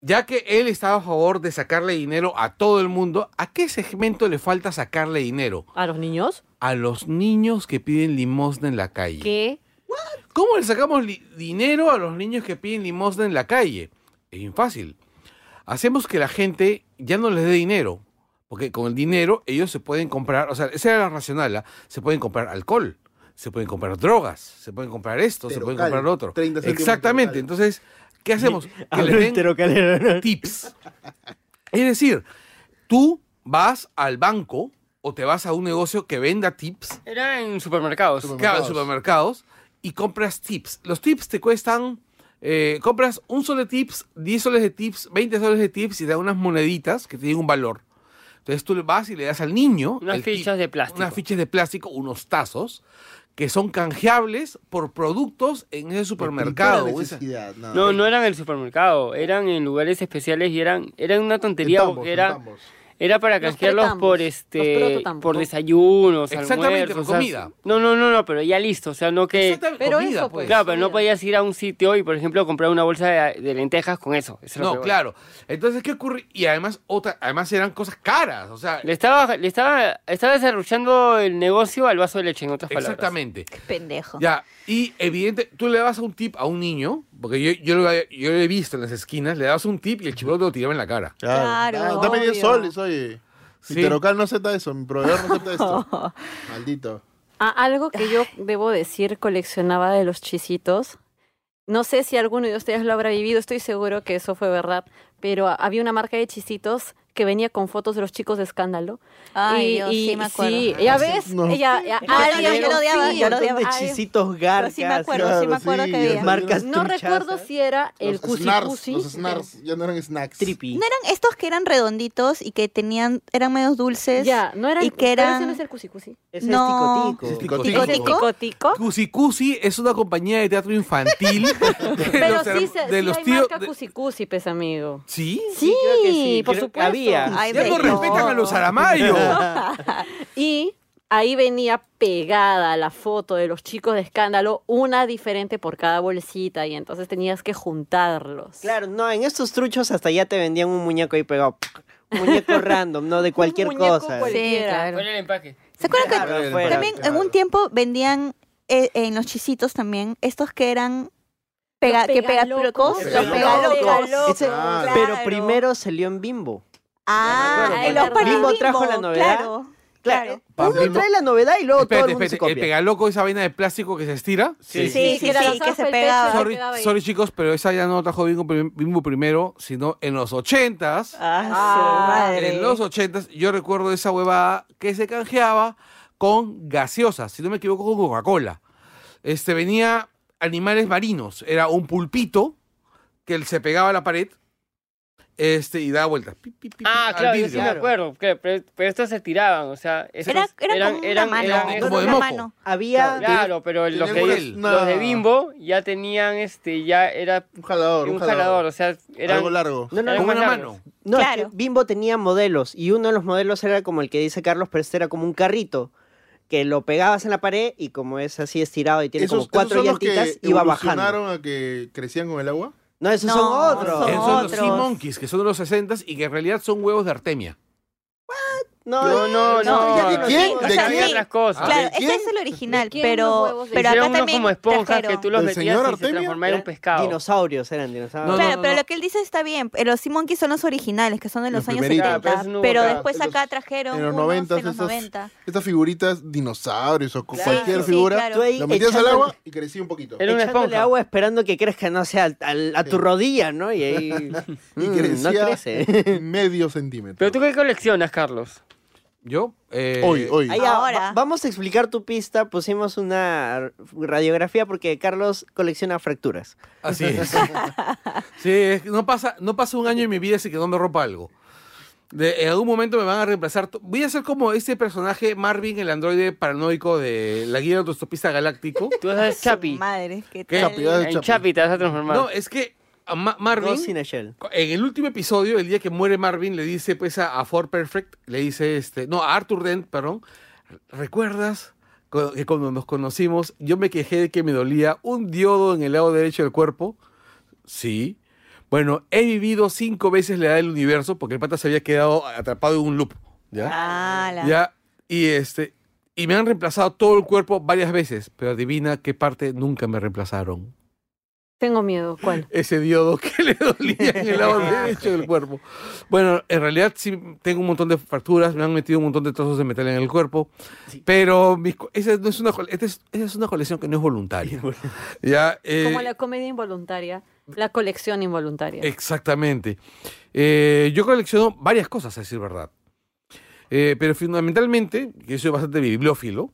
ya que él estaba a favor de sacarle dinero a todo el mundo, ¿a qué segmento le falta sacarle dinero? ¿A los niños? A los niños que piden limosna en la calle. ¿Qué? ¿Cómo le sacamos li- dinero a los niños que piden limosna en la calle? Es bien fácil. Hacemos que la gente ya no les dé dinero. Porque con el dinero ellos se pueden comprar, o sea, esa era la racional, ¿ah? se pueden comprar alcohol, se pueden comprar drogas, se pueden comprar esto, se Terocal, pueden comprar lo otro. 30 céntimos Exactamente, terocal. entonces, ¿qué hacemos? Que Habló le den- entero calero. tips. Es decir, tú vas al banco o te vas a un negocio que venda tips, Era en supermercados. claro, en supermercados, y compras tips. Los tips te cuestan, eh, compras un sol de tips, 10 soles de tips, 20 soles de tips y te dan unas moneditas que tienen un valor. Entonces tú vas y le das al niño... Unas el tip, fichas de plástico. Unas fichas de plástico, unos tazos, que son canjeables por productos en ese supermercado. Pura o esa- necesidad, nada. No, no eran en el supermercado, eran en lugares especiales y eran, eran una En tontería tambos, porque en era, tambos. era para Los canjearlos pretambos, por los este prototambos. por desayunos, Exactamente, por almuerzos, o sea, comida. No, no, no, no, pero ya listo, o sea, no que Exactamente, Pero comida, eso, pues. pues. Claro, pero no Comida. podías ir a un sitio y por ejemplo comprar una bolsa de, de lentejas con eso. eso es lo que No, voy. claro. Entonces, ¿qué ocurre? Y además, otra, además eran cosas caras. O sea, Le estaba le estaba estaba desarrollando el negocio al vaso de leche en otras palabras. exactamente. Qué pendejo. Ya, y evidente, tú le das un tip a un niño, porque yo, yo, lo, he- yo lo he visto en las esquinas, le das un tip y el chivolo te lo tiraba en la cara. Claro, Ah, Dame 10 obvio. soles, oye. Sí. Mi terocal no acepta eso, mi proveedor no acepta esto. Maldito. Ah, algo que yo debo decir coleccionaba de los chisitos. No sé si alguno de ustedes lo habrá vivido, estoy seguro que eso fue verdad, pero a- había una marca de chisitos que venía con fotos de los chicos de escándalo. Ay, Y- Dios, y- sí me acuerdo. sí, ya Ah, ves, No. ella, ya- Ah, alguien yo- yo lo odiaba, confía. yo lo odiaba. de Ay, chisitos Pero garcas. sí me acuerdo, sí me Claro, acuerdo sí, que ya había. sabía. Marcas No recuerdo ¿eh? truchas, si era el los cusi snars, cusi. Los snars ya no eran snacks. Trippy. No eran estos que eran redonditos y que tenían, eran medios dulces. Ya, no era Y el- que pero ese eran- no es el cusi cusi. Ese No. es tico, Ese es tico. tico, Tico, Ese tico. tico. Cusi Cusi es una compañía de teatro infantil. de Pero los her- sí, se, de sí los hay tíos. marca de- cusi cusi, pes amigo. Sí. Sí, creo que sí, por creo que supuesto. había. Ay, Ya no no. respetan a los Aramayo. Y ahí venía pegada la foto de los chicos de escándalo, una diferente por cada bolsita, y entonces tenías que juntarlos. Claro, no, en estos truchos hasta ya te vendían un muñeco ahí pegado. Un muñeco random, no de cualquier Un muñeco cosa. cual- Sí, claro. ¿Cuál era el empaque? ¿Se acuerdan que Claro, Era el fuera. También empaque, en un claro. tiempo vendían eh, en los chisitos también estos que eran pega, Los que pega pegalocos. locos, Los los pegalocos. pegalocos. Ese- Claro. este, Pero primero salió en Bimbo. Ah, Claro, en los claro. parques Bimbo trajo la novedad. Claro. Claro. Claro. Uno trae la novedad y luego todo Espérate, el mundo espérate. se El eh, copia. pegaloco, esa vaina de plástico que se estira. Sí, sí, sí, la sí, que lanzabas se por el pegaba. pecho y se Sorry, quedaba ahí. sorry, chicos, pero esa ya no trajo Bingo, prim- Bimbo primero, sino en los ochentas. Ah, su madre. En los ochentas yo recuerdo esa huevada que se canjeaba con gaseosas, si no me equivoco con Coca-Cola. Este venía animales marinos, era un pulpito que él se pegaba a la pared este y daba vueltas. pi, pi, pi, Ah, al claro, yo sí vidrio. me acuerdo. que- Pero, pero estos se tiraban, o sea, estos Era, era eran, como eran- una mano. eran como estos- de una moco. mano. Había. Claro, pero los, que, Tenemos ellos- una- los de Bimbo ya tenían este, ya era Un jalador. un jalador, o sea, eran Algo largo. No, no, Era no. Con más una largo. mano. no, es que Claro. Bimbo tenía modelos y uno de los modelos era como el que dice Carlos, pero este era como un carrito que lo pegabas en la pared y como es así estirado y tiene Esos- como cuatro esos son los llantitas, que iba bajando. evolucionaron a que crecían con el agua? No, esos No, son son otros. Esos son los otros. Sea Monkeys, que son de los 60 y que en realidad son huevos de Artemia. No, No, no, no. ya no, ¿De quién? no, ¿De cambian quién? las cosas. Claro, ¿De ese quién? es el original, ¿De quién los pero, huevos de pero Disney? acá Hicieron unos también como esponjas que trajeron. tú los ¿El metías señor y se Artemio? transformaba en un pescado. Dinosaurios eran dinosaurios. No, claro, no, pero no. lo que él dice está bien. pero Los Simon son los originales, que son de los, Los años primeritos. Ah, 70. Claro, pero eso Pero, no hubo acá. después acá trajeron En los unos 90, en los esas- 90. Estas figuritas, dinosaurios o cu- Claro. cualquier Sí, figura, claro. Tú ahí lo metías al echándole- agua y crecía un poquito. Era una echándole esponja. agua esperando que crezca, no sé, al- al- a tu Sí. rodilla, ¿no? Y ahí mm, Y no crecía crece. medio centímetro. Eh, ¿Pero tú qué coleccionas, Carlos? Yo, eh, Hoy, hoy. Ahí va- Ahora. va- vamos a explicar tu pista. Pusimos una radiografía porque Carlos colecciona fracturas. Así es. sí, es que no pasa, no pasa un año en mi vida sin que no me rompa algo. De- en algún momento me van a reemplazar. to- Voy a ser como este personaje Marvin, el androide paranoico de la guía de autostopista galáctico. Tú eres Chapi. Madre, qué ¿Qué? tal. Chapi, ah, En Chapi te vas a transformar. No, eh, es que a Ma- No Marvin, sin Shell. en el último episodio, el día que muere Marvin, le dice pues a, a Ford Perfect, le dice este, no, a Arthur Dent, perdón, ¿recuerdas cu- que cuando nos conocimos yo me quejé de que me dolía un diodo en el lado derecho del cuerpo? Sí. Bueno, he vivido cinco veces la edad del universo porque el pata se había quedado atrapado en un loop. ¿Ya? Ah, la- ¿Ya? Y este... Y me han reemplazado todo el cuerpo varias veces, pero adivina qué parte nunca me reemplazaron Tengo miedo. ¿Cuál? ese diodo que le dolía en el lado derecho del cuerpo. Bueno, en realidad sí tengo un montón de fracturas, me han metido un montón de trozos de metal en el cuerpo, pero mis co- esa, no es una, col- esta es- esa es una colección que no es voluntaria. ya, eh, Como la comedia involuntaria, la colección involuntaria. Exactamente. Eh, yo colecciono varias cosas, a decir verdad. Eh, pero fundamentalmente, que soy bastante bibliófilo,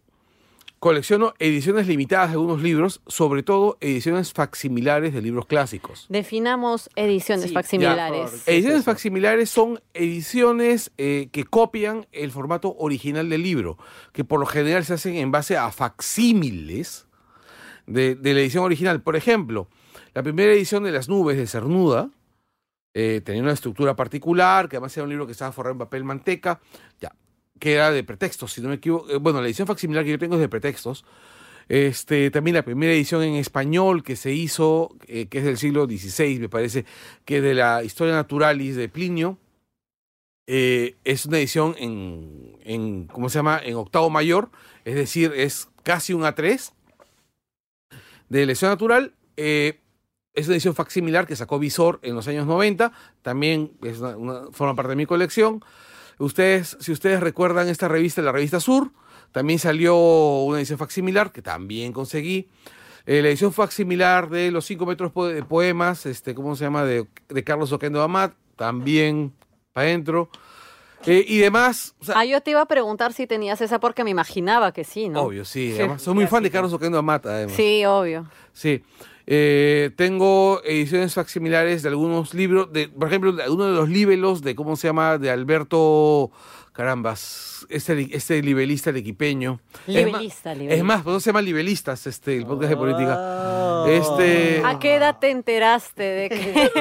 colecciono ediciones limitadas de algunos libros, sobre todo ediciones facsimilares de libros clásicos. Definamos ediciones Sí, facsimilares. ya, por- Ediciones eso? facsimilares son ediciones eh, que copian el formato original del libro, que por lo general se hacen en base a facsímiles de, de la edición original. Por ejemplo, la primera edición de Las Nubes de Cernuda eh, tenía una estructura particular, que además era un libro que estaba forrado en papel manteca, ya, que era de pretextos, si no me equivoco. Eh, Bueno, la edición facsimilar que yo tengo es de pretextos. Este, también la primera edición en español que se hizo, eh, que es del siglo XVI, me parece, que de la Historia Naturalis de Plinio. eh, es una edición en, en, ¿cómo se llama? En octavo mayor, es decir, es casi un A3 de la Historia Natural. eh, es una edición facsimilar que sacó Visor en los años 90, también es una- una- forma parte de mi colección. Ustedes, si ustedes recuerdan esta revista, la revista Sur, también salió una edición facsimilar que también conseguí. Eh, la edición facsimilar de los 5 metros po- de poemas, este, ¿cómo se llama? De, de Carlos Oquendo Amat, también para adentro. Eh, y demás, o sea, Ah, yo te iba a preguntar si tenías esa porque me imaginaba que sí, ¿no? obvio, sí. Sí. además, soy muy fan de Carlos Oquendo Amat, además. Sí, obvio. Sí. Eh, tengo ediciones facsimilares de algunos libros, de, por ejemplo, de uno de los libelos de, ¿cómo se llama? De Alberto, carambas, este, li- este libelista arequipeño. Es más- Libelista, Es libelista. más, pues, no se llaman libelistas este, el podcast de política. Ah. Oh. Este- ¿A qué edad te enteraste de que,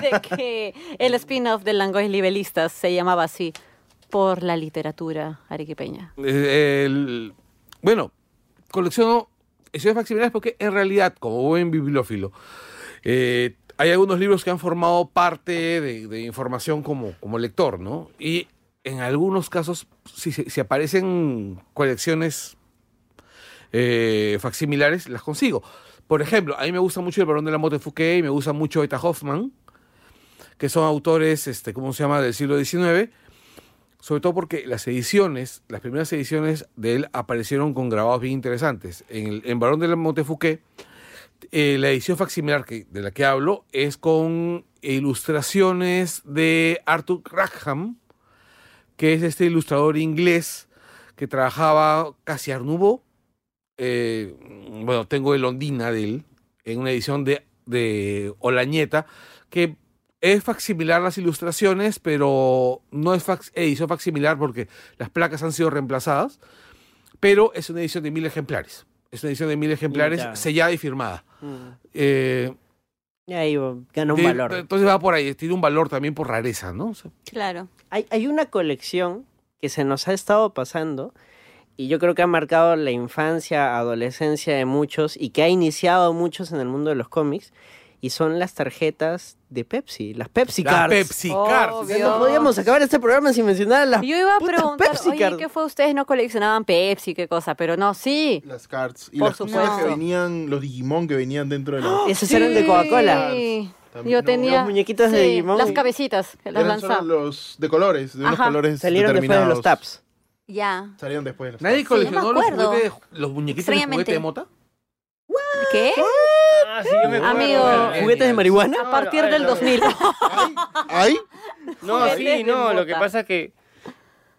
de que el spin-off del Langoy Libelistas se llamaba así por la literatura arequipeña? Eh, el- bueno, colecciono ediciones facsimilares porque en realidad, como buen bibliófilo, eh, hay algunos libros que han formado parte de, de información como, como lector, ¿no? Y en algunos casos, si, se- si aparecen colecciones eh, facsimilares, las consigo. Por ejemplo, a mí me gusta mucho El Barón de la Motte Fouquet y me gusta mucho Eta Hoffman, que son autores, este, ¿cómo se llama?, del siglo XIX, sobre todo porque las ediciones, las primeras ediciones de él aparecieron con grabados bien interesantes. En, el, en Barón de la Motte Fouquet, eh, la edición facsimilar que- de la que hablo es con ilustraciones de Arthur Rackham, que es este ilustrador inglés que trabajaba casi Arnubo. Eh, bueno, tengo el Ondina de él, en una edición de, de Olañeta, que es facsimilar las ilustraciones, pero no es fac- edición facsimilar porque las placas han sido reemplazadas, pero es una edición de mil ejemplares. Es una edición de mil ejemplares Mira. sellada y firmada. Mm. Eh, Y ahí bueno, gana un tiene- valor. Entonces va por ahí, tiene un valor también por rareza, ¿no? O sea, Claro. Hay, hay una colección que se nos ha estado pasando y yo creo que ha marcado la infancia, adolescencia de muchos y que ha iniciado a muchos en el mundo de los cómics y son las tarjetas de Pepsi, las Pepsi La Cards. Pepsi Oh, Cards. bien. No podíamos acabar este programa sin mencionar las Yo iba a putas preguntar, Pepsi oye, Cards. ¿qué fue? Ustedes no coleccionaban Pepsi, qué cosa, pero no, sí. Las cards. Y Por las cosas que supuesto. venían, los Digimon que venían dentro de las. Esos eran de Coca-Cola. Sí. También, Yo no, tenía Los muñequitos de sí, Digimon. las cabecitas que las Eran solo lanzaba. los de colores, de unos Ajá. colores Salieron después de los determinados. taps. Ya. Salieron después de los Nadie taps. coleccionó yo me los, acuerdo. juguetes, los muñequitos de juguete Extrañamente. de mota. ¿Qué? Ah, sí, yo me acuerdo. Amigo. Genial. ¿Juguetes de marihuana? A partir del 2000. ¿Ay? ¿Ay? No, Juguetes sí, de no, lo mota. que pasa que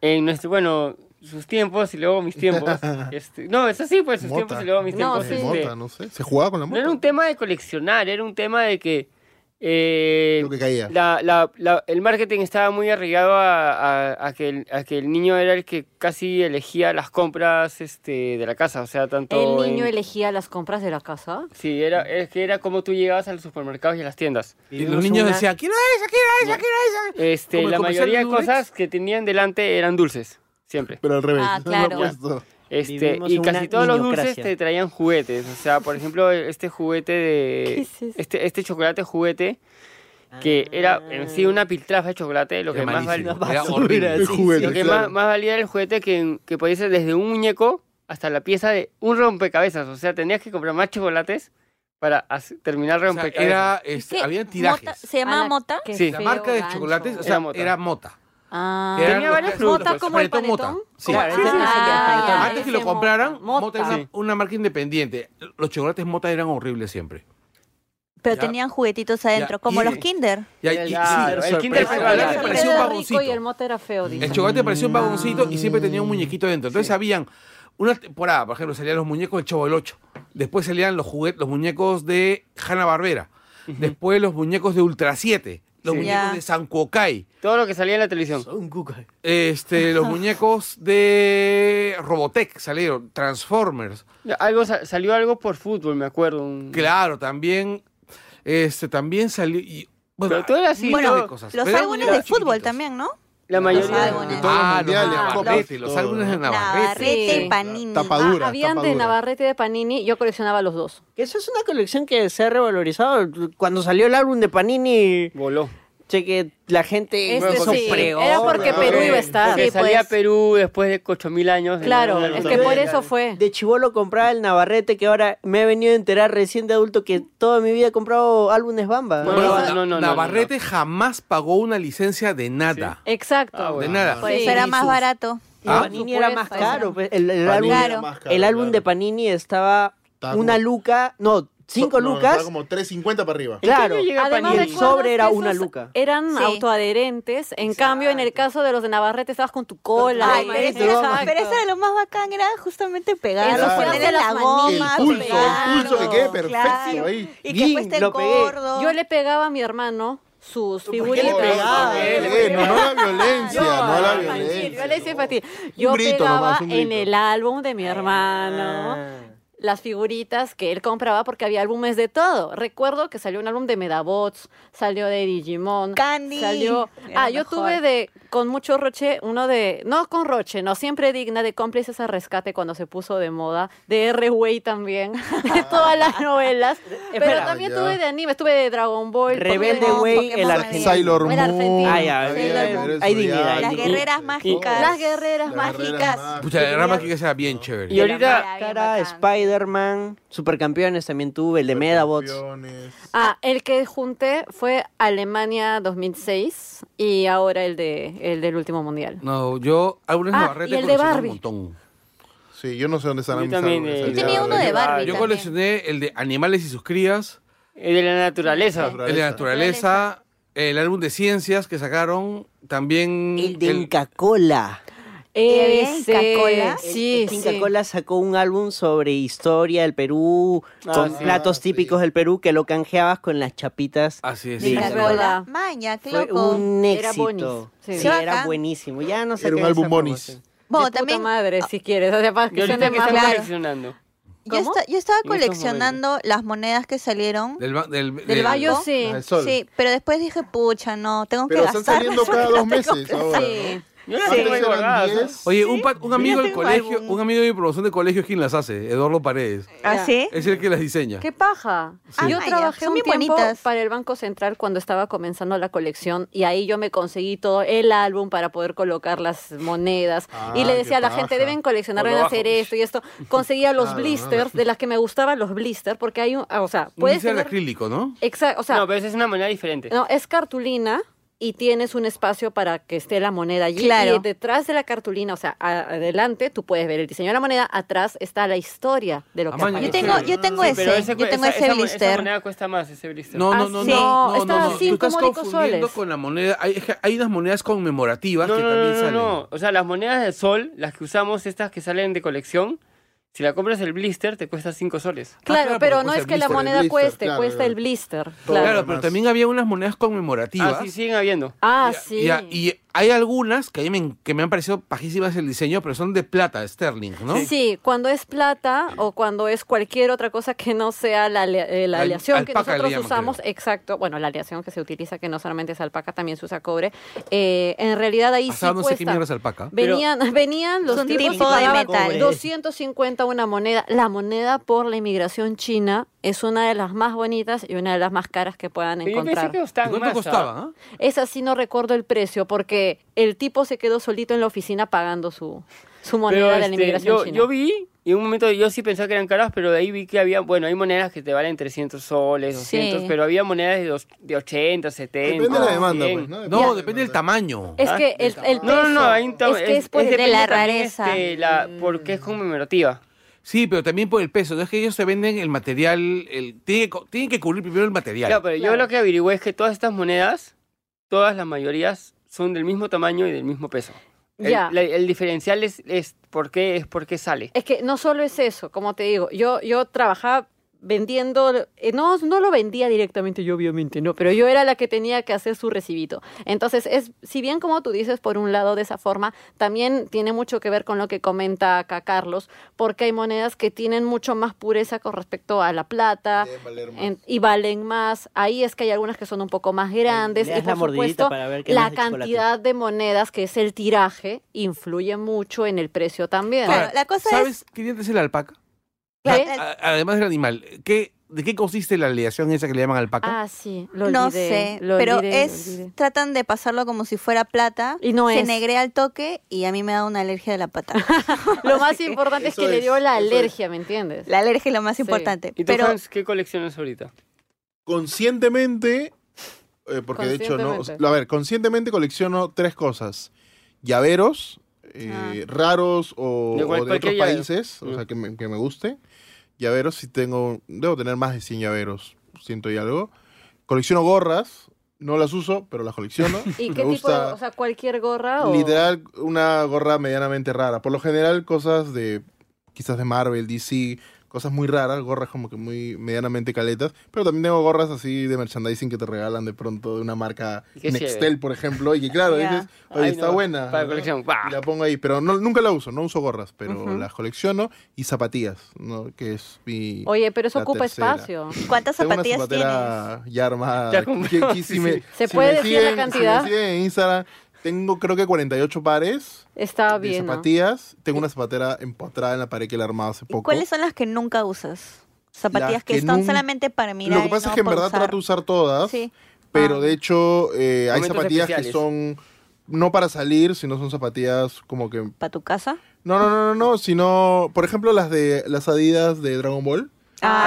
en nuestro, bueno, sus tiempos y luego mis tiempos. este, no, es así, pues sus Mota. tiempos y luego mis No, tiempos. sí. De este, mota, no sé. ¿Se jugaba con la no mota? era un tema de coleccionar, era un tema de que, eh, Lo que caía. la- la- la- el marketing estaba muy arraigado a, a- a que el, a que el niño era el que casi elegía las compras este, de la casa, o sea, El tanto... niño en- elegía las compras de la casa. Sí, era, es que era como tú llegabas a los supermercados y a las tiendas. Y los niños una- decían, quiero esa, quiero esa, quiero Ah, esa. Este, ¿Como el la comercial mayoría de de Durex? cosas que tenían delante eran dulces, siempre. Pero al revés. Ah, lo claro. opuesto. Este, Vivimos y una casi todos los dulces niñocracia. te traían juguetes. O sea, por ejemplo, este juguete ¿Qué de. es eso? este, este chocolate juguete, que era en sí Ah. una piltrafa de chocolate, lo que, Era más, val- malísimo. Una Era basura, horrible. El sí, juguete. lo que claro. más, más valía era el juguete que, que podía ser desde un muñeco hasta la pieza de un rompecabezas. O sea, tenías que comprar más chocolates para hace- terminar el O sea, rompecabezas. era, este, ¿Qué? habían Mota- tirajes. ¿Se llamaba A la- Mota? qué Sí. La feo marca de gancho. chocolates, o Era sea, mota. era mota. Ah. Eran Tenía los varios que- productos, Mota como el panetón panetón. mota. Sí. Claro, ese es el panetón. Ah, Antes que lo ese mota, compraran, Mota, mota. era Sí. una marca independiente. Los chocolates Mota eran horribles siempre. Pero Ya. tenían juguetitos adentro, Ya, como y- eh, los Kinder. Y, y- Claro, sí, el el Kinder chocolate Sorpresa. parecía un era vagoncito. rico y el mota era feo, dice. El chocolate parecía un vagoncito y siempre tenía un muñequito dentro. Entonces habían una temporada, por ejemplo, salían los muñecos del Chavo del Ocho. Después salían los juguetes, los muñecos de Hanna Barbera. Después los muñecos de Ultra 7. Los Sí. muñecos Ya. de San Kokai. Todo lo que salía en la televisión. Un cuca. Este, los muñecos de Robotech salieron. Transformers. Algo, sa- salió algo por fútbol, me acuerdo. un- Claro, también. Este, también salió. y- bueno, Pero todo era así. un montón todo- de cosas. Los Pero eran álbumes de muñecos fútbol chiquitos. también, ¿no? La mayoría. álbumes. De todos los Ah, los, mundiales, ah, copas y Navarrete, los todo, álbumes de ¿no? Navarrete. Navarrete, Sí. Panini. Tapadura. Ah, habían de tapadura. Navarrete y de Panini, yo coleccionaba los dos. Que Eso es una colección que se ha revalorizado. Cuando salió el álbum de Panini, Voló. che, que la gente Este hizo sí, pregón. era porque Perú iba a estar. Porque Sí, salía pues. Perú después de 8000 años. en Claro, una es que lotería. por eso fue. Ah, De chivolo compraba el Navarrete, que ahora me he venido a enterar recién de adulto que toda mi vida he comprado álbumes Bamba. Bueno, Bueno, no, Na- no, no, no, Navarrete jamás pagó una licencia de nada. Exacto. Ah, De bueno. nada. Pues, Por eso Sí, era y más sus- barato. Y Ah, Panini era más supuesto. caro. pues, El, el álbum, Panini era Claro. más caro, el álbum claro. de Panini estaba Estaba una como- luca, no, cinco No, estaba lucas. como 3.50 para arriba. Claro. ¿En qué año llega Además, Y el Panini? ¿recuerdas sobre que era una esos luca. Eran Sí. autoadherentes. En cambio, en el caso de los de Navarrete, estabas con tu cola. Ay, ¿no? pero, eso Exacto. era, pero eso era lo más bacán, era justamente pegarlo, Eso fue ponerle hacer la las goma, manitas, el pulso, pegarlo. el pulso que quede perfecto Claro. ahí. Y que Guin, fuiste lo pegué. gordo. Yo le pegaba a mi hermano sus ¿Por qué le figuritas. pegabas? Eh, no, no la violencia, no la infantil, violencia. Yo le hice infantil. Yo grito pegaba nomás, un en grito. el álbum de mi Ah, hermano las figuritas que él compraba porque había álbumes de todo. Recuerdo que salió un álbum de Medabots, salió de Digimon, Candy. salió. Era Ah, yo mejor. tuve de con mucho Roche uno de no con Roche, no siempre digna de cómplices a rescate cuando se puso de moda, de R. Way también, de todas las novelas. Pero Espera. también Ya. tuve de anime, estuve de Dragon Ball, Rebelde Pokémon, Way, Pokémon el no argentino. había. Sailor Moon. Era argentino. Ah, ya, Había, Sailor pero Moon. eso Hay ya- dignidad, hay Las dignidad. guerreras Sí. mágicas. Las guerreras Las guerreras mágicas. mágicas. Pucha, la rama que sea bien chévere. Y ahorita. Era bien Cara, bacán. Spider-Man, Supercampeones también tuve, el de Medabots. Campeones. Ah, el que junté fue Alemania 2006 y ahora el de el del último mundial. No, yo álbumes Ah, Navarrete y el de coleccioné Barbie. un montón. Sí, yo no sé dónde están Yo mis también, álbumes, eh, en Yo realidad. tenía uno de Barbie. Yo también. coleccioné el de Animales y sus crías, eh, De la naturaleza. Naturaleza. el de Naturaleza, el álbum de Ciencias que sacaron, también El de Inca Cola. Ese, Coca-Cola. el- Sí, El Inca sí. Cola sacó un álbum sobre historia del Perú, Ah, con sí. platos Ah, sí. típicos del Perú, que lo canjeabas con las chapitas. Así es. Sí, Mira, es Lola. verdad. Maña, qué Fue loco. un Era éxito. bonis. Sí, Sí. era Bacán. buenísimo. Ya no sé Era un álbum bonis. Bueno, de también puta madre, si quieres. O sea, para Y que ahorita suene que más están claro. mal. coleccionando. yo, ¿Cómo? esta- yo estaba En estos coleccionando las monedas que salieron. Del, ba- del, Del Ah, Bayo yo ¿No? sí. Al sol. Sí, pero después dije, pucha, no, tengo Pero que están gastar. saliendo cada dos meses ahora. ¿no? Sí. Yo las Antes tengo ahí eran guardadas, 10. ¿eh? Oye, un, pa- un amigo Yo del tengo colegio, algún- un amigo de mi promoción de colegio es quien las hace, Eduardo Paredes. Ya. ¿Ah, sí? Es el que las diseña. ¡Qué paja! Ah, Yo ya, trabajé son un bien tiempo bonitas. para el Banco Central cuando estaba comenzando la colección y ahí yo me conseguí todo el álbum para poder colocar las monedas Ah, y le qué decía a la gente paja. deben coleccionar, Por deben lo hacer bajo. esto y esto. Conseguía los Claro, ¿no? blisters de las que me gustaban los blisters porque hay un, ah, o sea, Un puedes pincel de tener acrílico, ¿no? Exacto, o sea, no, pero esa es una manera diferente. No, es cartulina y tienes un espacio para que esté la moneda allí. Claro. Y detrás de la cartulina, o sea, a- adelante tú puedes ver el diseño de la moneda, atrás está la historia de lo que Ah, man, aparece. Yo tengo, yo tengo Sí, pero ese, yo cu- tengo esa- ese esa mo- Esa blister. moneda cuesta más, ese blister. No, Ah, no, no, sí. no, no, Está no, no. cinco Tú estás módicos confundiendo soles. con la moneda. Hay, es que hay unas monedas conmemorativas no, que no, también no, no, salen. no. O sea, las monedas de sol, las que usamos, estas que salen de colección, si la compras el blister, te cuesta 5 soles. Claro, Ah, claro, pero porque no cuesta es el que la blister, el moneda blister, cueste, claro, cuesta claro. el blister. Claro, Todo Claro. lo pero demás. también había unas monedas conmemorativas. Ah, sí, siguen habiendo. Ah, Ya- sí. ya, y hay algunas que, a mí me, que me han parecido pajísimas el diseño, pero son de plata, sterling, ¿no? Sí, cuando es plata o cuando es cualquier otra cosa que no sea la, alea- eh, la Al- aleación que alpaca le nosotros llaman, usamos, creo. exacto, bueno, la aleación que se utiliza, que no solamente es alpaca, también se usa cobre, eh, en realidad ahí Pasaba sí Ah, no sé qué cuesta. mierda es alpaca. Venían, venían los Son tipos y tipo de pagaban metal. 250 una moneda. La moneda por la inmigración china es una de las más bonitas y una de las más caras que puedan Yo pensé encontrar. que ¿Y costaban cuánto más, costaba? ¿ah? ah? Esa sí no recuerdo el precio porque el tipo se quedó solito en la oficina pagando su, su moneda Pero, de la este, inmigración yo, china. yo vi, y en un momento yo sí pensaba que eran caras, pero de ahí vi que había, bueno, hay monedas que te valen 300 soles, 200, Sí. pero había monedas de, dos- de 80, 70. Depende de la demanda, 100. pues, ¿no? No, de la depende del demanda. tamaño. Es Ah, que el, el peso, No, no, no, hay un tama- es que es por el- depende de la también, rareza. este, la- Mm. porque es conmemorativa. Sí, pero también por el peso. No es que ellos te venden el material. El, tienen, que, co- tienen que cubrir primero el material. Claro, pero Claro. yo lo que averigüé es que todas estas monedas, todas las mayorías, son del mismo tamaño y del mismo peso. El, Ya. la- el diferencial es, es por qué es por qué sale. Es que no solo es eso, como te digo, yo, yo trabajaba vendiendo, eh, no, no lo vendía directamente yo obviamente, no, pero yo era la que tenía que hacer su recibito. Entonces, es, si bien como tú dices, por un lado de esa forma, también tiene mucho que ver con lo que comenta acá Carlos, porque hay monedas que tienen mucho más pureza con respecto a la plata Deben valer más. en- y valen más. Ahí es que hay algunas que son un poco más grandes Le y das la por mordidita supuesto para ver qué no la es de chocolate. cantidad de monedas que es el tiraje influye mucho en el precio también. Claro, Ahora, la cosa ¿Sabes qué dientes es la alpaca? ¿Qué? La- A- además del animal, ¿qué, ¿de qué consiste la aleación esa que le llaman alpaca? Ah, sí, lo olvidé. no sé, lo pero olvidé, lo es olvidé. tratan de pasarlo como si fuera plata, Y no se es. negrea al toque y a mí me da una alergia de la pata. Lo más importante es que Eso le es, dio la eso es. alergia, ¿me entiendes? La alergia es lo más Sí. importante, ¿Y tú, pero Hans, qué coleccionas ahorita? Conscientemente, eh, porque de hecho no. Conscientemente. A ver, conscientemente colecciono tres cosas: llaveros, eh, Ah. raros o De de, cual- otros cualquier llavero. países, o Mm. sea, que me, que me guste. Llaveros, si tengo. Debo tener más de 100 llaveros, ciento y algo. Colecciono gorras, no las uso, pero las colecciono. ¿Y Me qué tipo de, gusta- o sea, cualquier gorra o...? Literal, una gorra medianamente rara. Por lo general, cosas de. Quizás de Marvel, DC, cosas muy raras, gorras como que muy medianamente caletas. Pero también tengo gorras así de merchandising que te regalan de pronto de una marca Y que Nextel, chévere. por ejemplo. Y que claro, Ya. dices, oye, Ay, está no, buena. Para ¿no? colección. Y ¡Bah! la pongo ahí. Pero no, nunca la uso, no uso gorras, pero Ujú. las colecciono. Y zapatillas, ¿no? que es mi. Oye, pero eso La ocupa tercera. espacio. ¿cuántas Tengo una zapatillas tienes? zapatera ya armada. Ya compró, Que- que sí, si me- sí. ¿Se si puede me decir la siguen- cantidad? Si me siguen en Instagram, tengo creo que 48 pares Está de bien, ¿no? zapatillas. Tengo una zapatera empotrada en la pared que la armaba hace ¿Y poco. cuáles son las que nunca usas? Zapatillas Las que, que están nun- solamente para mirar. Lo que y pasa no es que en para verdad usar. trato de usar todas, Sí. pero Ah. de hecho eh, hay Momentos zapatillas especiales. que son no para salir, sino son zapatillas como que no, ¿Para tu casa? no, no, no, no, sino por ejemplo las de las Adidas de Dragon Ball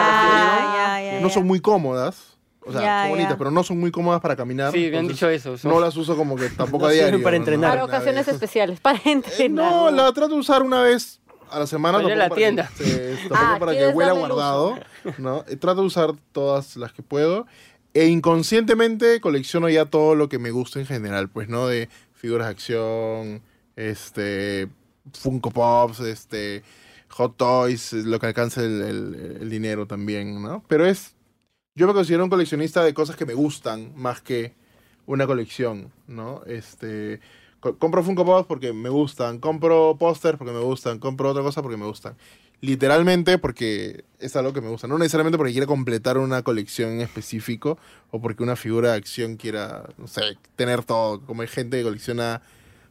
Ah, ya, ya, no ya. son muy cómodas, o sea, Ya, son bonitas, ya. pero no son muy cómodas para caminar. Sí, me han entonces dicho eso. son- No las uso como que tampoco No a sirven diario. para ¿no? entrenar. Para ocasiones especiales, para Eh, entrenar. no, la trato de usar una vez a la semana. Para ir a tampoco la para que- sí, tampoco Ah, para que ¿quieres huela darle el guardado. ¿no? Eh, Trato de usar todas las que puedo. E inconscientemente colecciono ya todo lo que me gusta en general, pues, ¿no? De figuras de acción, este, Funko Pops, este, Hot Toys, eh, lo que alcance el, el- el dinero también, ¿no? Pero es, yo me considero un coleccionista de cosas que me gustan más que una colección, ¿no? Este, co- compro Funko Pops porque me gustan, compro pósters porque me gustan, compro otra cosa porque me gustan. Literalmente porque es algo que me gusta. No necesariamente porque quiera completar una colección en específico o porque una figura de acción quiera, no sé, tener todo. Como hay gente que colecciona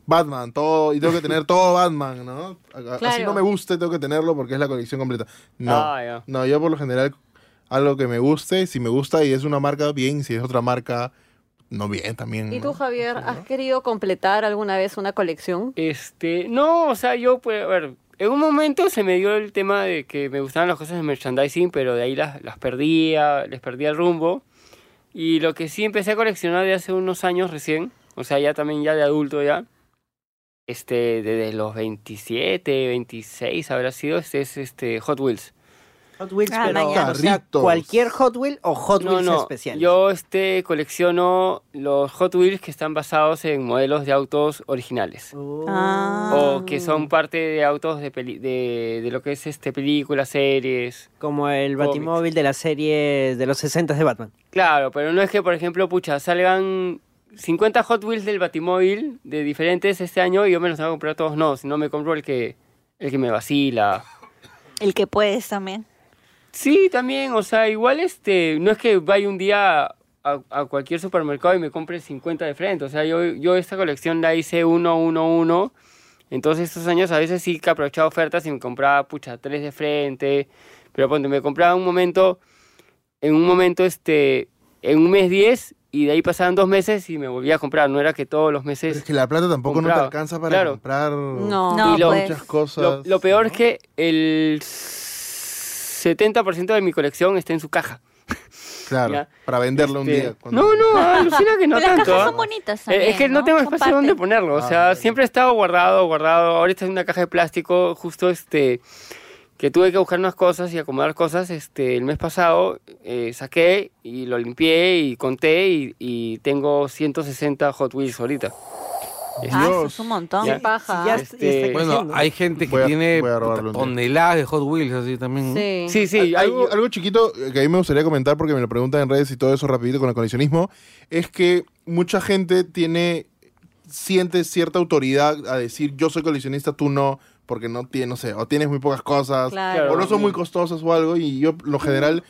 Batman, todo, y tengo que tener todo Batman, ¿no? A- a- Así Claro. no me guste, tengo que tenerlo porque es la colección completa. No, Ah, ya. no, yo por lo general, algo que me guste, si me gusta y es una marca, bien, si es otra marca, no bien también. ¿Y ¿no? tú, Javier, has querido completar alguna vez una colección? Este, no, o sea, yo, pues, a ver, en un momento se me dio el tema de que me gustaban las cosas de merchandising, pero de ahí las, las perdía, les perdía el rumbo. Y lo que sí empecé a coleccionar de hace unos años recién, o sea, ya también ya de adulto ya, este, desde los 27, 26 habrá sido, este es este Hot Wheels. Hot Wheels, Ah, pero mañana. o sea, Carritos. cualquier Hot Wheel o Hot No, Wheels no, especiales. yo este colecciono los Hot Wheels que están basados en modelos de autos originales. Oh. Ah. o que son parte de autos de, peli- de, de lo que es este películas, series. Como el Cómics. Batimóvil de la serie de los 60 de Batman. Claro, pero no es que, por ejemplo, pucha, salgan 50 Hot Wheels del Batimóvil de diferentes este año y yo me los voy a comprar todos. No, si no me compro el que, el que me vacila. El que puedes también. Sí, también, o sea, igual este, no es que vaya un día a, a cualquier supermercado y me compre 50 de frente, o sea, yo, yo esta colección la hice uno, uno, uno, entonces estos años a veces sí que aprovechaba ofertas y me compraba, pucha, tres de frente, pero cuando me compraba un momento, en un momento, este, en un mes 10 y de ahí pasaban dos meses y me volvía a comprar, no era que todos los Pero es meses... que la plata tampoco no te Comprado. alcanza para Claro. comprar No. No, Y lo- pues. muchas cosas. Lo, lo peor es ¿no? que el 70% de mi colección está en su caja. Claro, ya. para venderlo Este, un día. cuando- No, no, alucina que no Pero las tanto. cajas ¿ah? son bonitas Eh, también, es que no, tengo espacio Comparte. donde ponerlo. O Ah, sea, bueno. siempre he estado guardado, guardado. Ahorita es una caja de plástico, justo este que tuve que buscar unas cosas y acomodar cosas. Este, el mes pasado eh, saqué y lo limpié y conté y, y tengo 160 Hot Wheels ahorita. Este, Ah, eso Dios. es un montón. Ya. Paja. Si ya- Este, ya está Bueno, creciendo. hay gente que Voy a- tiene voy a robarlo puta, un día. toneladas de Hot Wheels así también. ¿no? Sí. Este, sí, sí. hay- algo, algo chiquito eh, que a mí me gustaría comentar porque me lo preguntan en redes y todo eso rapidito con el coleccionismo, es que mucha gente tiene, siente cierta autoridad a decir yo soy coleccionista, tú no, porque no tienes, no sé, o tienes muy pocas cosas, Claro. o no son muy costosas o algo, y yo lo general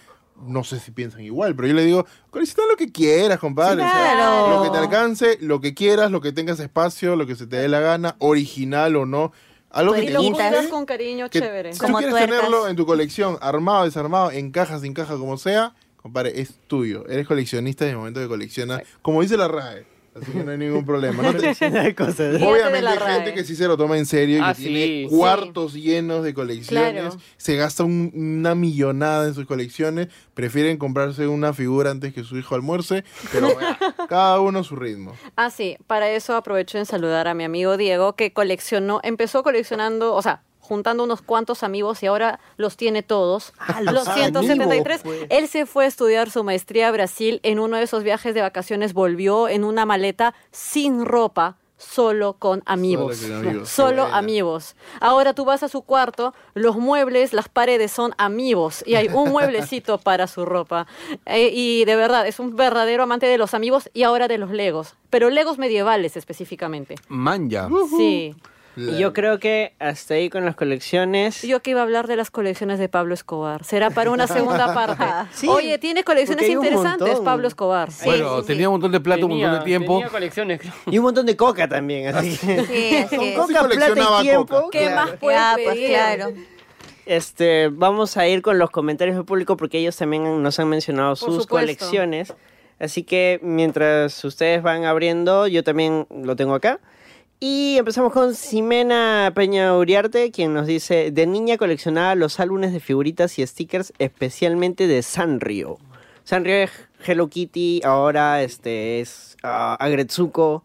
no sé si piensan igual, pero yo le digo, colecciona lo que quieras, compadre. o sea, Claro. lo que te alcance, lo que quieras, lo que tengas espacio, lo que se te dé la gana, original o no. Algo que Y te lo Tuerquitas. guste juntas con cariño que chévere. Si tú Como quieres tuercas. tenerlo en tu colección, armado, desarmado, en caja, sin caja, como sea, compadre, es tuyo. Eres coleccionista en el momento que coleccionas, como dice la RAE. Así que no hay ningún problema. No te- Una cosa de- de Obviamente la hay RAE. gente que sí se lo toma en serio y Ah, que tiene sí. cuartos llenos de colecciones. Claro. Se gasta un- una millonada en sus colecciones. Prefieren comprarse una figura antes que su hijo almuerce. Pero bueno, cada uno a su ritmo. Ah, sí, para eso aprovecho en saludar a mi amigo Diego, que coleccionó, empezó coleccionando, o sea, juntando unos cuantos amigos y ahora los tiene todos. Ah, los los 173. amigos, pues. Él se fue a estudiar su maestría a Brasil. En uno de esos viajes de vacaciones volvió en una maleta sin ropa. Solo con amigos. con amigos. Solo Buena. amigos. Ahora tú vas a su cuarto, los muebles, las paredes son amigos y hay un mueblecito para su ropa. Eh, y de verdad, es un verdadero amante de los amigos y ahora de los legos, pero legos medievales específicamente. Manja. Mm, Sí. Y yo creo que hasta ahí con las colecciones. Yo que iba a hablar de las colecciones de Pablo Escobar. Será para una segunda parte. Sí, Oye, tiene colecciones porque hay un interesantes, montón. Pablo Escobar. Sí, bueno, sí, sí. tenía un montón de plata, un montón de tenía- tiempo. tenía colecciones, creo. Y un montón de coca también, así que- Sí, así Con es. Sí coca, plata coleccionaba y tiempo. coca. ¿Qué claro. más puedes Ya, pues pedir? claro. Este, vamos a ir con los comentarios del público porque ellos también han- nos han mencionado sus supuesto. colecciones. Así que mientras ustedes van abriendo, yo también lo tengo acá. Y empezamos con Ximena Peña Uriarte, quien nos dice, de niña coleccionaba los álbumes de figuritas y stickers, especialmente de Sanrio. Sanrio es Hello Kitty, ahora este es ah, Agretsuko.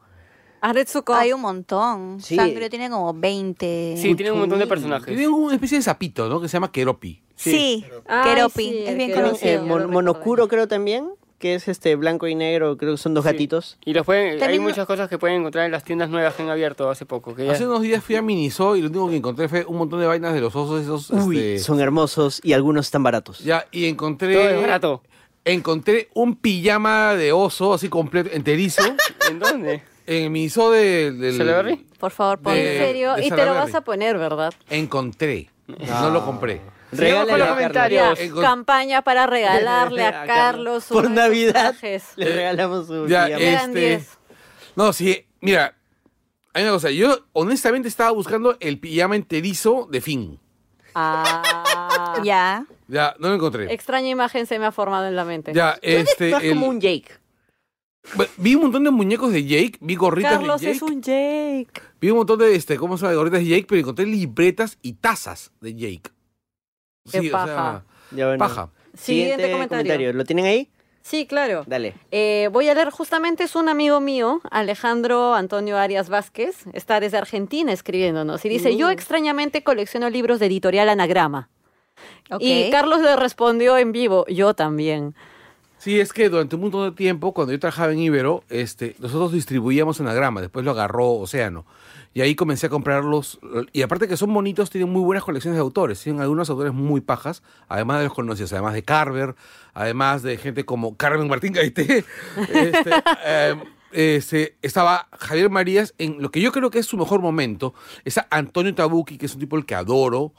Aretsuko. Hay un montón. Sí. Sangre tiene como 20. Sí, tiene un montón de personajes. Tiene una especie de sapito, ¿no? Que se llama Keropi. Sí, Ay, Keropi. sí, es el bien Keropi. conocido. Eh, ya lo Mon- recordé. Monokuro creo también, que es este blanco y negro, creo que son dos Sí. gatitos. Y los pueden, hay También no- muchas cosas que pueden encontrar en las tiendas nuevas que han abierto hace poco. Que ya- Hace unos días fui a Miniso y lo único que encontré fue un montón de vainas de los osos esos. Uy, este, son hermosos y algunos están baratos. Ya, y encontré. Todo es barato. Encontré un pijama de oso así completo, enterizo, ¿En dónde? en el Miniso de- del. ¿Celebrity? Por favor, pon De- en serio. de Y te lo Salaberry. vas a poner, ¿verdad? Encontré. Ah. No lo compré. Regálale Sigamos con los a Carlos. Ya, comentarios. Encon- campaña para regalarle a A Carlos uno Por de sus Navidad trajes. le regalamos un Ya, pijama. eh, Eran este, 10. No, sí, mira, Hay una cosa, yo honestamente estaba buscando el pijama enterizo de Finn. Ah, Ya. Ya, no lo encontré. extraña imagen se me ha formado en la mente. Ya, este. Tú eres el- como un Jake. Bueno, Vi un montón de muñecos de Jake, vi gorritas Carlos de Jake. es un Jake. Vi un montón de, este, ¿cómo se llama? Gorritas de Jake, pero encontré libretas y tazas de Jake. Qué paja. Ya, bueno. paja. Siguiente, comentario. ¿Lo tienen ahí? Sí, claro. Dale. Eh, voy a leer justamente es un amigo mío, Alejandro Antonio Arias Vázquez, está desde Argentina escribiéndonos y dice, yo extrañamente colecciono libros de editorial anagrama. Ok. Y Carlos le respondió en vivo, yo también. Sí, es que durante un montón de tiempo, cuando yo trabajaba en Ibero, este, nosotros distribuíamos anagrama, después lo agarró Océano. Y ahí comencé a comprarlos. Y aparte que son bonitos, tienen muy buenas colecciones de autores. Tienen algunos autores muy pajas, además de los conocidos, además de Carver, además de gente como Carmen Martín Gaité. Este, em, este, estaba Javier Marías en lo que yo creo que es su mejor momento. Está Antonio Tabucchi, que es un tipo el que adoro,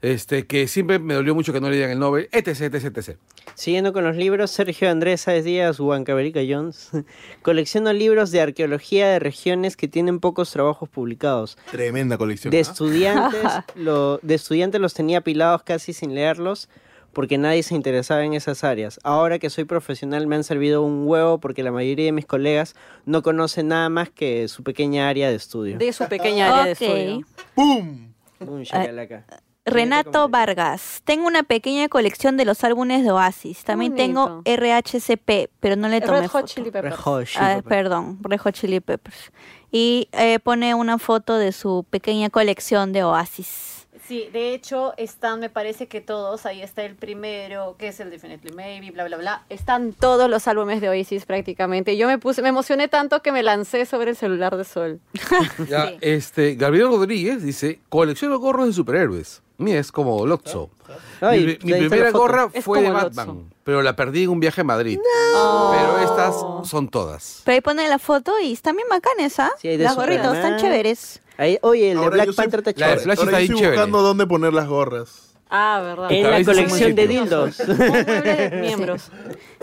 este, que siempre me dolió mucho que no le dieran el Nobel, etc, etc, etc. Siguiendo con los libros, Sergio Andrés Sáez Díaz, Huancabelica Jones. Colecciono libros de arqueología de regiones que tienen pocos trabajos publicados. Tremenda colección. De ¿ah? estudiantes, lo, de estudiantes los tenía apilados casi sin leerlos porque nadie se interesaba en esas áreas. Ahora que soy profesional me han servido un huevo porque la mayoría de mis colegas no conocen nada más que su pequeña área de estudio. De su pequeña área de Ok. estudio. ¡Pum! Un Ah, chacalaca. Renato Vargas. Tengo una pequeña colección de los álbumes de Oasis. También bonito. tengo RHCP, pero no le tomé Red foto. Hot Chili Peppers. Rejoshi, Ah, papá. perdón, Red Hot Chili Peppers. Y eh, pone una foto de su pequeña colección de Oasis. Sí, de hecho, están, me parece que todos, ahí está el primero, que es el Definitely Maybe, bla, bla, bla. Están todos los álbumes de Oasis prácticamente. Yo me puse, me emocioné tanto que me lancé sobre el celular de Sol. Ya, este, Gabriel Rodríguez dice, colecciono gorros de superhéroes. Mira, es como Lotso. Ay, mi ahí mi está la primera foto. gorra Es fue de como Lotso. Batman, pero la perdí en un viaje a Madrid. Pero estas son todas. Pero ahí pone la foto y están bien bacanes, ¿ah? Sí, hay de Las gorritas Superman. están chéveres. Ahí- oye, el de Ahora Black yo soy- Panther está La de chévere. Flash Ahora está yo ahí estoy chévere. buscando dónde poner las gorras. Ah, verdad. En Tal la vez es un colección de municipio. dildos. Un mueble de miembros.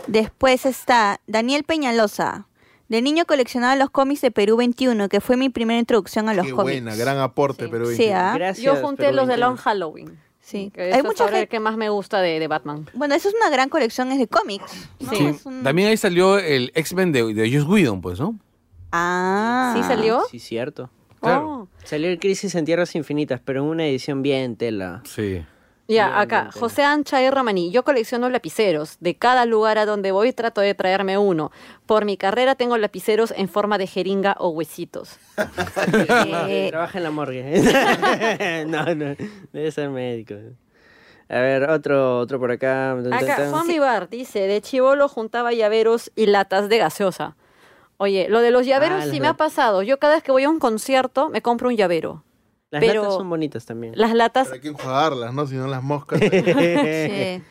Después está Daniel Peñalosa. De niño coleccionaba los cómics de Perú 21, que fue mi primera introducción a los Qué cómics. buena, gran aporte, Sí. pero Sí, ¿ah? Gracias, Yo junté Perú los de 21. Long Halloween. Sí. que Hay eso es mucha ahora el gente. que más me gusta de, de Batman. Bueno, eso es una gran colección, es de cómics. ¿no? Sí. Es un- También ahí salió el X-Men de, de Joss Whedon, pues, ¿no? Ah. ¿Sí salió? Sí, cierto. Claro. Oh. Salió el Crisis en Tierras Infinitas, pero en una edición bien tela. Sí. Ya, acá, José Ancha y Ramaní. Yo colecciono lapiceros. De cada lugar a donde voy trato de traerme uno. Por mi carrera tengo lapiceros en forma de jeringa o huesitos. Eh, Trabaja en la morgue. no, no, debe ser médico. A ver, otro, otro por acá. Acá, Juan Vivar dice, de chivolo juntaba llaveros y latas de gaseosa. Oye, lo de los llaveros Ah, sí las me ha latas. pasado. Yo cada vez que voy a un concierto me compro un llavero. Las pero- latas son bonitas también. Las latas... Para que enjuagarlas, ¿no? Si no las moscas. sí.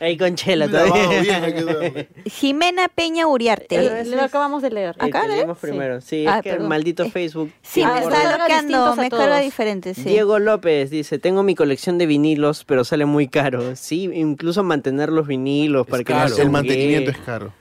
Ahí con chela Un lavado todavía. bien hay que darle. Jimena Peña eh, Uriarte. Pero ese lo es- acabamos de leer. El Acá, que ¿no? leímos Sí. Eh, primero. Sí, Ah, es que el perdón. mordito Facebook. Sí, Ah, me bueno. está Carga bloqueando, distintos a me carga todos. diferente, sí. Diego López dice, tengo mi colección de vinilos, pero sale muy caro. Sí, incluso mantener los vinilos para que no caro. se El Claro. mantenimiento es juguee. caro.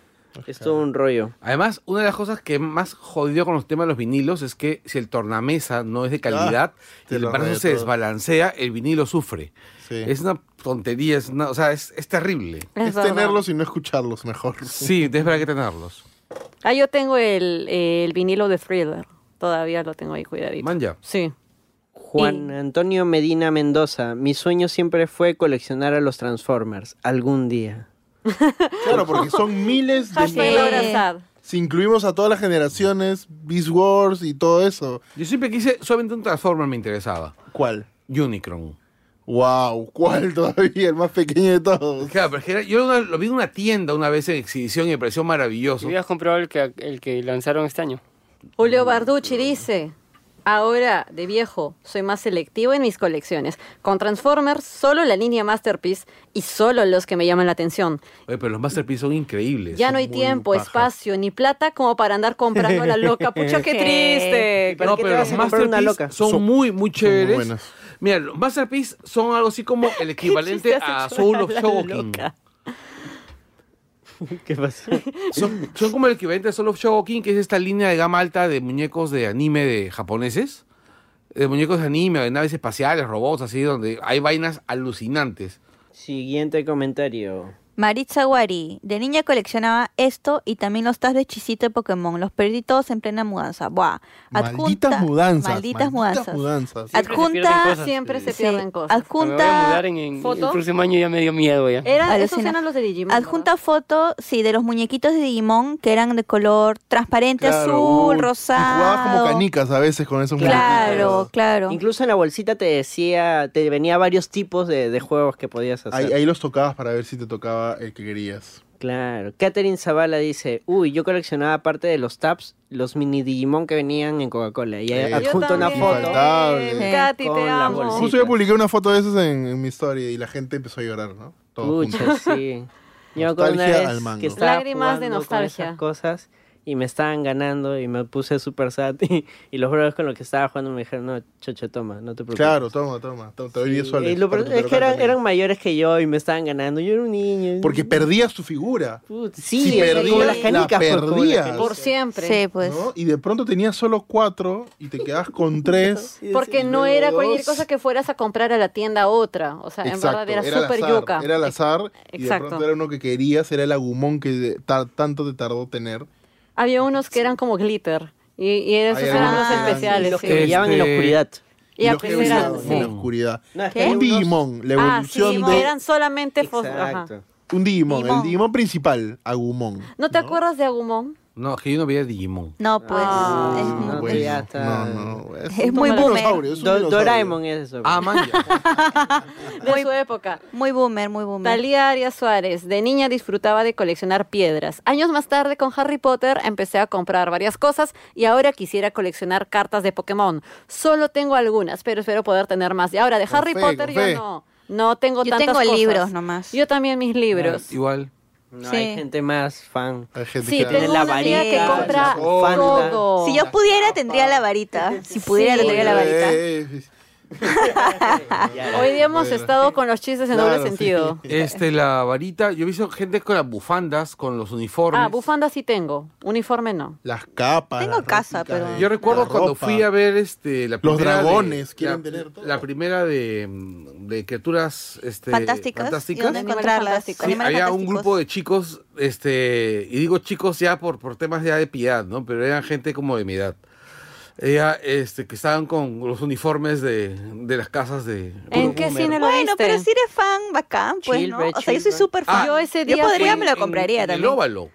Es todo un rollo. Además, una de las cosas que más jodió con los temas de los vinilos es que si el tornamesa no es de calidad, y te el lo brazo raya se todo. desbalancea, el vinilo sufre. Sí. Es una tontería, es una- o sea, es, es terrible. Es Es verdad. tenerlos y no escucharlos mejor. Sí, es verdad que tenerlos. Ah, yo tengo el, el vinilo de Thriller. Todavía lo tengo ahí cuidadito. Man, ya. Sí. Juan Antonio Medina Mendoza, mi sueño siempre fue coleccionar a los Transformers, algún día. Claro, porque son miles de Hashtag Sí. Laura Sad. Si incluimos a todas las generaciones, Beast Wars y todo eso. Yo siempre quise, solamente un Transformer me interesaba. ¿Cuál? Unicron. Wow, ¿cuál todavía? El más pequeño de todos. Claro, pero es que era- yo una- lo vi en una tienda una vez en exhibición y me pareció maravilloso. Hubieras comprado el que, el que lanzaron este año. Julio Barducci dice, ahora de viejo soy más selectivo en mis colecciones. Con Transformers solo la línea Masterpiece y solo los que me llaman la atención. Oye, pero los Masterpiece son increíbles. Ya no hay Son muy tiempo, paja. espacio ni plata como para andar comprando la loca. Pucha, qué triste. Eh, ¿Para no, qué te pero vas los a comprar una Masterpiece loca? son, Son- muy, muy muy chéveres. buenos. Mira, los Masterpiece son algo así como el equivalente Chiste has a hecho Soul of la Shocking. loca. ¿Qué pasó? Son, son como el equivalente de Soul of Shogokin, que es esta línea de gama alta de muñecos de anime de japoneses. De muñecos de anime, de naves espaciales, robots, así, donde hay vainas alucinantes. Siguiente comentario. Maritza Wari, de niña coleccionaba esto y también los tas de chisito de Pokémon. Los perdí todos en plena mudanza. Buah. Malditas mudanzas. Malditas mudanzas. mudanzas. Siempre se pierden Adjunta- cosas. Siempre se Sí. pierden cosas. Me voy a mudar Adjunta, en, en- ¿Foto? el próximo año ya me dio miedo ya. Eh, Eran, esos Alucina. eran los de Digimon. adjunta foto, sí, de los muñequitos de Digimon que eran de color transparente, Claro, azul, uh, Y rosado. jugabas como canicas a veces con esos Claro, muñequitos. claro. Incluso en la bolsita te decía, te venía varios tipos de, de juegos que podías hacer. Ahí, ahí los tocabas para ver si te tocaba el que querías. Claro. Catherine Zavala dice, uy, yo coleccionaba aparte de los tabs, los mini Digimon que venían en Coca-Cola. Y Eh, ¿no? Yo adjunto una también, foto. Infaltable. Katy, Con te la amo. bolsita. Justo yo publiqué una foto de esas en, en mi historia y la gente empezó a llorar, ¿no? Todo junto. Pucha, sí. Yo me acuerdo una Nostalgia vez al mango. que estaba Lágrimas de jugando nostalgia. Con esas cosas y me estaban ganando y me puse súper sad y, y los brothers con los que estaba jugando me dijeron, no, chocho, toma, no te preocupes. Claro, toma, toma. to- Te doy Sí, 10 soles. y lo para peor tu es que peluca eran, también. eran mayores que yo y me estaban ganando. Yo era un niño. Porque perdías tu figura. Put- si sí, o sea, perdías, como las canicas. la pues, como las perdías. canicas. Por siempre. Sí, pues. ¿no? Y de pronto tenías solo cuatro y te quedabas con tres. Porque no era cualquier cosa que fueras a comprar a la tienda a otra. O sea, Exacto, en verdad era, al súper azar, yuca. Era al azar. Y de Exacto. pronto era uno que querías, era el agumón que de- ta- tanto te tardó tener. Había unos que eran como glitter. Y, y esos Hay eran algunos los que eran- especiales. Y los que sí. brillaban en la Este- oscuridad. Y a los que pesar- brillaban sí. en la oscuridad. No, es que ¿Qué? hay Un unos- Digimon, la Ah, evolución sí, de. que eran solamente fos- ajá. Exacto. Un Digimon, Digimon. el Digimon principal, Agumon. ¿No te acuerdas de Agumon? No, es que yo no veía Digimon. No, pues. Ah, es no, muy- pues. ya está. No, no, Es muy un boomer. dinosaurio, es un Do- dinosaurio. Doraemon es eso. Ah, man, ya. De su época. Muy boomer, muy boomer. Talía Arias Suárez, de niña disfrutaba de coleccionar piedras. Años más tarde con Harry Potter empecé a comprar varias cosas y ahora quisiera coleccionar cartas de Pokémon. Solo tengo algunas, pero espero poder tener más. Y ahora de Con Harry fe, Potter con yo fe. no. No tengo Yo tantas tengo cosas. libros nomás. Yo también mis libros. Igual. No, Sí. hay gente más fan. Hay gente Sí, que- tengo la una amiga que varita, compra la bufanda. todo. Si yo pudiera, tendría la varita. Si pudiera, Sí. tendría la varita. Eh, eh, eh, Hoy día hemos estado con los chistes en doble Claro, sí. sentido. Este, la varita. Yo he visto gente con las bufandas, con los uniformes. Ah, bufanda sí tengo, uniforme no. Las capas. Tengo las casa, réplicas pero- de- Yo recuerdo la cuando ropa. fui a ver este la Los primera de- dragones la, quieren tener todo. la primera de, mm, de criaturas este, Fantásticas. ¿Y dónde Animales encontrarlas? fantásticos. Sí, Animales había un fantásticos. grupo de chicos, este, y digo chicos ya por, por temas ya de piedad, ¿no? Pero eran gente como de mi edad. Era, este, que estaban con los uniformes de, de las casas de... ¿En qué cine lo Bueno, viste? pero si eres fan, bacán, pues, Chill, ¿no? bro, O sea, yo chill, soy bro. súper fan. Ah, Yo ese día Yo podría, fui me lo En- compraría en también. el óvalo.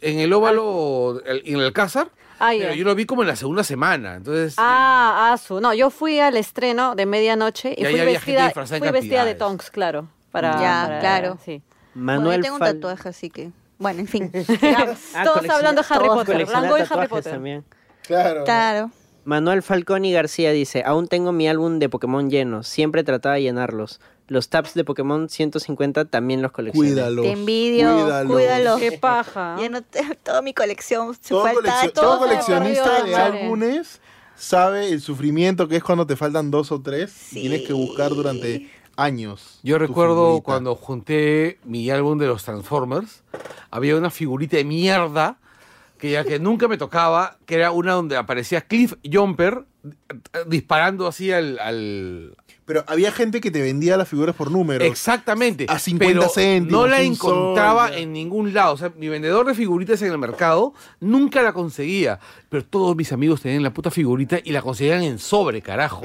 En el óvalo, el- en el Alcázar. Ah, ya. pero yo lo vi como en la segunda semana, entonces... Ah, Asu. No, yo fui al estreno de medianoche y Y ahí fui había gente vestida, disfrazada en fui vestida de cantidades. tonks, claro. Para, Ya, para- claro. sí. Bueno, Manuel yo tengo un Fal- tatuaje, así que... Bueno, en fin. Ah, todos colecciona- hablando de Harry todos Potter. coleccionan Blanco y Harry tatuajes Potter. también. Claro. claro. Manuel Falconi García dice, aún tengo mi álbum de Pokémon lleno, siempre trataba de llenarlos. Los tabs de Pokémon 150 también los coleccioné. Cuídalos. Te envidio, cuídalo. Qué paja. Ya no te- toda mi colección se Todo, falta. coleccio- todo todo se me coleccionista perdió, de madre. álbumes sabe el sufrimiento que es cuando te faltan dos o tres Sí. y tienes que buscar durante años. Yo tu recuerdo figurita. cuando junté mi álbum de los Transformers, había una figurita de mierda que ya que nunca me tocaba, que era una donde aparecía Cliff Jumper eh, disparando así al... al- Pero había gente que te vendía las figuras por números. Exactamente. a 50 pero céntimos, No la un sol, encontraba ya. en ningún lado. O sea, mi vendedor de figuritas en el mercado nunca la conseguía. Pero todos mis amigos tenían la puta figurita y la conseguían en sobre, carajo.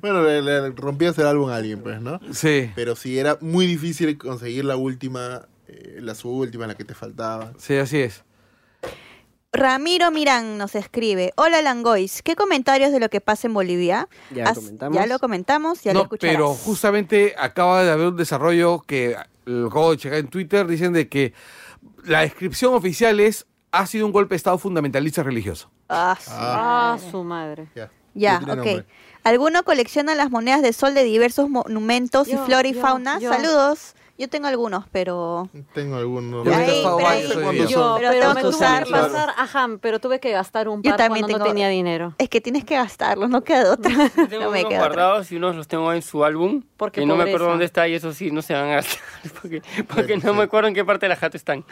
Bueno, le, le rompías el álbum a alguien, pues, ¿no? Sí. Pero sí, era muy difícil conseguir la última, eh, la subúltima, la que te faltaba. Sí, así es. Ramiro Mirán nos escribe, hola Langois, ¿qué comentarios de lo que pasa en Bolivia? Ya Has- comentamos. Ya lo comentamos, ya lo no, escucharás. pero justamente acaba de haber un desarrollo que lo acabo de checar en Twitter, dicen de que la descripción oficial es ha sido un golpe de Estado fundamentalista religioso. Ah, su- Ah, su madre. Ya, Ya, tiene ok. nombre. ¿Alguno colecciona las monedas de sol de diversos monumentos y Yo, flora y yo, fauna? yo. Saludos. Yo tengo algunos, pero... Tengo algunos. Yo he Ahí, gastado pero varios ahí- hoy día. Yo, Pero pero, tengo me que tuve que usarlos. pasar, ajá, pero tuve que gastar un Yo par también cuando no tengo- tenía dinero. Es que tienes que gastarlos, no queda de otra. Tengo no me unos queda otra. guardados y unos los tengo en su álbum. Porque que no me acuerdo pobreza. dónde está y eso sí, no se van a gastar. Porque, porque Bueno, no sí. me acuerdo en qué parte de la jato están.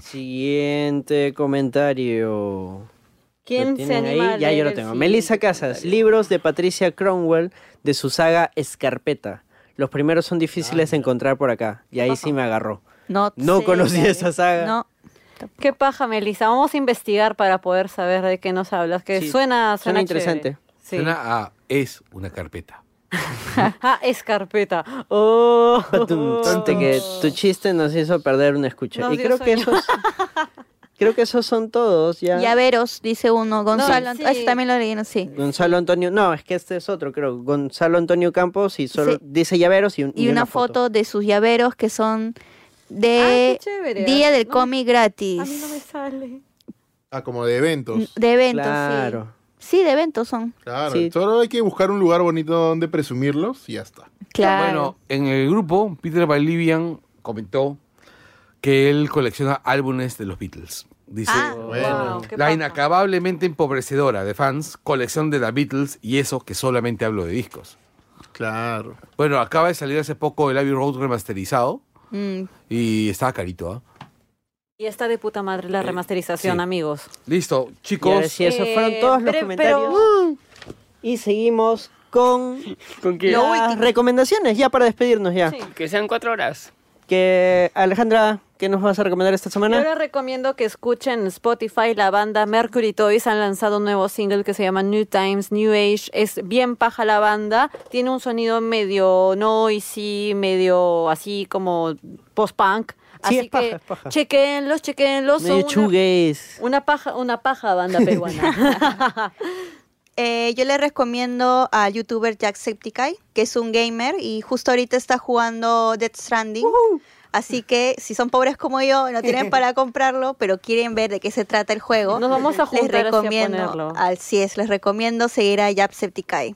Siguiente comentario. ¿Lo ¿Quién se tienen anima a ahí? Ya yo leer lo el tengo. siguiente Melissa Casas, comentario? libros de Patricia Cromwell de su saga Escarpeta. Los primeros son difíciles de encontrar por acá. Y ahí sí me agarró. No, No sé, conocí Gaby. esa saga. No, Qué paja, Melissa. Vamos a investigar para poder saber de qué nos hablas. Que Sí, suena, suena, suena chévere. interesante. Sí. Suena a es una carpeta. ah, escarpeta. Oh. Patum, de que tu chiste nos hizo perder una escucha. Nos y dio creo que sueño. esos creo que esos son todos ya. Llaveros, dice uno. Gonzalo, sí. Ant- eso también lo leí, no, sí. Gonzalo Antonio, no, es que este es otro, creo. Gonzalo Antonio Campos y solo Sí. dice llaveros y, un- Y, una, foto. de sus llaveros que son Ay, de Ah, qué chévere. Día del No me- Cómic A mí no me Gratis. sale. Ah, como de eventos. De eventos, Claro. sí. Sí, de eventos son. Claro. Sí. Solo hay que buscar un lugar bonito donde presumirlos y ya está. Claro. Bueno, en el grupo, Peter Balivian comentó que él colecciona álbumes de los Beatles. Dice, Ah, Bueno. Wow, qué la paja. inacabablemente empobrecedora de fans, colección de la Beatles y eso que solamente hablo de discos. Claro. Bueno, acaba de salir hace poco el Abbey Road remasterizado Mm, y estaba carito, ¿ah? Y está de puta madre Eh, la remasterización, sí. amigos. Listo, Y ahora chicos. sí, esos Eh, fueron todos los pero- comentarios. pero, uh, Y seguimos con Con que, Lo las último. recomendaciones, ya para despedirnos ya. Sí. que sean cuatro horas. Que Alejandra, ¿qué nos vas a recomendar esta Yo semana? les recomiendo que escuchen en Spotify la banda Mercury Toys. Han lanzado un nuevo single que se llama New Times, New Age. Es bien paja la banda. Tiene un sonido medio noisy, medio así como post-punk. Sí, así es paja, que es paja. chequenlos, chequenlos. Medio shoegaze. una paja, una paja banda peruana. eh, yo le recomiendo al youtuber Jacksepticeye, que es un gamer y justo ahorita está jugando Death Stranding. Así que si son pobres como yo, no tienen para comprarlo, pero quieren ver de qué se trata el juego, Nos vamos a juntar así les a recomiendo, ponerlo. así es, les recomiendo seguir a Jacksepticeye.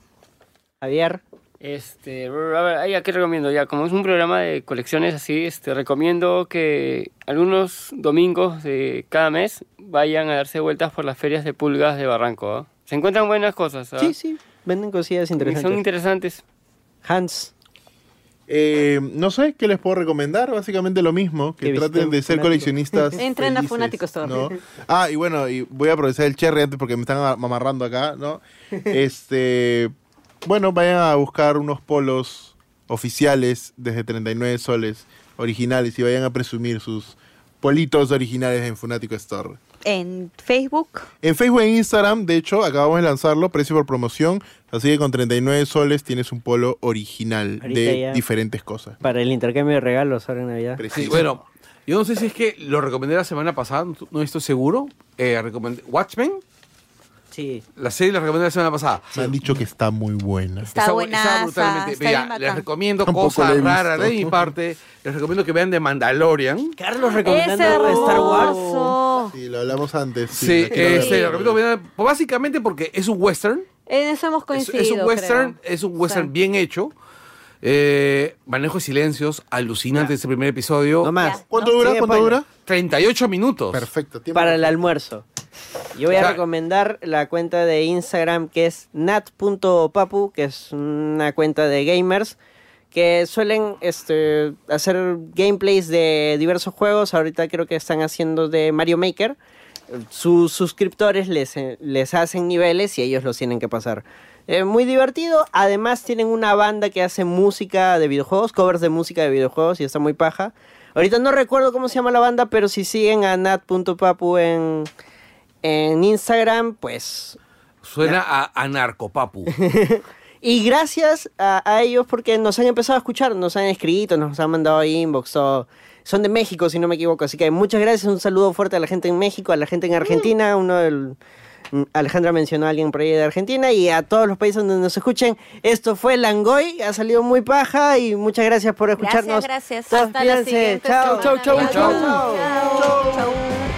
Javier, Este, a ver, ay, ¿a qué recomiendo? Ya, como es un programa de colecciones así, este, recomiendo que algunos domingos de cada mes vayan a darse vueltas por las ferias de pulgas de Barranco. ¿ah? Se encuentran buenas cosas. ¿ah? sí, sí, venden cosillas Y interesantes. Son interesantes. Hans, Eh, no sé qué les puedo recomendar, básicamente lo mismo, que Que traten visiten de ser Fanático. coleccionistas. Entren a felices, Fanático Store. ¿no? Ah, y bueno, y voy a aprovechar el cherry antes porque me están am- amarrando acá, ¿no? Este, bueno, vayan a buscar unos polos oficiales desde 39 soles originales y vayan a presumir sus politos originales en Fanático Store. En Facebook, En Facebook e Instagram, de hecho, acabamos de lanzarlo, precio por promoción, así que con 39 soles tienes un polo original Ahorita de ya. diferentes cosas. para el intercambio de regalos ahora en Navidad. Sí, Preciso. bueno, yo no sé si es que lo recomendé la semana pasada, no- no estoy seguro. Eh, recomendé- Watchmen, Sí. la serie la recomendé la semana pasada. Me han dicho que está muy buena. está, bu- buena. brutalmente- está Mira, bien les bacán. recomiendo Tampoco la he cosas visto. raras de mi parte. Les recomiendo que vean de Mandalorian. Carlos es recomendando Star Wars. hermoso. Sí, lo hablamos antes. Sí, la quiero ver. este, les recomiendo que vean- básicamente porque es un western. En eso hemos Es, coincidido. es un western, creo. es un western Sí. bien hecho. Eh, manejo de silencios, alucinante ese primer episodio. No más. ¿Cuánto No, dura? sigue, ¿Cuánto Pablo. dura? 38 minutos. Perfecto. tiempo Para el perfecto. almuerzo. Yo voy a Claro. recomendar la cuenta de Instagram que es nat.papu, que es una cuenta de gamers que suelen este, hacer gameplays de diversos juegos. Ahorita creo que están haciendo de Mario Maker. Sus suscriptores les, eh, les hacen niveles y ellos los tienen que pasar. Eh, muy divertido. Además tienen una banda que hace música de videojuegos, covers de música de videojuegos y está muy paja. Ahorita no recuerdo cómo se llama la banda, pero si siguen a nat.papu en, en Instagram, pues Suena a, a narcopapu. y gracias a, a ellos porque nos han empezado a escuchar, nos han escrito, nos han mandado inbox. o- son de México, si no me equivoco. Así que muchas gracias. Un saludo fuerte a la gente en México, a la gente en Argentina. Uno del- mm, Alejandra mencionó a alguien por ahí de Argentina y a todos los países donde nos escuchen. Esto fue Langoy. Ha salido muy paja y muchas gracias por escucharnos. gracias. Todos Hasta la cuídense. siguiente Chao. semana. Chau, chau, Adiós. chau. Chao. Chau.